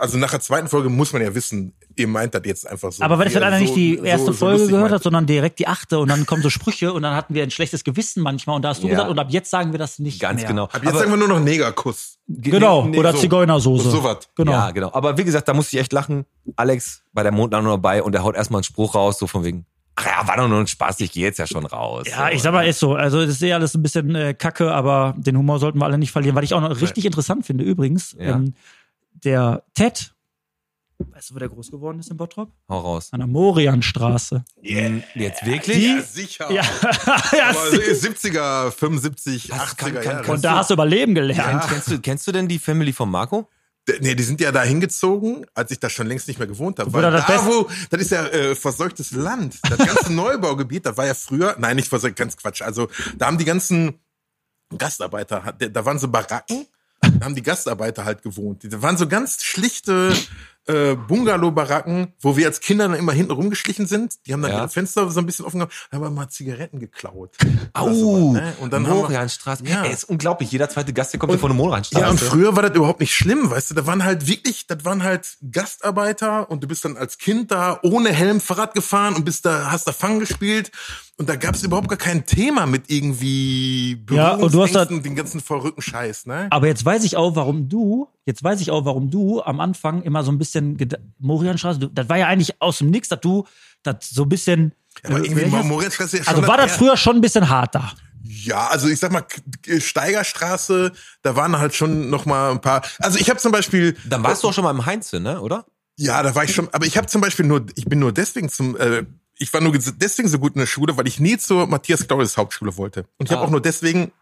Speaker 5: also nach der zweiten Folge muss man ja wissen, ihr meint das jetzt einfach so.
Speaker 4: Aber wenn es
Speaker 5: wie
Speaker 4: halt
Speaker 5: ihr
Speaker 4: einer
Speaker 5: so-
Speaker 4: nicht die
Speaker 5: so-
Speaker 4: erste
Speaker 5: so
Speaker 4: Folge
Speaker 5: lustig
Speaker 4: gehört
Speaker 5: meint.
Speaker 4: hat, sondern direkt die achte und dann kommen so Sprüche und dann hatten wir ein schlechtes Gewissen manchmal und da hast du
Speaker 3: Ja.
Speaker 4: gesagt und ab jetzt sagen wir das nicht
Speaker 3: ganz
Speaker 4: mehr.
Speaker 3: genau.
Speaker 5: Ab jetzt sagen wir nur noch Negerkuss.
Speaker 4: Genau,
Speaker 3: Nee, nee,
Speaker 4: oder
Speaker 5: so.
Speaker 4: Zigeunersoße.
Speaker 5: So was.
Speaker 4: Genau.
Speaker 3: Ja, genau. Aber wie gesagt, da musste ich echt lachen. Alex bei der Mondlandung dabei und der haut erstmal einen Spruch raus, so von wegen, ach ja, war doch nur ein Spaß, ich gehe jetzt ja schon raus.
Speaker 4: Ja,
Speaker 3: so,
Speaker 4: ich sag mal, ist so. Also das ist eh alles ein bisschen äh, Kacke, aber den Humor sollten wir alle nicht verlieren. Was ich auch noch richtig interessant finde übrigens,
Speaker 3: Ja.
Speaker 4: ähm, der Ted, weißt du, wo der groß geworden ist in Bottrop?
Speaker 3: Hau raus. Hm,
Speaker 4: An der Morianstraße.
Speaker 3: Jetzt wirklich?
Speaker 5: Ja, sicher.
Speaker 4: Ja, ja
Speaker 5: Aber
Speaker 4: siehst
Speaker 5: 70er, 75,
Speaker 3: Was
Speaker 5: 80er
Speaker 3: kann- kann-
Speaker 5: Jahre.
Speaker 4: du. und da hast du überleben gelernt.
Speaker 3: Kennst, du, kennst du denn die Family von Marco?
Speaker 5: D- Nee, die sind ja da hingezogen, als ich da schon längst nicht mehr gewohnt habe.
Speaker 4: Obwohl
Speaker 5: Weil
Speaker 4: da das
Speaker 5: da,
Speaker 4: Beste-
Speaker 5: wo, das ist ja äh, verseuchtes Land. Das ganze Neubaugebiet, da war ja früher, nein, nicht verseucht, ganz Quatsch. Also da haben die ganzen Gastarbeiter, hat- da waren so Baracken, da haben die Gastarbeiter halt gewohnt. Da waren so ganz schlichte äh, Bungalow-Baracken, wo wir als Kinder dann immer hinten rumgeschlichen sind. Die haben dann
Speaker 3: Ja.
Speaker 5: ihre Fenster so ein bisschen offen gehabt, haben wir mal Zigaretten geklaut. Oder
Speaker 3: Au!
Speaker 5: sowas, ne? Und dann haben wir,
Speaker 3: Morianstraße.
Speaker 5: Ja.
Speaker 3: Ey, ist unglaublich. Jeder zweite Gast, der kommt hier von der
Speaker 5: ja, und
Speaker 3: Morianstraße.
Speaker 5: früher war das überhaupt nicht schlimm, weißt du, da waren halt wirklich, das waren halt Gastarbeiter und du bist dann als Kind da ohne Helm Fahrrad gefahren und bist da, hast da Fang gespielt und da gab's überhaupt gar kein Thema mit irgendwie
Speaker 4: Ja, und du hast halt Ah, da-
Speaker 5: Berührungsängsten und den ganzen verrückten Scheiß, ne?
Speaker 4: Aber jetzt weiß ich auch, warum du, jetzt weiß ich auch, warum du am Anfang immer so ein bisschen ged- Morianstraße, du- das war ja eigentlich aus dem Nix, dass du das so ein bisschen
Speaker 5: Aber
Speaker 4: äh,
Speaker 5: irgendwie
Speaker 4: welches-
Speaker 5: Ma- Moritzstraße ist ja schon
Speaker 4: Also war das
Speaker 5: eher-
Speaker 4: früher schon ein bisschen hart da.
Speaker 5: Ja, also ich sag mal, K- Steigerstraße, da waren halt schon noch mal ein paar. Also ich habe zum Beispiel
Speaker 3: Dann warst du auch schon mal im Heinze, ne? Oder?
Speaker 5: Ja, da war ich schon, aber ich habe zum Beispiel nur, ich bin nur deswegen zum, äh, ich war nur ges- deswegen so gut in der Schule, weil ich nie zur Matthias Claudius Hauptschule wollte. Und ich hab
Speaker 3: Ah.
Speaker 5: habe auch nur deswegen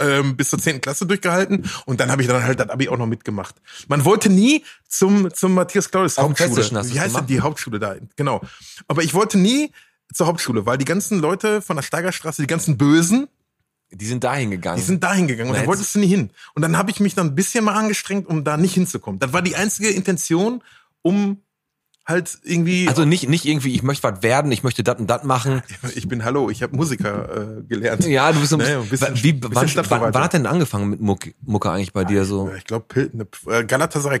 Speaker 5: ähm, bis zur 10. Klasse durchgehalten und dann habe ich dann halt das Abi auch noch mitgemacht. Man wollte nie zum, zum Matthias Claudius
Speaker 3: Auf dem
Speaker 5: Hauptschule.
Speaker 3: Pfätzischen hast du's
Speaker 5: Wie heißt denn
Speaker 3: gemacht?
Speaker 5: die Hauptschule da? Genau. Aber ich wollte nie zur Hauptschule, weil die ganzen Leute von der Steigerstraße, die ganzen Bösen,
Speaker 3: Die sind dahin gegangen.
Speaker 5: die sind da hingegangen und
Speaker 3: Na,
Speaker 5: da
Speaker 3: jetzt-
Speaker 5: wolltest du nie hin. Und dann habe ich mich dann ein bisschen mal angestrengt, um da nicht hinzukommen. Das war die einzige Intention, um halt irgendwie. Oh,
Speaker 3: also nicht, nicht irgendwie, ich möchte was werden, ich möchte dat und dat machen.
Speaker 5: ich bin Hallo, ich habe Musiker äh, gelernt.
Speaker 3: Ja, du bist so ein
Speaker 5: Naja,
Speaker 3: bisschen,
Speaker 5: ein bisschen-
Speaker 3: wie,
Speaker 5: bisschen
Speaker 3: wann, wann,
Speaker 5: Stadtverwalter.
Speaker 3: wann hat denn angefangen mit Mucke, Mucke eigentlich bei dir so?
Speaker 5: Ich glaube, Pilten, äh, Galatasaray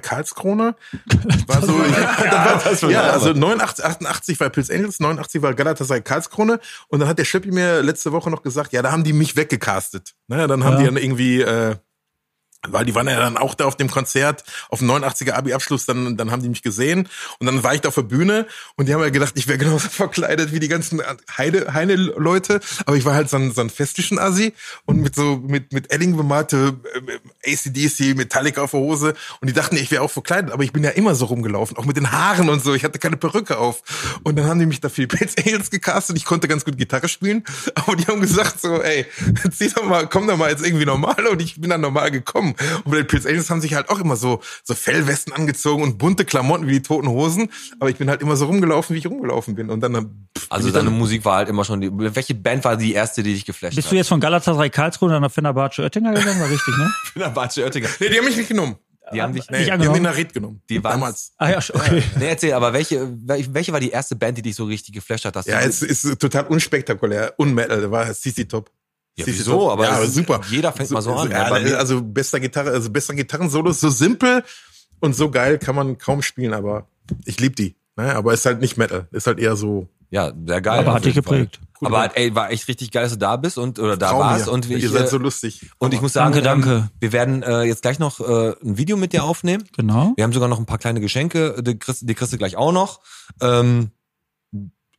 Speaker 5: Karlskrone war so, ja, das war, ja, also 89, 88 war Pilz Angels, 89 war Galatasaray Karlskrone und dann hat der Schöppi mir letzte Woche noch gesagt, ja, da haben die mich weggecastet. Naja, dann haben
Speaker 4: Ja.
Speaker 5: die dann irgendwie, äh, weil die waren ja dann auch da auf dem Konzert, auf dem 89er Abi-Abschluss, dann, dann haben die mich gesehen und dann war ich da auf der Bühne und die haben ja gedacht, ich wäre genauso verkleidet wie die ganzen Heide, Heine-Leute, aber ich war halt so ein, so ein festischen Assi und mit so, mit, mit Elling bemalte äh, ACDC, Metallica auf der Hose und die dachten, ich wäre auch verkleidet, aber ich bin ja immer so rumgelaufen, auch mit den Haaren und so, ich hatte keine Perücke auf und dann haben die mich da für die Pets Angels gecastet, ich konnte ganz gut Gitarre spielen, aber die haben gesagt so, ey, zieh doch mal, komm doch mal jetzt irgendwie normal und ich bin dann normal gekommen. Und bei den Pilz Angels haben sich halt auch immer so, so Fellwesten angezogen und bunte Klamotten wie die toten Hosen, aber ich bin halt immer so rumgelaufen, wie ich rumgelaufen bin und dann, pff,
Speaker 3: Also deine Musik war halt immer schon die, welche Band war die erste, die dich geflasht
Speaker 4: Bist du
Speaker 3: hat?
Speaker 4: jetzt von Galatasaray Karlsruhe nach Fenerbahce Oettinger gegangen? War richtig, ne?
Speaker 3: Du jetzt Oettinger.
Speaker 5: nee, die haben mich nicht genommen.
Speaker 3: Die haben dich,
Speaker 5: Nee,
Speaker 4: Nicht
Speaker 5: die haben
Speaker 4: angenommen.
Speaker 5: mich nach Red genommen.
Speaker 3: Die waren's.
Speaker 5: Damals.
Speaker 4: Ah ja, okay.
Speaker 3: nee, erzähl, aber welche, welche war die erste Band, die dich so richtig geflasht hat? dass
Speaker 5: Ja,
Speaker 3: du-
Speaker 5: es ist total unspektakulär, unmetal, da war CC Top.
Speaker 3: Ja,
Speaker 5: CC
Speaker 3: wieso?
Speaker 5: Top.
Speaker 3: Aber
Speaker 5: ja,
Speaker 3: es
Speaker 5: aber
Speaker 3: ist-
Speaker 5: super.
Speaker 3: jeder fängt mal so an.
Speaker 5: Ja,
Speaker 3: Bei mir-
Speaker 5: also bester Gitarre, also bester Gitarrensolo ist so simpel und so geil kann man kaum spielen, aber ich lieb die. Ne? Aber ist halt nicht Metal, ist halt eher so.
Speaker 3: ja, sehr geil.
Speaker 4: Aber
Speaker 3: auf
Speaker 4: hat dich
Speaker 3: jeden Fall.
Speaker 4: geprägt.
Speaker 5: Cool,
Speaker 3: aber ey, war echt richtig geil, dass du da bist und oder da
Speaker 5: Frau
Speaker 3: warst
Speaker 5: mir.
Speaker 3: und wir-
Speaker 5: ihr
Speaker 3: ich,
Speaker 5: seid
Speaker 3: äh,
Speaker 5: so lustig.
Speaker 3: und ich muss sagen,
Speaker 4: Danke,
Speaker 3: ähm,
Speaker 4: danke.
Speaker 3: wir werden äh, jetzt gleich noch äh, ein Video mit dir aufnehmen.
Speaker 4: Genau.
Speaker 3: Wir haben sogar noch ein paar kleine Geschenke, äh, die kriegst, die kriegst du gleich auch noch. Ähm,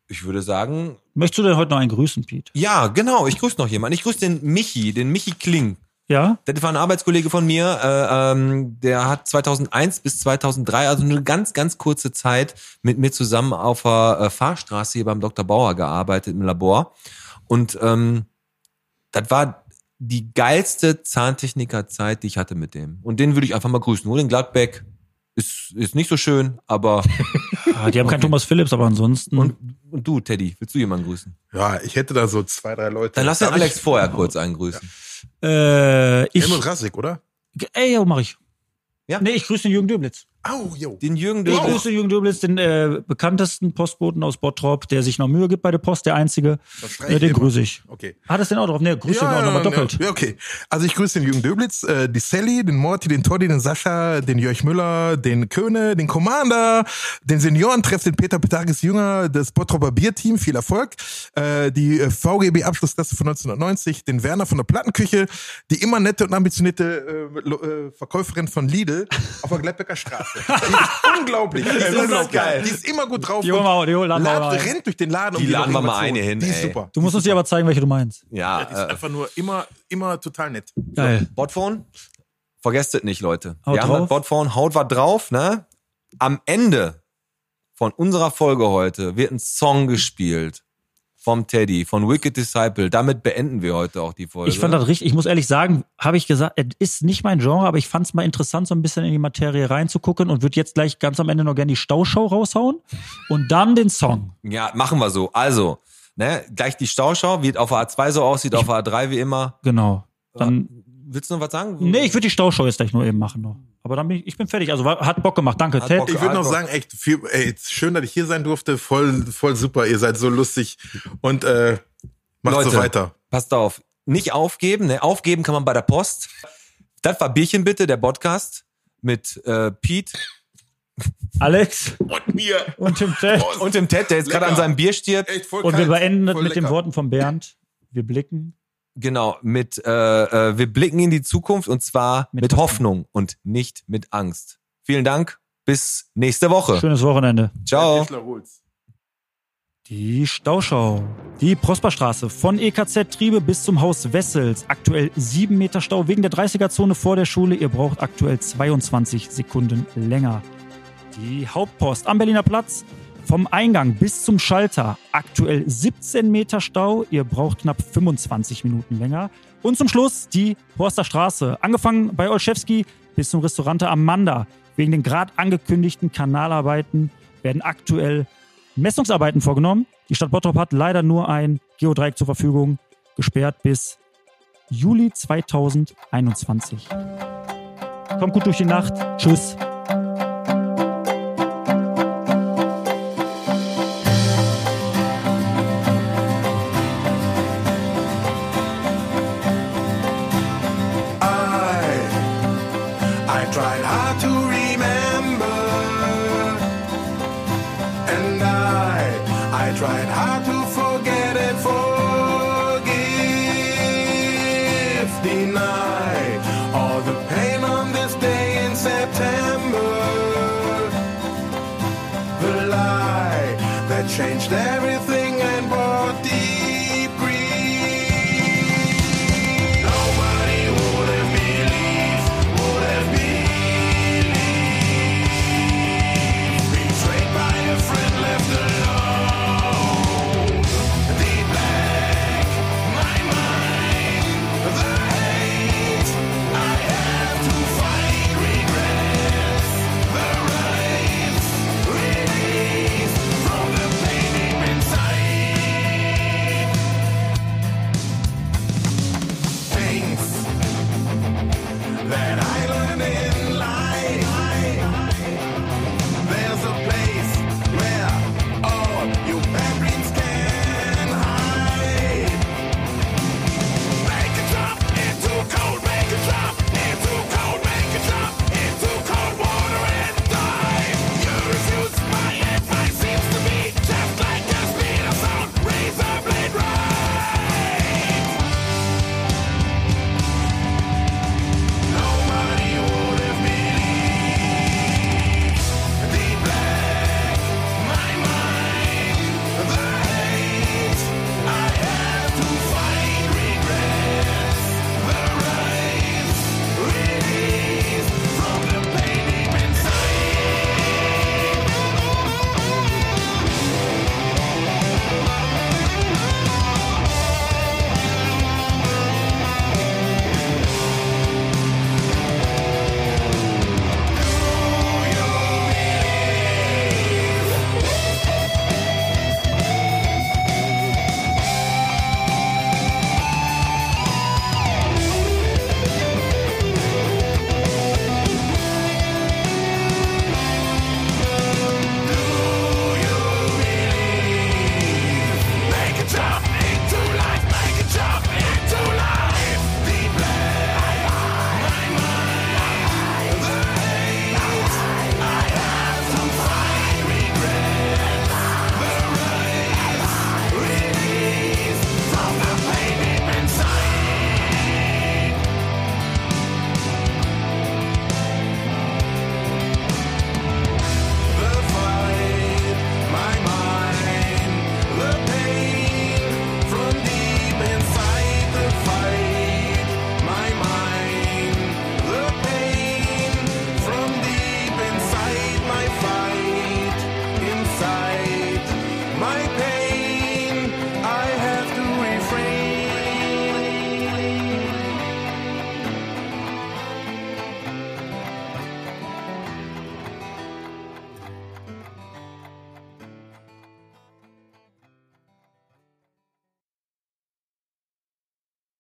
Speaker 3: ich würde sagen,
Speaker 4: Möchtest du denn heute noch einen grüßen, Pete?
Speaker 3: ja, genau, ich grüße noch jemanden. Ich grüße den Michi, den Michi Kling.
Speaker 4: Ja?
Speaker 3: Das war ein Arbeitskollege von mir, äh, ähm, der hat 2001 bis 2003, also eine ganz, ganz kurze Zeit mit mir zusammen auf der äh, Fahrstraße hier beim Dr. Bauer gearbeitet im Labor. Und ähm, das war die geilste Zahntechnikerzeit, die ich hatte mit dem. Und den würde ich einfach mal grüßen. Nur den Gladbeck ist, ist nicht so schön, aber
Speaker 4: Ah, die haben keinen Thomas Phillips, aber ansonsten.
Speaker 3: und, und du, Teddy, willst du jemanden grüßen?
Speaker 5: Ja, ich hätte da so zwei, drei Leute.
Speaker 3: Dann lass den
Speaker 5: Darf ich-
Speaker 3: Alex vorher kurz einen grüßen.
Speaker 4: äh, ich.
Speaker 5: Helmut Rassig, oder?
Speaker 4: Ey, ja, mach ich.
Speaker 3: Ja.
Speaker 4: Nee, ich grüße den Jürgen Döblitz.
Speaker 5: Au, jo.
Speaker 3: Den Jürgen
Speaker 4: Ich
Speaker 3: Döbel.
Speaker 4: grüße Jürgen Döblitz, den äh, bekanntesten Postboten aus Bottrop, der sich noch Mühe gibt bei der Post, der einzige.
Speaker 5: Das streiche
Speaker 4: Äh, den
Speaker 5: ich immer.
Speaker 4: grüße ich.
Speaker 5: Okay.
Speaker 4: Hat das den auch drauf? Nee, grüße den auch nochmal doppelt.
Speaker 5: Ja, okay. Also ich grüße den Jürgen Döblitz, äh, die Sally, den Morty, den Toddy, den Sascha, den Jörg Müller, den Köhne, den Commander, den Seniorentreff, den Peter Petaris Jünger, das Bottroper Bierteam, viel Erfolg, äh, die äh, VGB Abschlussklasse von 1990, den Werner von der Plattenküche, die immer nette und ambitionierte äh, Lo- äh, Verkäuferin von Lidl auf der Gladbecker Straße. Die ist unglaublich. Die ist, unglaublich.
Speaker 3: geil.
Speaker 5: Die ist immer gut drauf.
Speaker 4: Die holen wir auch, die holen- laden wir
Speaker 5: lad,
Speaker 4: mal ein.
Speaker 5: rennt durch den Laden. um
Speaker 3: Die laden wir mal
Speaker 5: Information.
Speaker 3: eine hin,
Speaker 5: Die ist
Speaker 3: ey.
Speaker 5: super.
Speaker 4: Du musst uns hier aber zeigen, welche du meinst.
Speaker 3: Ja,
Speaker 5: Die ist
Speaker 3: äh,
Speaker 5: einfach nur immer, immer total nett.
Speaker 4: Geil.
Speaker 3: Botphone, vergesst es nicht, Leute.
Speaker 4: Haut
Speaker 3: wir haben
Speaker 4: drauf.
Speaker 3: das Botphone, haut was drauf, ne? Am Ende von unserer Folge heute wird ein Song gespielt vom Teddy, von Wicked Disciple. Damit beenden wir heute auch die Folge.
Speaker 4: Ich fand das richtig, ich muss ehrlich sagen, habe ich gesagt, es ist nicht mein Genre, aber ich fand es mal interessant, so ein bisschen in die Materie reinzugucken und würde jetzt gleich ganz am Ende noch gerne die Stauschau raushauen und dann den Song.
Speaker 3: ja, machen wir so. Also, ne, gleich die Stauschau, wie es auf der A2 so aussieht, auf der A3 wie immer.
Speaker 4: Genau. Dann,
Speaker 3: Willst du noch was sagen?
Speaker 4: nee, ich würde die Stauschau jetzt gleich nur eben machen noch. Aber dann bin ich, ich bin fertig. Also war, hat Bock gemacht. Danke,
Speaker 3: Hat
Speaker 4: Ted.
Speaker 3: Bock.
Speaker 5: Ich würde noch
Speaker 3: Einfach.
Speaker 5: sagen, echt, viel, ey, jetzt schön, dass ich hier sein durfte. Voll, voll super. Ihr seid so lustig. Und äh, macht so
Speaker 3: Leute.
Speaker 5: weiter.
Speaker 3: Passt auf, nicht aufgeben. Ne? Aufgeben kann man bei der Post. Das war Bierchen bitte, der Podcast mit äh, Pete
Speaker 4: Alex
Speaker 1: Und mir.
Speaker 4: und Tim Ted.
Speaker 3: und dem Ted, der jetzt gerade an
Speaker 5: Lecker.
Speaker 3: seinem Bier stirbt.
Speaker 5: Echt voll
Speaker 4: Und wir
Speaker 5: kalt,
Speaker 4: beenden das
Speaker 5: voll
Speaker 4: mit den
Speaker 5: lecker.
Speaker 4: Worten von Bernd. Wir blicken.
Speaker 3: Genau, mit äh, äh, wir blicken in die Zukunft und zwar mit,
Speaker 4: Mit
Speaker 3: Hoffnung. und nicht mit Angst. Vielen Dank, bis nächste Woche.
Speaker 4: Schönes Wochenende.
Speaker 3: Ciao.
Speaker 5: Hitler holt's.
Speaker 4: Die Stauschau. Die Prosperstraße von EKZ Triebe bis zum Haus Wessels. Aktuell 7 Meter Stau wegen der 30er-Zone vor der Schule. Ihr braucht aktuell 22 Sekunden länger. Die Hauptpost am Berliner Platz vom Eingang bis zum Schalter. Aktuell 17 Meter Stau. Ihr braucht knapp 25 Minuten länger. Und zum Schluss die Horster Straße. Angefangen bei Olszewski bis zum Restaurante Amanda. Wegen den gerade angekündigten Kanalarbeiten werden aktuell Messungsarbeiten vorgenommen. Die Stadt Bottrop hat leider nur ein Geodreieck zur Verfügung, gesperrt bis Juli 2021. Kommt gut durch die Nacht. Tschüss.
Speaker 7: I I tried hard to remember and I I tried hard to forget and forgive deny all the pain on this day in September the lie that changed everything